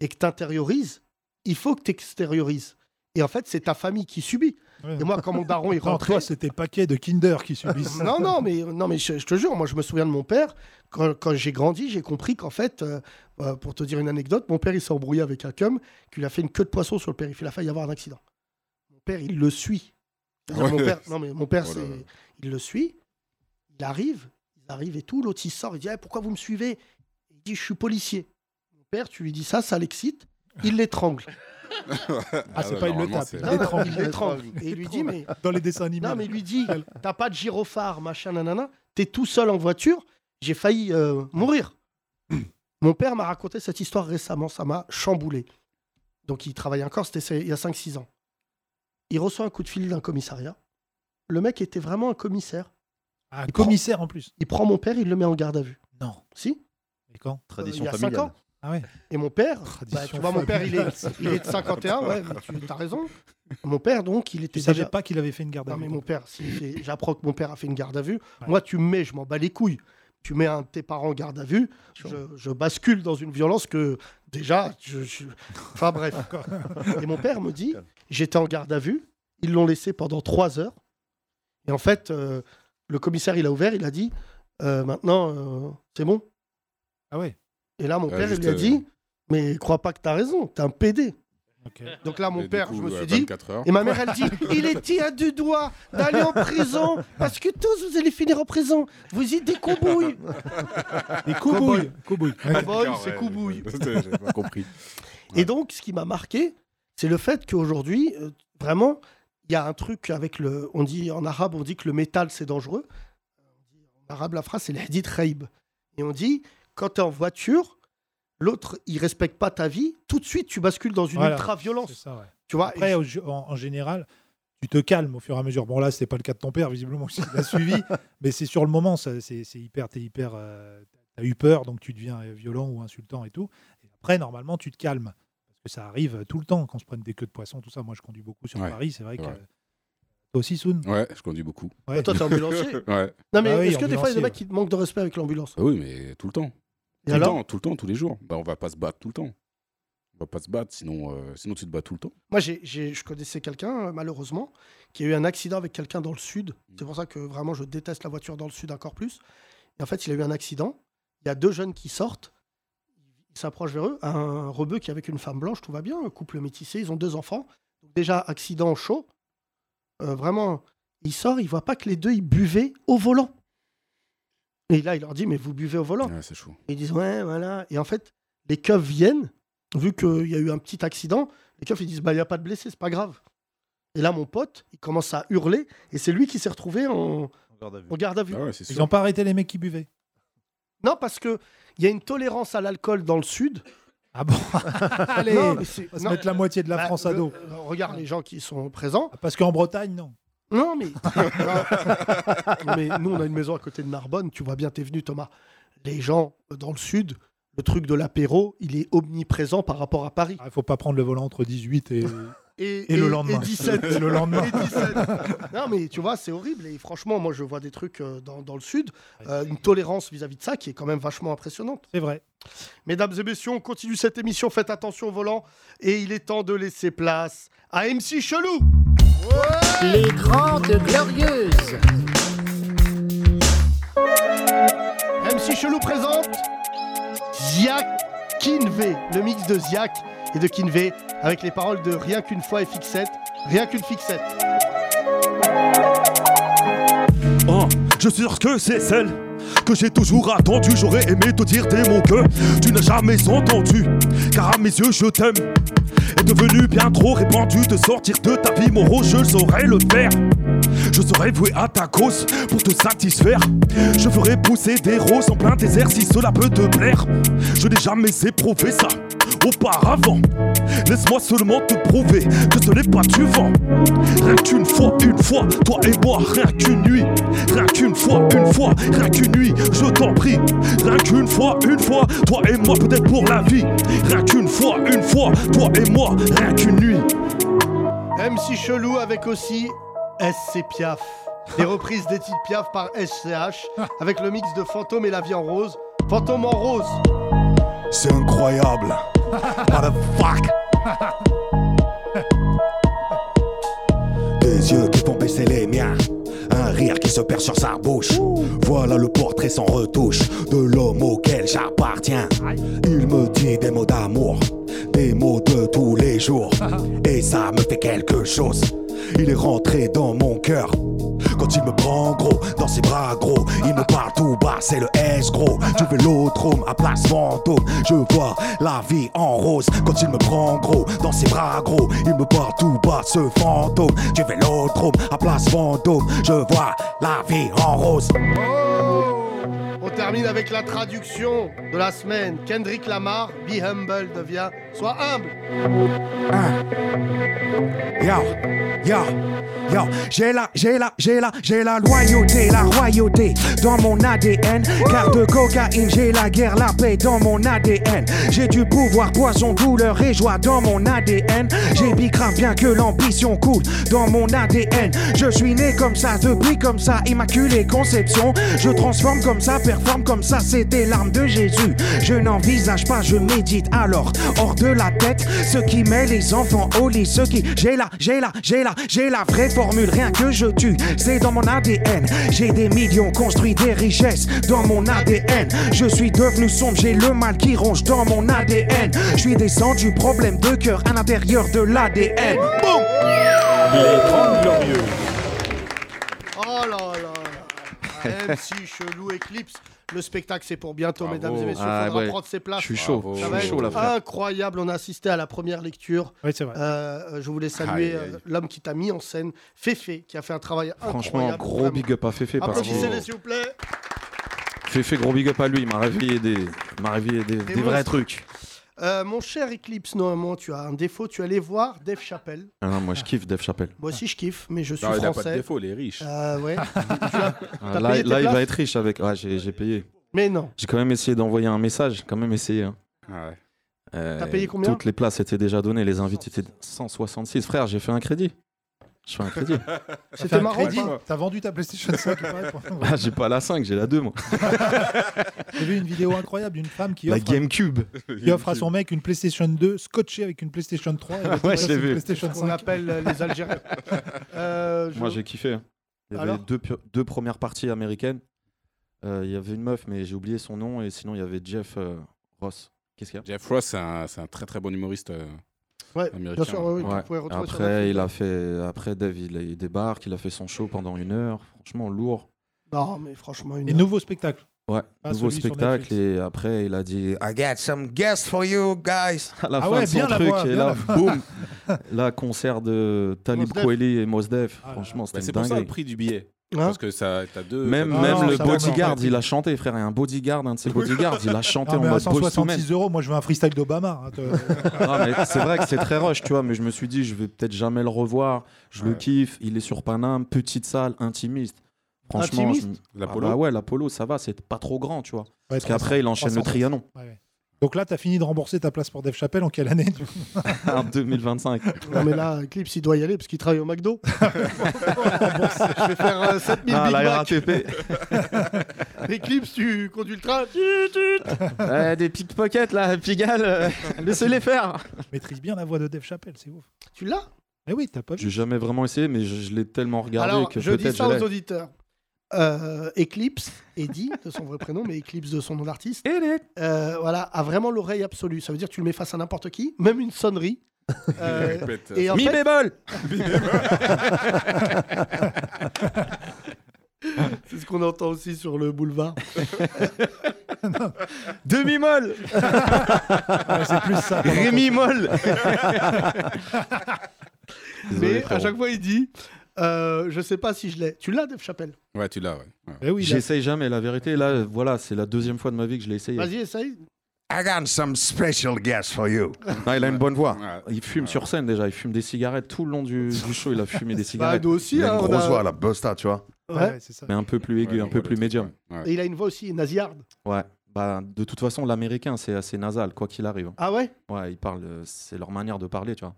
et que t'intériorises, il faut que t'extériorises. Et en fait, c'est ta famille qui subit. Et moi, quand mon daron est
Non,
rentré,
toi, c'était paquet de Kinder qui subissent.
non, non, mais, non, mais je, je te jure, moi je me souviens de mon père. Quand, quand j'ai grandi, j'ai compris qu'en fait, euh, euh, pour te dire une anecdote, mon père il s'est embrouillé avec un cum, qu'il a fait une queue de poisson sur le périph'. Il a failli y avoir un accident. Mon père, il le suit. C'est-à-dire,
Ah Ouais.
Mon père, non, mais mon père,
Oh là
c'est-
là.
il le suit. Il arrive, il arrive et tout. L'autre il sort, il dit Ah, Pourquoi vous me suivez Il dit Je suis policier. Mon père, tu lui dis ça, ça l'excite. Il l'étrangle.
Ah, c'est pas une le tape.
Non, non,
l'étrangle.
il l'étrangle. Et il lui dit, mais.
Dans les dessins animés.
Non, mais il lui dit, t'as pas de gyrophare, machin, nanana, t'es tout seul en voiture, j'ai failli euh, mourir. Mon père m'a raconté cette histoire récemment, ça m'a chamboulé. Donc il travaillait encore, c'était c'est- il y a 5-6 ans. Il reçoit un coup de fil d'un commissariat. Le mec était vraiment un commissaire.
Un
commissaire
en plus.
Il prend mon père, il le met en garde à vue.
Non.
Si
Et quand
euh, il y a 5 ans.
Ah ouais.
Et mon père,
Tradition
bah, tu vois, mon père, il
familiale,
est,
c'est-
il est de 51, ouais, mais tu as raison. Mon père, donc, il était
Tu savais
déjà-
pas qu'il avait fait une garde à
Non,
vue.
mais mon père, s'il fait- j'apprends que mon père a fait une garde à vue. Moi, tu me mets, je m'en bats les couilles. Tu mets un de tes parents en garde à vue, je, je bascule dans une violence que déjà, je, je- enfin bref. Et mon père me dit, j'étais en garde à vue, ils l'ont laissé pendant trois heures. Et en fait, euh, le commissaire, il a ouvert, il a dit, Euh, maintenant, euh, c'est bon.
Ah ouais.
Et là, mon
Ouais,
père, il
juste,
lui a
euh,
dit, mais crois pas que t'as raison, t'es un PD. Donc là, mon
Et du
père,
coup,
je me
ouais,
suis dit.
24 heures.
Et ma mère, elle dit il était à deux doigts d'aller en prison, parce que tous, vous allez finir en prison. Vous êtes des coubouilles.
Des coubouilles. Coubouilles.
Cowboy, c'est
ouais,
coubouille.
ouais, J'ai pas compris.
Et donc, ce qui m'a marqué, c'est le fait qu'aujourd'hui, euh, vraiment, il y a un truc avec le. On dit en arabe, on dit que le métal, c'est dangereux. En arabe, la phrase, c'est le hadith raib. Et on dit quand tu es en voiture, l'autre, il respecte pas ta vie, tout de suite, tu bascules dans une
Voilà,
ultra-violence.
c'est ça, ouais.
Tu vois,
Après, au ju- en, en général, tu te calmes au fur et à mesure. Bon, là, c'était pas le cas de ton père, visiblement, il l'a suivi. mais c'est sur le moment, ça, c'est c'est hyper. T'es hyper. euh, T'as eu peur, donc tu deviens euh, violent ou insultant et tout. Et après, normalement, tu te calmes. Parce que ça arrive euh, tout le temps qu'on se prenne des queues de poisson, tout ça. Moi, je conduis beaucoup sur
Ouais,
Paris, c'est vrai que.
ouais.
euh, Toi aussi, Soun
Ouais, je conduis beaucoup.
Ah,
Ouais. Toi, t'es ambulancier
Ouais.
Non, mais
Bah oui,
est-ce que des fois, il y a
ambulancier,
des mecs qui te manquent de respect avec l'ambulance
Ah oui, mais tout le temps.
Et
tout
alors
le temps, tout le temps, tous les jours. Bah, on va pas se battre tout le temps. On va pas se battre, sinon, euh, sinon tu te bats tout le temps.
Moi, j'ai- j'ai- je connaissais quelqu'un, euh, malheureusement, qui a eu un accident avec quelqu'un dans le sud. C'est pour ça que vraiment, je déteste la voiture dans le sud encore plus. Et en fait, il a eu un accident. Il y a deux jeunes qui sortent. Ils s'approchent vers eux. Un rebeu qui est avec une femme blanche, tout va bien. Un couple métissé, ils ont deux enfants. Donc, déjà, accident chaud. Euh, vraiment, il sort, il voit pas que les deux, ils buvaient au volant. Et là, il leur dit, mais vous buvez au volant.
Ouais, c'est chaud.
Ils disent ouais, voilà. Et en fait, les keufs viennent, vu qu'il y a eu un petit accident, les keufs ils disent bah il n'y a pas de blessé, c'est pas grave. Et là, mon pote, il commence à hurler, et c'est lui qui s'est retrouvé en,
garde à vue.
en garde à vue.
Ils n'ont pas arrêté les mecs qui buvaient.
Non, parce que il y a une tolérance à l'alcool dans le sud.
Ah bon Allez,
Non, mais c'est-
on va se
non. Bah,
mettre la moitié de la France à
le- euh,
dos. Ah,
Regarde les gens qui sont présents.
Parce qu'en Bretagne, non.
Non, mais... Non. mais nous, on a une maison à côté de Narbonne. Tu vois bien, t'es venu, Thomas. Les gens euh, dans le sud, le truc de l'apéro, il est omniprésent par rapport à Paris.
Il Ah, faut pas prendre le volant entre 18 et,
et,
le lendemain.
Et 17.
Et le lendemain.
Et 17. non, mais tu vois, c'est horrible. Et franchement, moi, je vois des trucs euh, dans, dans le Sud, euh, une tolérance vis-à-vis de ça qui est quand même vachement impressionnante.
C'est vrai.
Mesdames et messieurs, on continue cette émission. Faites attention au volant. Et il est temps de laisser place à MC Chelou.
Les Grandes Glorieuses.
MC Chelou présente Zia Kinvé, le mix de Ziak et de Kinvé, avec les paroles de Rien qu'une fois et Fixette, Rien qu'une Fixette.
Hein, je suis sûr que c'est celle que j'ai toujours attendue. J'aurais aimé te dire t'es mon que tu n'as jamais entendu. Car à mes yeux, je t'aime. Est devenu bien trop répandu de sortir de ta vie, Moreau, je saurais le faire. Je serai voué à ta cause pour te satisfaire. Je ferai pousser des roses en plein désert si cela peut te plaire. Je n'ai jamais éprouvé ça auparavant. Laisse-moi seulement te prouver que ce n'est pas du vent. Rien qu'une fois, une fois, toi et moi, rien qu'une nuit. Rien qu'une fois, une fois, rien qu'une nuit, je t'en prie. Rien qu'une fois, une fois, toi et moi, peut-être pour la vie. Rien qu'une fois, une fois, toi et moi, rien qu'une nuit.
Ah, MC Chelou avec aussi SC Piaf. Les reprises des titres Piaf par SCH avec le mix de Fantôme et la vie en rose. Fantôme en rose.
C'est incroyable. Motherfuck.
Deux yeux qui font baisser les miens. Un rire qui se perd sur sa bouche. Voilà le portrait sans retouche de l'homme auquel j'appartiens. Il me dit des mots d'amour, des mots de tous les jours. Et ça me fait quelque chose. Il est rentré dans mon cœur. Quand il me prend gros, dans ses bras gros, il me parle tout bas, c'est le S gros. Du vélodrome à place fantôme, je vois la vie en rose. Quand il me prend gros, dans ses bras gros, il me parle tout bas, ce fantôme. Du vélodrome à place fantôme, je vois la vie en rose.
On termine avec la traduction de la semaine. Kendrick Lamar, Be Humble devient Sois humble.
Yo, yo, yo, j'ai la, j'ai la, j'ai la, j'ai la loyauté, la royauté dans mon ADN. Car de cocaïne, j'ai la guerre, la paix dans mon ADN. J'ai du pouvoir, poison, douleur et joie dans mon ADN. J'ai bicra bien que l'ambition coule dans mon ADN. Je suis né comme ça, depuis comme ça, immaculée conception. Je transforme comme ça, performe comme ça, c'était l'arme de Jésus. Je n'envisage pas, je médite alors, hors de la tête, ce qui met les enfants au lit, ce qui. J'ai la, j'ai la, j'ai la, j'ai la vraie formule, rien que je tue, c'est dans mon ADN. J'ai des millions, construit des richesses dans mon ADN. Je suis devenu sombre, j'ai le mal qui ronge dans mon ADN. Je suis descendu, problème de cœur à l'intérieur de l'ADN. Boum!
Les Trente Glorieux. Oh là là là. MC Chelou Eclipse. Le spectacle, c'est pour bientôt,
Bravo.
mesdames et messieurs.
Ah
faudra
ouais.
prendre ses places. Ah,
Je suis chaud.
Ça
Je suis
va être
chaud, là, frère.
Incroyable. On a assisté à la première lecture.
Oui, c'est vrai.
Euh, je voulais saluer
Aïe, aïe.
euh, l'homme qui t'a mis en scène, Féfé, qui a fait un travail
Franchement,
incroyable.
gros
vraiment.
big up à Féfé, par
Applaudissez-les,
contre.
s'il vous plaît.
J'ai fait gros big up à lui, il m'a réveillé des, il m'a réveillé des, des vrais
monstres.
trucs.
Euh, mon cher Eclipse, normalement, tu as un défaut. Tu allais voir Dave Chappelle.
Ah non, moi je kiffe Dave Chappelle.
Moi aussi, je kiffe, mais je suis
Non, il a
français.
pas de défaut, il est riche.
Euh, ouais.
Ah,
T'as
là,
payé tes
là, il va
places
être riche avec. Ouais, j'ai, j'ai payé.
Mais non.
J'ai quand même essayé d'envoyer un message, quand même essayé. hein. Euh,
T'as payé combien
Toutes les places étaient déjà données, les invités étaient 166. Frère, j'ai fait un crédit. Je fais un crédit.
C'était hein. marrant.
Crédit,
ou pas
t'as vendu ta PlayStation 5 il paraît, pour-
Ah, j'ai pas la 5, j'ai la 2 moi.
J'ai vu une vidéo incroyable d'une femme qui
La
offre, à-
GameCube.
qui offre à son mec une PlayStation 2 scotchée avec une PlayStation 3.
Ah ouais, je l'ai vu.
PlayStation
On appelle euh, les Algériens. Euh, je-
Moi j'ai kiffé. hein. Il y avait
Alors
deux, pu- deux premières parties américaines. Euh, il y avait une meuf, mais j'ai oublié son nom. Et sinon, il y avait Jeff euh, Ross. Qu'est-ce qu'il y a
Jeff Ross, c'est un, c'est un très très bon humoriste euh,
Ouais,
américain.
bien sûr, ouais, ouais, vous
Ouais.
pouvez retrouver sur
Après,
Netflix.
il a fait. Après, Dave, il, il débarque. Il a fait son show pendant une heure. Franchement, lourd.
Non, mais franchement, une.
Et nouveau spectacle.
Ouais.
Pas
Nouveau
celui sur
spectacle. Et après, il a dit I got some guests for you guys. À la
Ah
fin
ouais,
de son
bien la
truc.
voix,
et
bien
là,
la voix.
boum. là, concert de Talib
Mos Def.
Kweli et Mos Def.
Ah
Franchement, c'était
Bah, c'est
une
pour ça le
dinguerie.
prix du billet.
Hein
Parce que ça, t'as deux.
Même,
t'as deux-
même le
ça va, Ah non,
bodyguard,
pas
il a chanté, frère. Et un bodyguard, un de ses bodyguards, il a chanté
Non,
en
mais à
mode Boyz II Men.
166 euros, moi je veux un freestyle d'Obama. hein, te-
Non, mais c'est vrai que c'est très rush, tu vois. Mais je me suis dit, je vais peut-être jamais le revoir. Je le kiffe. Il est sur Paname, petite salle, intimiste. Franchement,
Intimiste
je-
L'Apollo
Ah bah ouais, l'Apollo, ça va, c'est pas trop grand, tu vois. Parce
trois cents-
qu'après, il enchaîne
300.
le Trianon
Ouais, ouais. Donc là, t'as fini de rembourser ta place pour Dave Chappelle en quelle année
en 2025.
Non, mais là, Eclipse, il doit y aller parce qu'il travaille au McDo. je vais faire euh, 7000
Ah,
Big
la
Mac.
RATP.
Eclipse, tu conduis le train. Tut, tut.
des pickpockets là, Pigalle, euh, laissez-les faire.
Maîtrise bien la voix de Dave Chappelle, c'est ouf.
Tu l'as
Eh oui, t'as pas vu.
J'ai jamais vraiment essayé, mais je, je l'ai tellement regardé
Alors,
que
je dis
peut-être
ça
je
aux
l'ai.
auditeurs. euh, Eclipse, Eddie, de son vrai prénom, mais Eclipse de son nom d'artiste, euh, voilà, a vraiment l'oreille absolue. Ça veut dire que tu le mets face à n'importe qui, même une sonnerie. Euh,
Répète.
et en
Mi
fait-
bémol Mi
bémol. C'est ce qu'on entend aussi sur le boulevard. Demi-molle
c'est plus ça qu'on
Rémi
entend.
Molle
Désolé,
Mais à
frérot.
chaque fois, il dit euh, Je sais pas si je l'ai. Tu l'as, Dave Chappelle
Ouais, tu l'as, ouais. ouais.
Eh
J'essaye jamais, la vérité. Là, voilà, c'est la deuxième fois de ma vie que je l'ai essayé.
Vas-y, essaye.
I got some special guests for you. il a une bonne voix. Il fume sur scène déjà. Il fume des cigarettes tout le long du, du show. Il a fumé des cigarettes.
nous aussi,
Il a
hein,
une
on
grosse
a-
voix, la Busta, tu vois.
Ouais. Ouais, c'est ça.
Mais un peu plus aigu, un peu plus médium.
Et il a une voix aussi nasillarde.
Ouais. Bah, de toute façon, l'américain, c'est assez nasal, quoi qu'il arrive.
Ah ouais
Ouais, ils parlent. euh, C'est leur manière de parler, tu vois.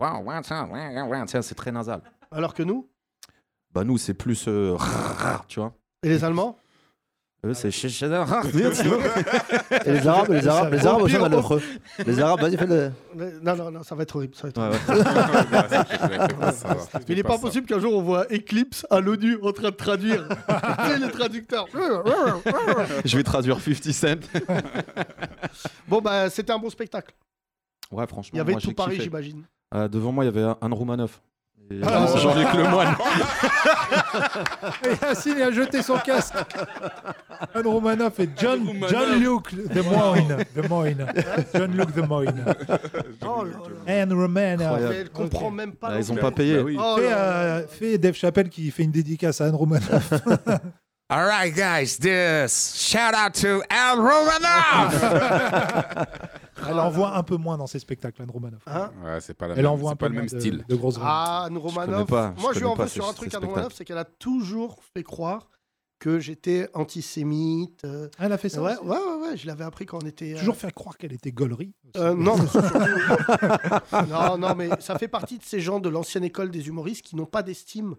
Wow, wow, ça, ouais, ouais, ouais. Tiens, C'est très nasal.
Alors que nous
Bah, nous, c'est plus. euh, tu vois.
Et les Allemands
Eux, Ah c'est chez chez-
Et les Arabes, les Arabes, les Arabes,
Au
aussi,
pire,
malheureux. Les Arabes, vas-y, fais le.
Mais- Non, non, non, ça va être horrible. Ça va être
Ouais,
horrible.
ouais. Ça va.
Il n'est pas, possible qu'un jour on voit Eclipse à l'ONU en train de traduire. Tu sais, les traducteurs.
Je vais traduire 50 Cent.
bon, bah, c'était un bon spectacle.
Ouais, franchement.
Il y avait
moi,
tout
j'ai
Paris,
kiffé.
j'imagine.
Euh, devant moi, il y avait Anne Roumanoff. Et euh,
Ah, ouais.
Jean-Luc Lemoine.
Et Yacine a jeté son casque. Anne Romanoff et John,
Romanoff.
John Luke
Oh.
de Moyne. De Moyne. John Luke de Moyne.
Oh,
Anne Romanoff.
Mais elle comprend même pas.
Bah, ils ont
l'anglais.
pas payé. Bah oui.
Oh là
Fais,
là.
euh, fais Dave Chappelle qui fait une dédicace à Anne Romanoff.
All right, guys, this shout out to Al Romanov.
Elle envoie un peu moins dans ses spectacles, Anne Romanoff.
Ouais, c'est pas, la
Elle
même-
envoie
c'est
un
pas
peu
le
moins
même
de-
style.
de grosses
Hein Ah, Anne
Je connais
Romanoff.
pas, je
Moi, je lui
connais
en veux
pas
sur
ces-
un
ces
truc, Anne
spectacles.
Romanoff, c'est qu'elle a toujours fait croire que j'étais antisémite. euh,
Elle a fait ça
Ouais,
aussi
ouais, ouais, ouais, je l'avais appris quand on était. euh,
Toujours faire croire qu'elle était gaulerie.
Euh, non, mais c'est surtout- non, non, mais ça fait partie de ces gens de l'ancienne école des humoristes qui n'ont pas d'estime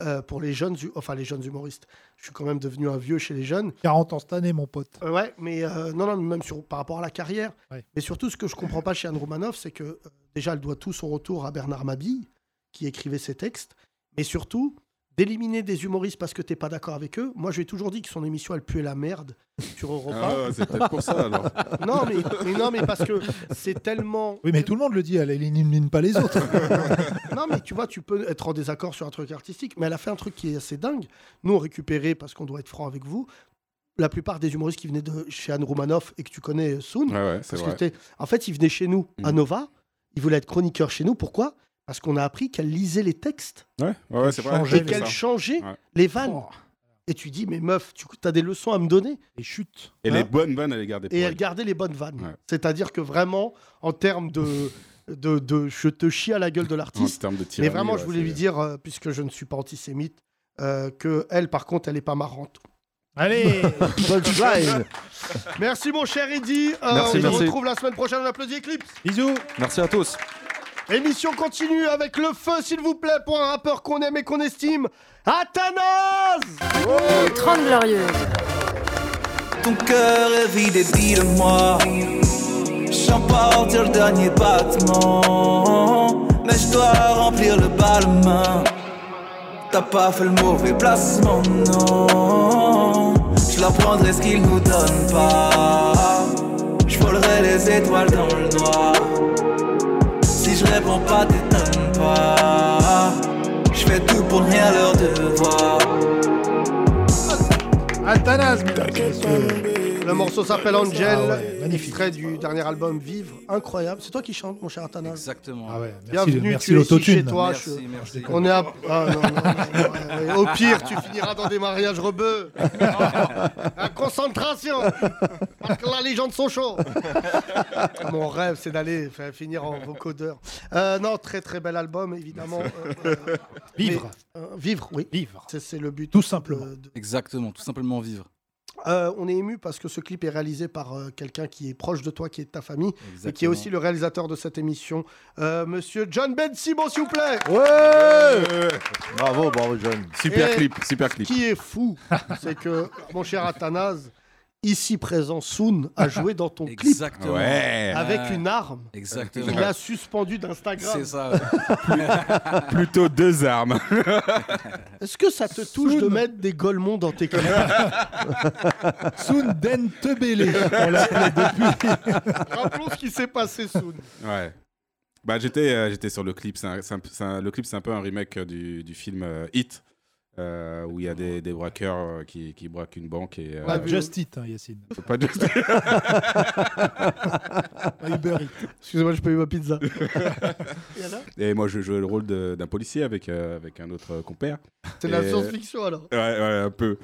euh, pour les jeunes, hu- enfin les jeunes humoristes. Je suis quand même devenu un vieux chez les jeunes.
40 ans cette année, mon pote.
Euh, ouais, mais euh, non, non, mais même sur, par rapport à la carrière.
Ouais.
Mais surtout, ce que je comprends pas chez Anne Romanoff, c'est que euh, déjà, elle doit tout son retour à Bernard Mabille, qui écrivait ses textes. Mais surtout, d'éliminer des humoristes parce que t'es pas d'accord avec eux. Moi, j'ai toujours dit que son émission, elle puait la merde sur Europe
Ah
1.
ouais, c'est peut-être pour ça, alors.
Non, mais, mais non, mais parce que c'est tellement
Oui, mais tout le monde le dit, elle élimine pas les autres.
non, mais tu vois, tu peux être en désaccord sur un truc artistique, mais elle a fait un truc qui est assez dingue. Nous, on récupérait, parce qu'on doit être franc avec vous, la plupart des humoristes qui venaient de chez Anne Roumanoff et que tu connais euh, Soun.
Ouais, ouais, c'est
parce que
vrai. Mm.
c'était- en fait, ils venaient chez nous, à Nova. Ils voulaient être chroniqueurs chez nous. Pourquoi Parce qu'on a appris qu'elle lisait les textes
Ouais, ouais, ouais, c'est vrai.
et qu'elle changeait
Ouais.
les vannes. Et tu dis, mais meuf, tu as des leçons à me donner. Hein
Et chute.
Et
Hein
les bonnes vannes, elle les gardait pour
Et elle
elle.
gardait les bonnes vannes. C'est-à-dire que vraiment, en termes de, de, de je te chie à la gueule de l'artiste,
termes de
mais
tyrannie,
vraiment,
ouais,
je voulais
c'est-
lui dire, euh, puisque je ne suis pas antisémite, euh, que elle, par contre, elle est pas marrante.
Allez
Punchline.
Merci mon cher Eddy. Euh,
Merci,
on
merci.
se retrouve la semaine prochaine. On applaudit Eclipse.
Bisous.
Merci à tous.
Émission continue avec le feu, s'il vous plaît, pour un rappeur qu'on aime et qu'on estime, Athanas
Les 30 Glorieuses.
Ton cœur est vide et dis-le-moi. J'emporte le dernier battement. Mais je dois remplir le bas le main. T'as pas fait le mauvais placement, non. Je leur prendrai ce qu'ils nous donnent pas. Je volerai les étoiles dans le noir. Si je réponds pas, t'étonnes pas. Je fais tout pour ne rien leur devoir.
Athanas, mesdames et messieurs. Le morceau s'appelle
Ah
Angel, extrait du dernier album Vivre, incroyable. C'est toi qui chantes, mon cher Athanas.
Exactement.
Bienvenue,
Ah merci
tu es ici
l'autotune.
chez toi.
Merci,
je-
merci.
On est à... ah, non, non, non, non, ouais, ouais. Au pire, tu finiras dans des mariages rebeux. À concentration. Parce que là, les gens de sont chauds. Mon rêve, c'est d'aller faire- finir en vocodeur. Euh, non, très très bel album, évidemment. Euh, euh,
Vivre.
mais, euh, vivre, oui.
Vivre.
C'est c'est le but.
Tout simplement.
Exactement, tout simplement vivre.
Euh, on est ému parce que ce clip est réalisé par euh, quelqu'un qui est proche de toi, qui est de ta famille, et qui est
Exactement.
aussi le réalisateur de cette émission, euh, monsieur John Ben Simon, s'il vous plaît.
Bravo, bravo, John.
Eh, Et Ce qui est fou, c'est que mon cher Athanase, ici présent Soon a joué dans ton clip
Exactement. Ouais.
avec
Ouais.
une arme.
Exactement.
Il a suspendu d'Instagram.
C'est ça, Plutôt deux armes.
Est-ce que ça te touche de mettre des golemons dans tes clips
Soon Den Tebele, on l'appelait depuis.
Rappelons ce qui s'est passé Soon.
Ouais. Bah, j'étais, euh, j'étais sur le clip. C'est un- c'est un- c'est un- le clip, c'est un peu un remake euh, du, du film euh, Hit, euh, où il y a des, des braqueurs euh, qui, qui braquent une banque. Et, euh,
Pas Just Eat, hein, Yacine.
Pas Just Eat.
Pas Uber Eats.
Excusez-moi, je paye ma pizza.
Et, moi, je jouais le rôle de- d'un policier avec, euh, avec un autre euh, compère.
C'est de la
Et- euh,
science-fiction, alors
Ouais, ouais, un peu.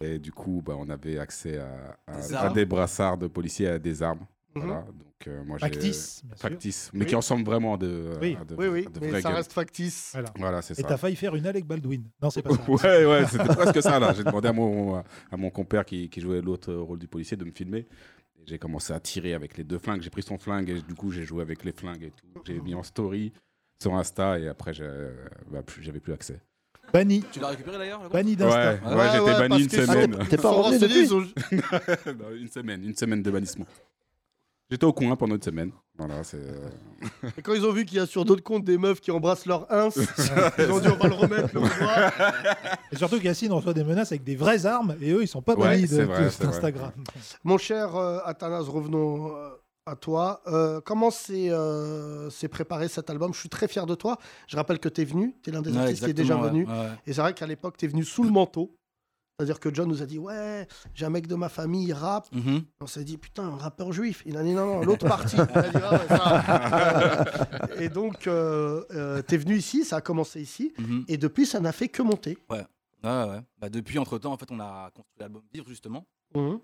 Et du coup, bah, on avait accès à, à-
Des
à
armes.
des brassards de policiers, à des armes.
Mhm.
Voilà. Donc, euh, moi, j'ai-
Factice, bien sûr.
Factice, mais
Oui.
qui ressemble vraiment à de.
Oui,
à de-
oui, oui,
à de
mais
vraies
ça
guns.
reste
factice.
Voilà.
Voilà, c'est
Et
ça.
t'as failli faire une Alec Baldwin. Non, c'est pas ça.
Ouais, ouais, c'était presque ça là. J'ai demandé à mon, à mon compère qui, qui jouait l'autre rôle du policier de me filmer. Et J'ai commencé à tirer avec les deux flingues. J'ai pris son flingue et du coup j'ai joué avec les flingues et tout. J'ai mis en story sur Insta et après j'ai- bah, plus- j'avais plus accès.
Banni.
Tu l'as récupéré d'ailleurs
Banni
Ouais,
d'Insta.
ouais, j'étais banni une semaine.
depuis
Non, Une semaine, une semaine de bannissement. J'étais au coin pendant une semaine. Voilà, c'est. euh,
Et quand ils ont vu qu'il y a sur d'autres comptes des meufs qui embrassent leur ins, ils ont dit on va le remettre, le revoir.
Et surtout que Yacine reçoit des menaces avec des vraies armes et eux, ils sont pas hein,
Ouais,
bannis
c'est
de-
vrai,
de-
c'est vrai.
d'Instagram.
Mon cher euh, Athanas, revenons euh, à toi. Euh, comment s'est euh, s'est préparé cet album Je suis très fier de toi. Je rappelle que tu es venu, tu es l'un des
Ouais,
artistes qui est déjà
exactement, ouais,
venu.
ouais, ouais.
Et c'est vrai qu'à l'époque, tu es venu sous le manteau. C'est-à-dire que John nous a dit Ouais, j'ai un mec de ma famille, il rappe.
Mhm.
On s'est dit Putain, un rappeur juif. Il a dit Non, non, l'autre partie. Il a dit, Ah ouais, ça. Euh, Et donc, euh, euh, t'es venu ici, ça a commencé ici.
Mhm.
Et depuis, ça n'a fait que monter.
Ouais. Ouais, ouais, ouais. Bah, depuis, entre-temps, en fait, on a construit l'album Vivre, justement,
Mhm.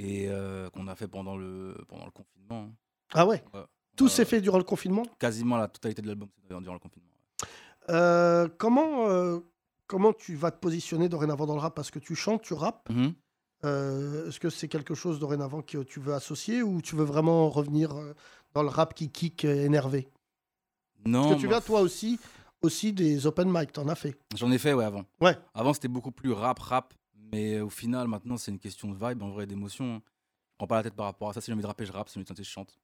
et euh, qu'on a fait pendant le, pendant le confinement.
Ah ouais
Ouais.
Tout s'est fait durant le confinement
Quasiment la totalité de l'album, c'est d'ailleurs durant le confinement.
Euh, comment, euh, comment tu vas te positionner dorénavant dans le rap Parce que tu chantes, tu rappes.
Mhm.
Euh, Est-ce que c'est quelque chose dorénavant que tu veux associer ou tu veux vraiment revenir euh, dans le rap qui kick euh, énervé
Non,
Parce que tu
moi-
viens toi aussi, aussi des open mic, t'en as fait.
J'en ai fait, ouais, avant.
Ouais.
Avant, c'était beaucoup plus rap, rap. Mais au final, maintenant, c'est une question de vibe, en vrai, d'émotion. hein. Je prends pas la tête par rapport à ça. Si j'ai envie de rapper, je rappe. Si j'ai envie de chanter, je chante.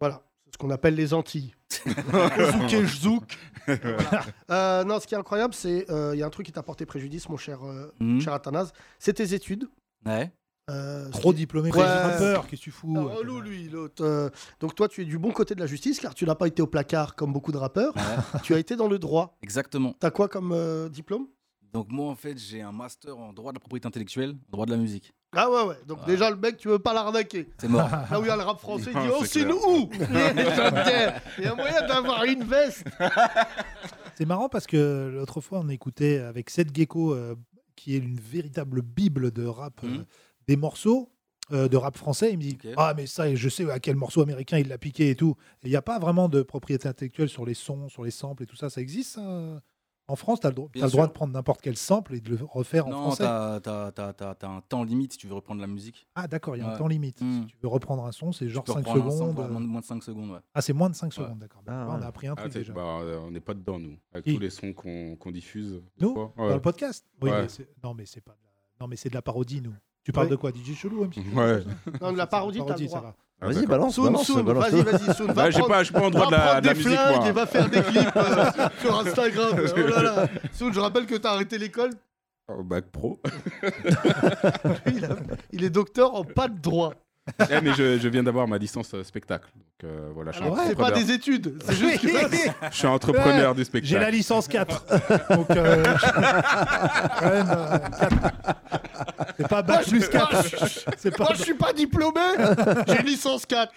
Voilà, c'est ce qu'on appelle les Antilles. Zouk et Jzouk. Voilà. Euh, non, ce qui est incroyable, c'est euh, il y a un truc qui t'a porté préjudice, mon cher, euh,
Mhm.
cher Athanase, c'est tes études.
Ouais.
Euh,
Trop
ce qui-
diplômé
Ouais.
pour être rappeur, qu'est-ce que tu fous
Ah, relou, lui, l'autre. Euh, donc toi, tu es du bon côté de la justice, car tu n'as pas été au placard comme beaucoup de rappeurs. tu as été dans le droit.
Exactement.
T'as quoi comme euh, diplôme
Donc, moi, en fait, j'ai un master en droit de la propriété intellectuelle, en droit de la musique.
Ah ouais, ouais. Donc déjà, le mec, tu veux pas l'arnaquer.
C'est mort.
Là où il y a le rap français, il
Ah,
Non,
dit
c'est
Oh, c'est
clair.
nous où Il y a moyen d'avoir une veste.
C'est marrant parce que l'autre fois, on écoutait avec Seth Gecko, euh, qui est une véritable bible de rap,
Mhm.
euh, des morceaux euh, de rap français. Il me dit Ah, mais ça, je sais à quel morceau américain il l'a piqué et tout. Et Il n'y a pas vraiment de propriété intellectuelle sur les sons, sur les samples et tout ça. Ça existe ça, euh En France, tu as le, dro-
Bien
t'as le
sûr.
droit de prendre n'importe quel sample et de le refaire en
Non,
français.
t'as t'as- t'as- t'as- t'as un temps limite si tu veux reprendre la musique.
Ah, d'accord, il y a un
Ouais.
temps limite.
Mm.
Si tu veux reprendre un son, c'est
Tu
genre
peux
5
reprendre un
secondes.
sample à
euh,
moins de- moins de 5 secondes, ouais.
Ah, c'est moins de 5
Ouais.
secondes, d'accord. Bah, On a appris un
Ah,
truc
t'es-
déjà.
bah, euh, on n'est pas dedans, nous. Avec
Qui
tous les sons qu'on qu'on diffuse. des
Nous
fois.
Dans
Ouais.
le podcast Oui,
Ouais.
mais c'est- Non, mais c'est pas. de la- Non, mais c'est de la parodie, nous. Tu parles
Oui.
de quoi DJ Chelou un petit peu
Ouais.
Non, de la parodie, t'as le
ça
droit.
va.
Ah, Vas-y, d'accord. balance,
Soun,
balance,
Soun,
balance.
vas-y, vas-y, Soun. va
Ouais, j'ai
prendre-
pas- j'ai pas le droit
va
de la-
prendre
de la
des
musique,
flingues
moi.
et va faire des clips euh, sur Instagram. Oh là là. Soun, je rappelle que t'as arrêté l'école.
Au bac Oh, bah, pro.
il, a- il est docteur en pas de droit.
Eh, mais je, je viens d'avoir ma licence euh, spectacle. Donc euh, voilà, je suis
Ah
Alors, c'est
entrepreneur.
pas des études, c'est juste que-
Je suis entrepreneur du spectacle.
J'ai la licence 4. Donc, euh, je- quand même, euh, 4. C'est
Moi,
pas bac
je-
plus 4.
moi, je- Moi, je suis pas diplômé, j'ai une licence 4.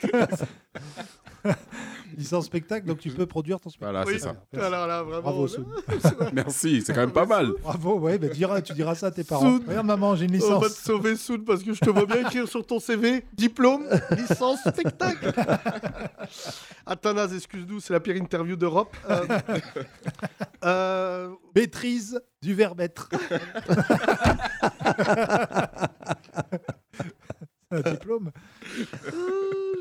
Licence spectacle, donc tu peux produire ton spectacle.
Voilà,
Oui.
c'est ça.
Alors là, vraiment.
Bravo, Soun.
Merci, c'est quand même pas mal.
Bravo, ouais, bah, diras- tu diras ça à tes parents.
Soun.
Regarde, maman, j'ai une
On va te
licence.
sauver, Soun, parce que je te vois bien écrire sur ton CV diplôme, licence, spectacle. Athanas, excuse-nous, c'est la pire interview d'Europe. Euh, euh,
Maîtrise du verbe être. Un diplôme.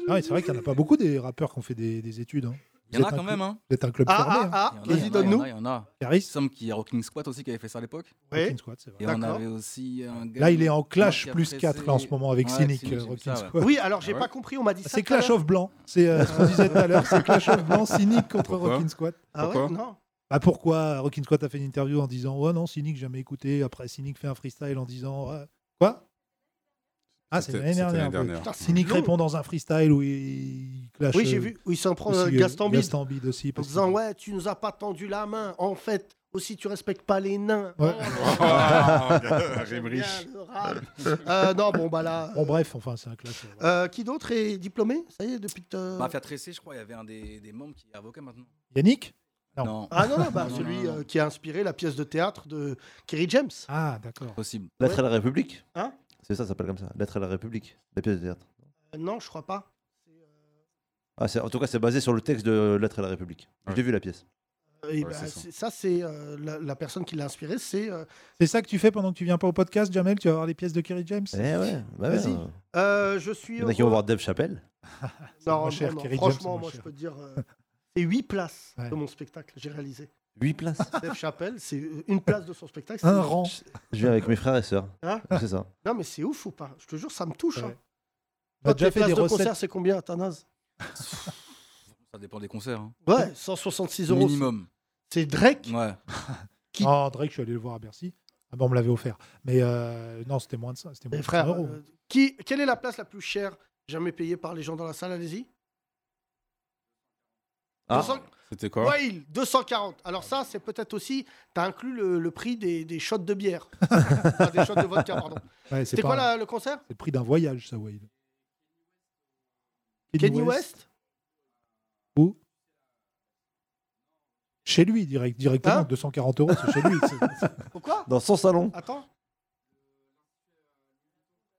Ah, ouais, c'est vrai qu'il n'y en a pas beaucoup des rappeurs qui ont fait des, des études. hein.
Il y en
Vous
a
êtes
quand
un
même,
club-
hein.
vous êtes un club Ah, fermé, ah, hein. ah,
Il y en a,
vas-y,
il y en a,
donne-nous.
Il y en a.
Paris.
Somme qui est Rocking Squat aussi qui avait fait ça à l'époque.
Ouais. Rocking Squat, c'est vrai.
Et on
D'accord.
avait aussi un gars
Là, il est en
qui
clash
a
plus 4 là, en ce moment avec
Ouais,
Cynic.
Cynic,
euh,
j'ai vu
Rocking
ça, ouais.
Squad.
Oui, alors j'ai
Ah ouais.
pas compris, on m'a dit ça.
C'est
tout à
Clash
l'heure.
of Blanc. C'est euh, ce qu'on disait tout à l'heure. C'est Clash of Blanc, Cynic contre
Pourquoi
Rockin' Squat.
Ah ouais, Pourquoi non.
Bah pourquoi Rockin' Squat a fait une interview en disant Ouais, non, Cynic, jamais écouté. Après, Cynic fait un freestyle en disant Ouais. Quoi Ah, c'est
C'était-
l'année
c'était
dernière.
l'année
un peu.
dernière. Putain, c'est
Cynic
long.
répond dans un freestyle où il clash.
Oui, j'ai
euh,
vu, où il s'en prend,
aussi,
euh,
euh,
Gaston Bide.
Gaston Bide aussi.
En
parce que-
disant, ouais, tu nous as pas tendu la main. En fait, aussi, tu respectes pas les nains.
Ouais.
Oh là là.
Ah,
J'aime
Rébriche.
bien le rap. Euh, non, bon, bah là.
Bon, bref, enfin, c'est un clash. euh,
Euh, qui d'autre est diplômé Ça y est, depuis. te-
Mafia Tressé, je crois, il y avait un des, des membres qui est avocat maintenant.
Yannick
Non.
Ah non, non, bah,
Non,
celui
non, non.
euh, qui a inspiré la pièce de théâtre de Kerry James.
Ah, d'accord.
Possible.
Lettre à la République
Hein
C'est ça, ça s'appelle comme ça. Lettre à la République, la pièce de théâtre.
Euh, non, je crois pas.
Ah, c'est- en tout cas, c'est basé sur le texte de Lettre à la République. J'ai vu la pièce.
Euh, et bah, c'est- ça, c'est euh, la, la personne qui l'a inspiré, c'est. euh,
C'est ça que tu fais pendant que tu viens pas au podcast, Jamel Tu vas voir les pièces de Kerry James
Eh ouais, bah ouais.
Vas-y.
euh, je suis.
Il y en a qui vont
heureux-
voir Dave Chappelle.
Non,
moins
non,
cher,
non,
Kerry James, c'est
franchement,
moins
moi, je
cher.
peux te dire, euh, c'est 8 places
Ouais.
de mon spectacle, j'ai réalisé.
8 places
Dave Chappelle, c'est euh, une place de son spectacle.
Un
c'est-
rang. Je viens avec mes frères et sœurs.
Hein
C'est ça.
Non, mais c'est ouf ou pas Je te jure, ça me touche.
Ouais.
hein.
On
Toi,
a déjà
tes
fait des
places de
recettes.
concert, c'est combien, Athanase
Ça dépend des concerts. hein.
Ouais, 166 euros.
Minimum.
C'est Drake
Ouais.
Oh, Drake, je suis allé le voir à Bercy. Ah bon, on me l'avait offert. Mais euh, non, c'était moins de ça. C'était moins
Mais
de
frère,
100 euros.
euh, qui, quelle est la place la plus chère jamais payée par les gens dans la salle Allez-y.
Ah,
200
c'était quoi
Whale, 240. Alors ça, c'est peut-être aussi, t'as inclus le, le prix des, des shots de bière. Ah, des shots de vodka, pardon.
Ouais, c'est
C'était quoi
pas-
la- le concert
C'est le prix d'un voyage, ça, Wade.
Kenny West
Où Chez lui, direct, directement. 240 euros, c'est chez lui. c'est- c'est-
Hein Pourquoi
Dans son salon.
Attends,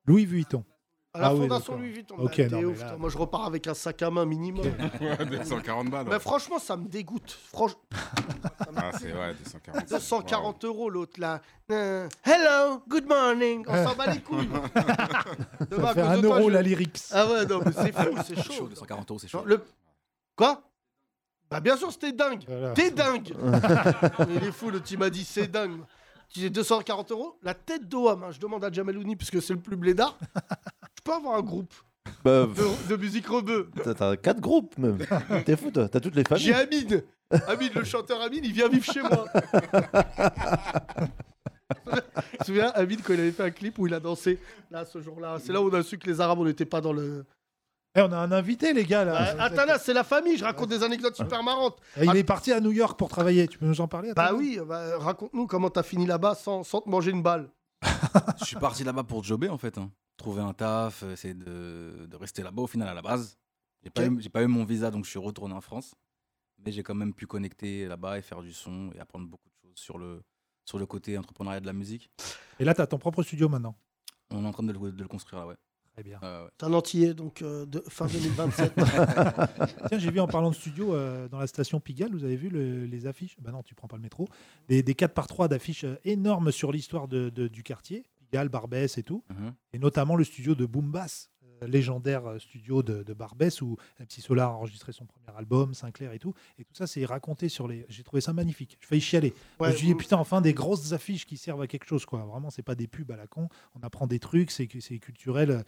Louis Vuitton.
à la
Ah oui,
fondation
d'accord.
Louis Vuitton.
Ok,
Bah, t'es
non, mais
ouf,
là-
toi. Moi, je repars avec un sac à main minimum.
Ouais, 240 balles, ouais.
Mais franchement, ça me dégoûte. Franch-
Ah, c'est ouais, 240.
240 euros l'autre là. Euh, hello, good morning. On s'en bat les couilles.
Ça
Demain, à
va faire
cause
un
de toi,
euro
je-
la lyrics.
Ah ouais, non, mais c'est fou, c'est chaud.
240 euros, c'est
Non,
chaud.
le... Quoi Bah bien sûr, c'était dingue. T'es dingue. Mais Il est fou, le petit m'a dit c'est dingue. Tu dis 240 euros La tête d'Oham, hein, je demande à Jamalouni, puisque c'est le plus blédard. Je peux avoir un groupe
Bah,
de, de musique rebeu
T'as- T'as 4 groupes même. T'es fou, toi. T'as toutes les familles.
J'ai Amine. Amine, le chanteur Amine, il vient vivre chez moi. Tu te souviens, Amine, quand il avait fait un clip où il a dansé, là, ce jour-là, c'est là où on a su que les Arabes, on n'était pas dans le.
Eh, on a un invité, les gars, là.
Ah, Athanas, c'est la famille, je raconte des anecdotes super marrantes. Ah.
Eh, Il est parti à New York pour travailler. Tu peux nous en parler
Bah
Athanas
oui, bah, raconte-nous comment t'as fini là-bas sans, sans te manger une balle.
Je suis parti là-bas pour jobber en fait. hein. Trouver un taf, euh, essayer de, de rester là-bas au final à la base. J'ai pas,
Ok.
eu- j'ai pas eu mon visa donc je suis retourné en France. Mais j'ai quand même pu connecter là-bas et faire du son et apprendre beaucoup de choses sur le, sur le côté entrepreneuriat de la musique.
Et là, t'as ton propre studio maintenant.
On est en train de le, de le construire là, ouais.
Très bien.
T'es un antillais, donc euh, de fin 2027.
Tiens, j'ai vu en parlant de studio euh, dans la station Pigalle, vous avez vu le- les affiches Bah non, tu prends pas le métro. Des, des 4 par 3 d'affiches euh, énormes sur l'histoire de- de- du quartier, Pigalle, Barbès et tout.
Mhm.
Et notamment le studio de Boom Bass, euh, légendaire euh, studio de, de Barbès où MC Solar a enregistré son premier album, Sinclair et tout. Et tout ça, c'est raconté sur les. J'ai trouvé ça magnifique. Je failli chialer.
Ouais,
je me suis dit,
vous-
putain, enfin, des grosses affiches qui servent à quelque chose, quoi. Vraiment, c'est pas des pubs à la con. On apprend des trucs, c'est c'est culturel.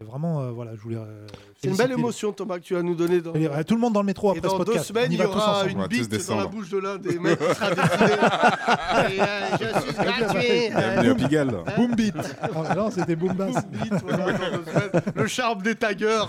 Et vraiment, euh, voilà, je voulais. euh,
C'est une
féliciter
belle
les-
émotion, Thomas, que tu vas nous donner. Dans...
Allez, tout le monde dans le métro
Et
après
dans
ce
deux
podcast.
semaines,
On
il
y
y
va tous
aura
ensemble.
On
une
va tous
bite dans la
descendre.
bouche de l'un des mecs qui sera décidé. Et, euh, je suis gratuit.
Bienvenue à Pigalle.
Boom beat. non, c'était boom bass.
le charme des taggers.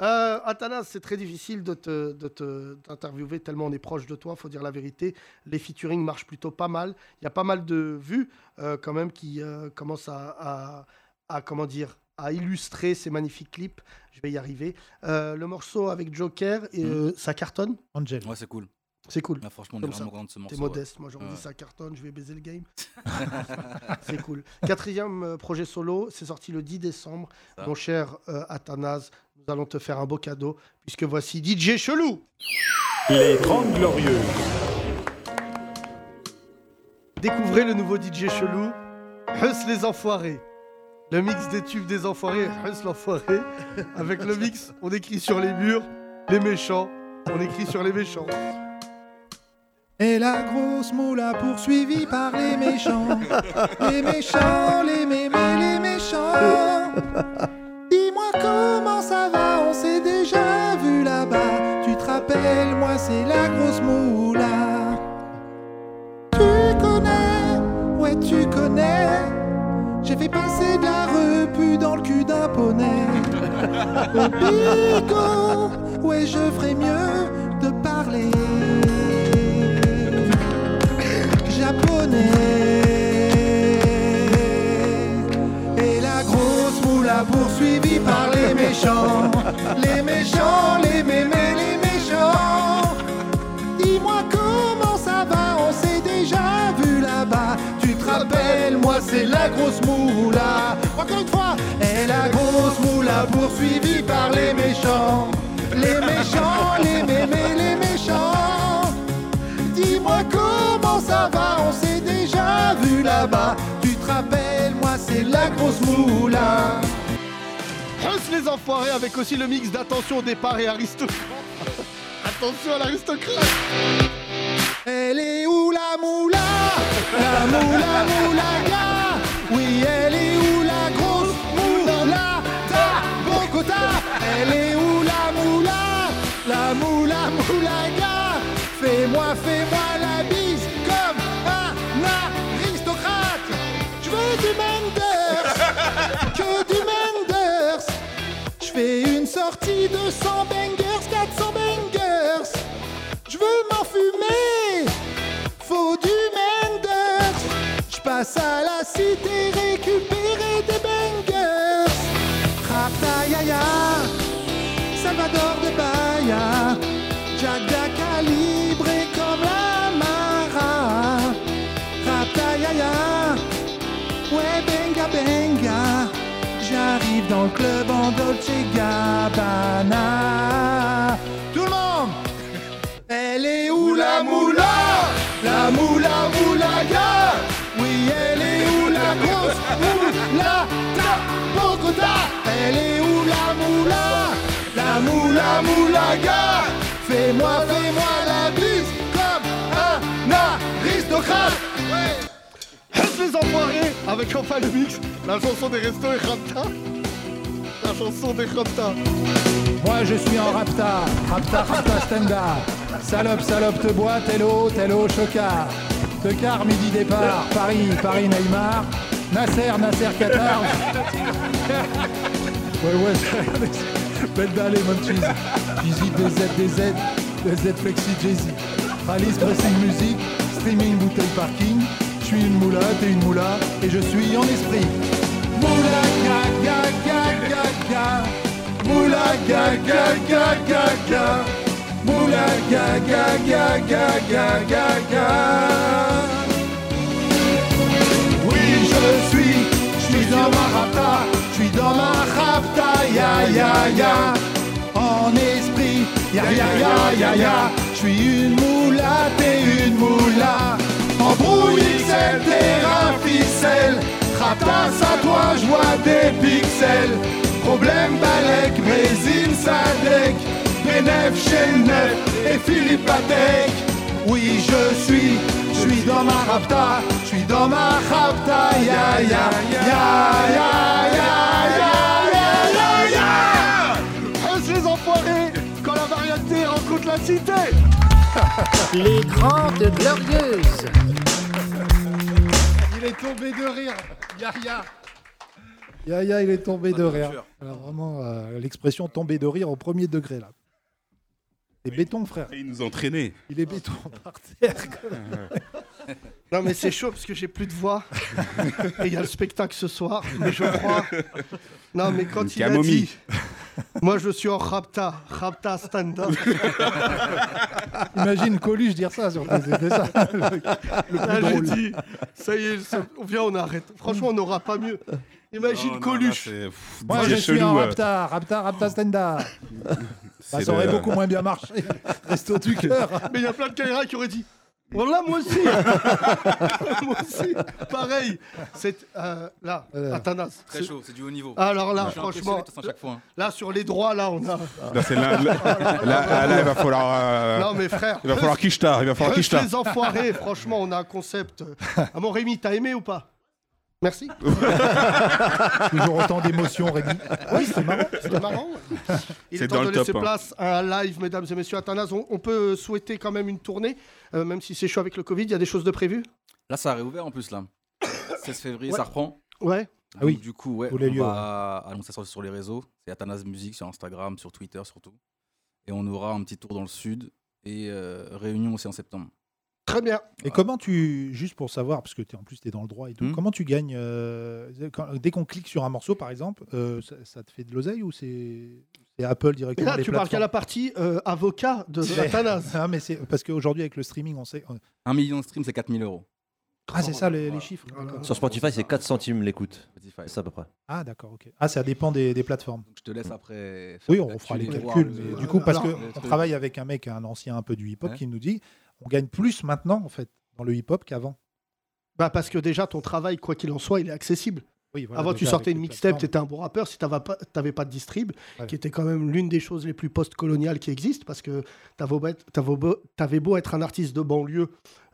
Euh, Athanas, c'est très difficile de te, de te- d'interviewer tellement on est proche de toi, faut dire la vérité. Les featuring marchent plutôt pas mal. Il y a pas mal de vues euh, quand même qui euh, commencent à, à- à, comment dire à illustrer ces magnifiques clips. Je vais y arriver. Euh, le morceau avec Joker,
Mm.
et, euh, ça cartonne.
Angel.
Hmm. Ouais, c'est cool.
C'est cool.
Ah, franchement, on
Comme
est vraiment
ça.
content de ce morceau.
T'es modeste,
ouais.
moi j'aurais
Ouais.
dit ça cartonne, je vais baiser le game. c'est cool. Quatrième euh, projet solo, c'est sorti le 10 décembre.
Ça.
Mon cher euh, Athanase, nous allons te faire un beau cadeau, puisque voici DJ Chelou.
Les 30 Glorieux.
Découvrez le nouveau DJ Chelou, Huss les enfoirés. Le mix des tubes des enfoirés, Huss l'enfoiré. Avec le mix, on écrit sur les murs, les méchants, On écrit sur les méchants.
Et la grosse moula poursuivie par les méchants. les méchants, les mémés, les méchants. Dis-moi comment ça va, on s'est déjà vu là-bas. Tu te rappelles, moi c'est la grosse moula. Tu connais, ouais tu connais. J'ai fait passer de la repu dans le cul d'un poney. Au bigot, ouais je ferais mieux de parler. japonais. Et la grosse moula poursuivie par les méchants. Les méchants, les mémés, les méchants. Dis-moi comment ça va, on s'est déjà vu là-bas. Tu te rappelles, moi c'est la grosse moula. Encore une fois, et la grosse moula poursuivie par les méchants. Les méchants, les mémés, les méchants. Dis-moi comment ça va, on s'est déjà vu là-bas. Tu te rappelles, moi c'est la grosse moula.
Huss les enfoirés avec aussi le mix d'attention au départ et aristocrate. Attention à l'aristocrate.
Elle est où la moula La moula moulaga Oui, elle est où la grosse moula Ta Bogota Elle est où la moula La moula moulaga Fais-moi, fais-moi la bise comme un aristocrate Je veux du Menders Que du Menders Je fais une sortie de 100 bangers, 400 bangers je veux m'enfumer, faut du Menders. Je passe à la cité récupérer des bangers. Raptaïaïa, Salvador de Bahia, Jagda calibré comme la Mara. Raptaïaïa, ouais benga benga. J'arrive dans le club en Dolce Gabbana. Tout le monde elle est où la moula La moula moulaga Oui, elle est où la grosse moula Ta Bogota Elle est où la moula La moula moulaga Fais-moi, fais-moi la bise comme un aristocrate
Huss les enfoirés avec enfin le mix. La chanson des restos et Rapta. La chanson des Rapta.
Moi je suis en rapta, rapta, rapta, stenda. Salope, salope, te bois, tello, tello, chocard. Te car, midi départ, Paris, Paris, Neymar. Nasser, Nasser, Qatar. Ouais, ouais, c'est- belle d'aller, mon cheese. Visite des Z, des Z, des Z Flexi Jay-Z. Alice Pressing Music, streaming bouteille parking. Je suis une moula, t'es une moula, et je suis en esprit. Moula, ga, ga, ga, ga, ga. Moula, ga, ga, ga, ga, ga. Moula, ga, ga, ga, ga, ga, ga, ga. Oui, je suis, je suis dans ma rapta, je suis dans ma rapta, ya ya ya. En esprit, ya ya ya ya ya. Je suis une moula, t'es une moula. Embrouille XL, terrain, ficelle. Rapace à toi, je vois des pixels. Problème Balek, Brésil, Sadek. Benef, Chenef et Philippe Patek. Oui, je suis, je suis dans ma rapta, je suis dans ma rapta, ya ya ya ya ya ya ya ya ya.
Huss les enfoirés quand la variété rencontre la cité.
Les Grandes Glorieuses.
Il est tombé de rire. Yaya.
Yaya, il est tombé de rire.
sûr.
Alors vraiment, euh, l'expression tomber de rire au premier degré là. C'est béton, frère.
Il nous entraînait.
Il est béton par terre. quand même.
Non mais c'est chaud parce que j'ai plus de voix et il y a le spectacle ce soir. Mais je crois. Non mais quand
Une
il a
camomille.
dit, moi je suis en rapta, rapta stand-up.
Imagine Coluche dire ça sur c'était ça.
Ah,
le- le plus
Là, j'ai
drôle.
dit, ça y est, ça- on vient, on arrête. Franchement, on n'aura pas mieux. Imagine Coluche.
Moi je suis en rapta, rapta, rapta stenda. Bah,
C'est
ça aurait
le-
beaucoup moins bien marché. Resto du cœur.
Mais il y a plein de caméras qui auraient dit Voilà, moi aussi Moi aussi Pareil C'est euh, là, Athanas.
Très chaud, c'est du haut niveau.
Alors là,
Je suis impressionné,
franchement.
de toute façon, à chaque fois, hein.
Là, sur les droits, là, on a.
Là, c'est là, là, là, là, il va falloir. euh,
Non, mais frère.
Il va falloir Kishta. Il va falloir
Eux,
Kishta.
Les enfoirés, franchement, on a un concept. Ah, mon Rémi, t'as aimé ou pas Merci.
Toujours autant d'émotions, Rémi.
Oui, c'est marrant. C'était marrant. Il est,
C'est
temps
dans
de
le
laisser
top, hein.
place à un live, mesdames et messieurs. Athanas, on, on peut souhaiter quand même une tournée, euh, même si c'est chaud avec le Covid. Il y a des choses de prévues
Là, ça a réouvert en plus, là. 16 février,
Ouais.
ça reprend.
Ouais.
Euh,
Donc, Du coup, ouais,
Tous les
on
lieux,
va annoncer ça sur les réseaux. C'est Athanas Musique sur Instagram, sur Twitter surtout. Et on aura un petit tour dans le sud et euh, réunion aussi en septembre.
Très bien.
Et comment tu, juste pour savoir, parce que es, en plus tu es dans le droit et tout,
Hmm.
comment tu gagnes euh, quand- Dès qu'on clique sur un morceau par exemple, euh, ça, ça te fait de l'oseille ou c'est c'est Apple
Et
directement
là,
les
Ah, tu parles qu'à la
plateformes
partie euh, avocat de
C'est-
Athanas.
Ah, mais c'est parce qu'aujourd'hui avec le streaming, on sait. on-
Un million de streams, c'est 4000 euros.
Ah, c'est ça les, les chiffres. d'accord.
Sur Spotify, c'est 4 centimes l'écoute.
Spotify.
C'est ça à peu près.
Ah, d'accord, ok. Ah, ça dépend des, des plateformes.
Je te laisse après.
Oui,
faire
on
l'actu
fera les
et voir
calculs.
le-
mais
le-
du coup, parce
le- le
qu'on
truc.
travaille avec un mec, un ancien un peu du hip-hop,
Ouais.
qui nous dit on gagne plus maintenant, en fait, dans le hip-hop qu'avant.
Bah parce que déjà ton travail, quoi qu'il en soit, il est accessible.
Oui, voilà,
Avant, tu
déjà,
sortais
avec
une
les
mixtape,
plateformes.
t'étais un bon rappeur. Si t'avais pas, t'avais pas de distrib,
Ouais.
qui était quand même l'une des choses les plus post-coloniales qui existent, parce que t'avais beau, être- t'avais beau- t'avais beau être un artiste de banlieue,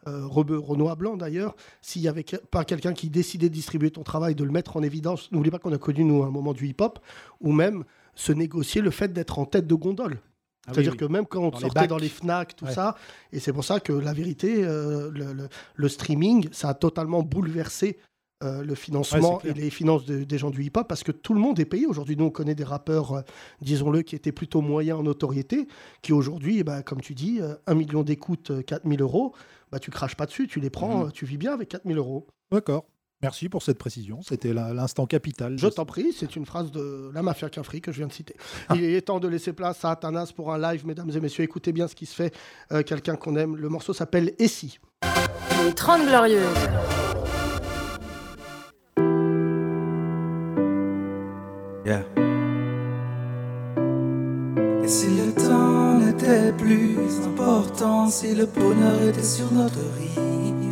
euh, Rebeu- Renoir Blanc d'ailleurs, s'il y avait que- pas quelqu'un qui décidait de distribuer ton travail, de le mettre en évidence, n'oublie pas qu'on a connu, nous, un moment du hip-hop, ou même se négocier le fait d'être en tête de gondole.
Ah
C'est-à-dire
oui,
que
oui.
même quand on
Dans les
sortait
bacs.
dans les FNAC, tout
Ouais.
ça, et c'est pour ça que la vérité, euh, le, le- le streaming, ça a totalement bouleversé euh, le financement
clair.
et les finances de- des gens du hip-hop parce que tout le monde est payé. Aujourd'hui, nous, on connaît des rappeurs, euh, disons-le, qui étaient plutôt moyens en notoriété, qui aujourd'hui, eh ben, comme tu dis, euh, 1 million d'écoutes, euh, 4000 euros, bah, tu craches pas dessus, tu les prends,
Mhm.
euh, tu vis bien avec 4000 euros.
D'accord. Merci pour cette précision. C'était la- l'instant capital.
Je t'en prie, c'est une phrase de la mafia Cafri que je viens de citer.
Ah.
Il est temps de laisser place à Athanas pour un live, mesdames et messieurs. Écoutez bien ce qui se fait. euh, Quelqu'un qu'on aime. Le morceau s'appelle Essie.
Les 30 Glorieuses.
Yeah.
Et si le temps n'était plus important, si le bonheur était sur notre rive,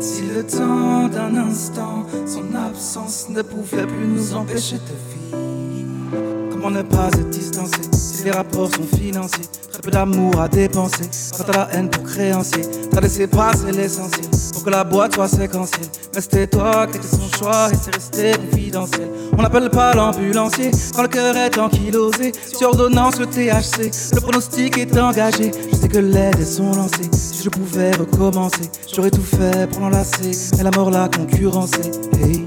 si le temps d'un instant, son absence ne pouvait plus nous empêcher de vivre. Comment ne pas se distancer si les rapports sont financiers, très peu d'amour à dépenser, quand t'as la haine pour créancier, t'as laissé passer l'essentiel pour que la boîte soit séquentielle. Mais c'était toi qui étais son choix et c'est resté confidentiel. On n'appelle pas l'ambulancier quand le cœur est ankylosé. Sur ordonnance, le THC, le pronostic est engagé. Je sais que l'aide est son lancée. Si je pouvais recommencer, j'aurais tout fait pour l'enlacer. Mais la mort l'a concurrencé. Hey.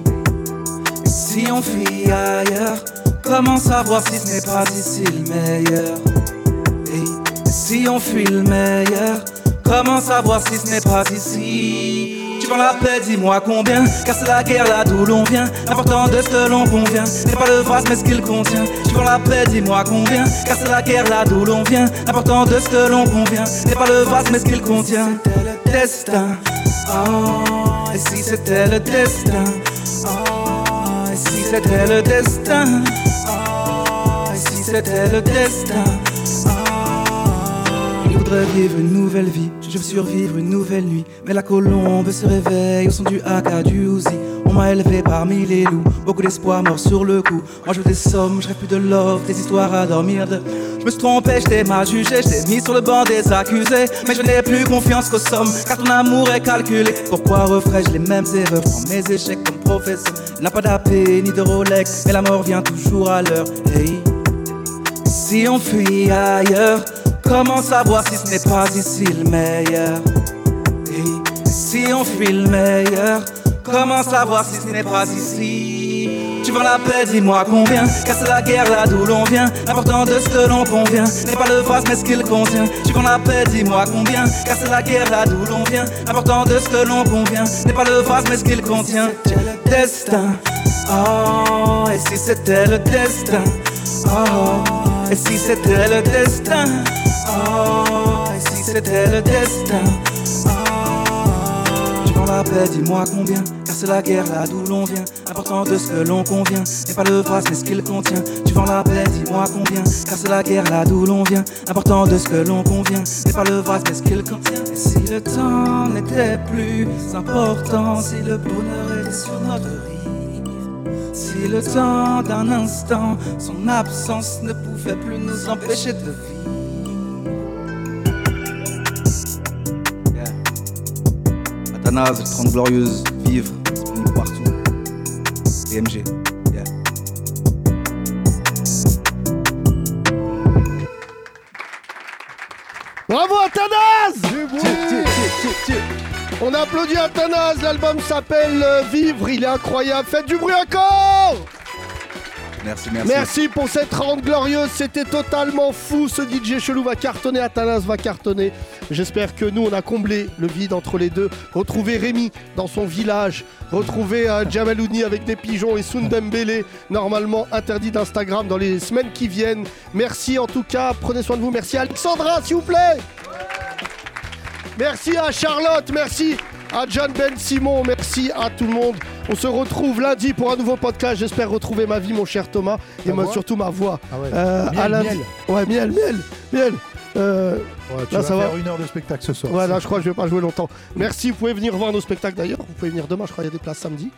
Si on fuit ailleurs, comment savoir si ce n'est pas ici le meilleur Hey. Si on fuit le meilleur, comment savoir si ce n'est pas ici Tu prends la paix, dis-moi combien, car c'est la guerre là d'où l'on vient. L'important de ce que l'on convient, n'est pas le vase mais ce qu'il contient. Tu prends la paix, dis-moi combien, car c'est la guerre là d'où l'on vient. L'important de ce que l'on convient, n'est pas le vase mais ce qu'il contient. C'était le destin, oh, et si c'était le destin, oh, et si c'était le destin, oh, et si c'était le destin. Il voudrait vivre une nouvelle vie, je veux survivre une nouvelle nuit. Mais la colombe se réveille au son du haka du Uzi. On m'a élevé parmi les loups, beaucoup d'espoir mort sur le coup. Moi je veux des sommes, je rêve plus de l'offre, des histoires à dormir de. Je me suis trompé, j'étais mal jugé, j'étais mis sur le banc des accusés. Mais je n'ai plus confiance qu'aux sommes, car ton amour est calculé. Pourquoi referais-je les mêmes erreurs, prends mes échecs comme professeur. N'a pas d'AP ni de Rolex, mais la mort vient toujours à l'heure. Hey. Si on fuit ailleurs, comment savoir si ce n'est pas ici le meilleur Et Si on fuit le meilleur, comment savoir si ce n'est pas ici Tu vends la paix, dis-moi combien, car c'est la guerre là d'où l'on vient. L'important de ce que l'on convient, n'est pas le vase mais ce qu'il contient. Tu vends la paix, dis-moi combien, car c'est la guerre là d'où l'on vient. L'important de ce que l'on convient, n'est pas le vase mais ce qu'il contient. J'ai le destin, oh, et si c'était le destin, oh. Et si c'était le destin Oh, et si c'était le destin Oh, tu vends la paix, dis-moi combien Car c'est c'est la guerre là d'où l'on vient. Important de ce que l'on convient, et pas le phrase mais ce qu'il contient. Tu vends la paix, dis-moi combien, car c'est la guerre là d'où l'on vient. Important de ce que l'on convient, et pas le phrase mais ce qu'il contient. Et si le temps n'était plus important, si le bonheur était sur notre rive, si le temps d'un instant, son absence ne pouvait plus nous empêcher de vivre.
Athanase, 30 glorieuses, vivre, disponible partout. DMG. Yeah.
Bravo Athanas On applaudit Athanas, l'album s'appelle euh, Vivre, il est incroyable, faites du bruit encore
Merci,
merci.
merci.
pour cette rente glorieuse, c'était totalement fou, ce DJ chelou va cartonner, Athanas va cartonner. J'espère que nous on a comblé le vide entre les deux. Retrouvez Rémi dans son village, retrouvez euh, Jamalouni avec des pigeons et Sundembele, normalement interdit d'Instagram dans les semaines qui viennent. Merci en tout cas, prenez soin de vous, merci Alexandra s'il vous plaît Merci à Charlotte, merci à John Ben Simon, merci à tout le monde. On se retrouve lundi pour un nouveau podcast. J'espère retrouver ma vie, mon cher Thomas, et
Ta
moi,
voix
surtout ma voix. Euh,
Ah ouais. Miel,
à la-
miel.
Ouais, miel, miel, miel. Euh,
Ouais, tu
là,
vas
ça va.
faire une heure de spectacle ce soir.
Voilà, je crois que je vais pas jouer longtemps. Merci, vous pouvez venir voir nos spectacles d'ailleurs. Vous pouvez venir demain, je crois qu'il y a des places samedi.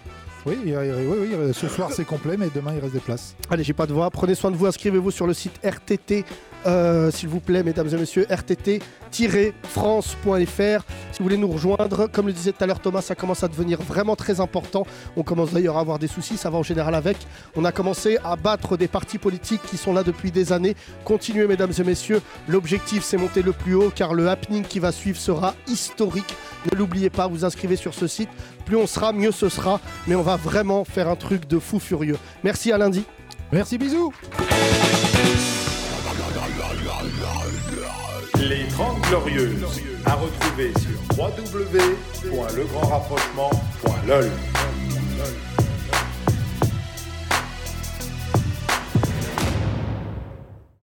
Oui, il y a- il y a- oui, oui, euh, ce soir c'est complet, mais demain il reste des places.
Allez, j'ai pas de voix. Prenez soin de vous. Inscrivez-vous sur le site RTT, euh, s'il vous plaît, mesdames et messieurs, rtt-france.fr. Si vous voulez nous rejoindre, comme le disait tout à l'heure Thomas, ça commence à devenir vraiment très important. On commence d'ailleurs à avoir des soucis, ça va en général avec. On a commencé à battre des partis politiques qui sont là depuis des années. Continuez, mesdames et messieurs. L'objectif, c'est monter le plus haut, car le happening qui va suivre sera historique. Ne l'oubliez pas, vous inscrivez sur ce site. Plus on sera, mieux ce sera. Mais on va vraiment faire un truc de fou furieux. Merci à lundi.
Merci, bisous
Les 30 Glorieuses, à retrouver sur www.legrandrapprochement.lol.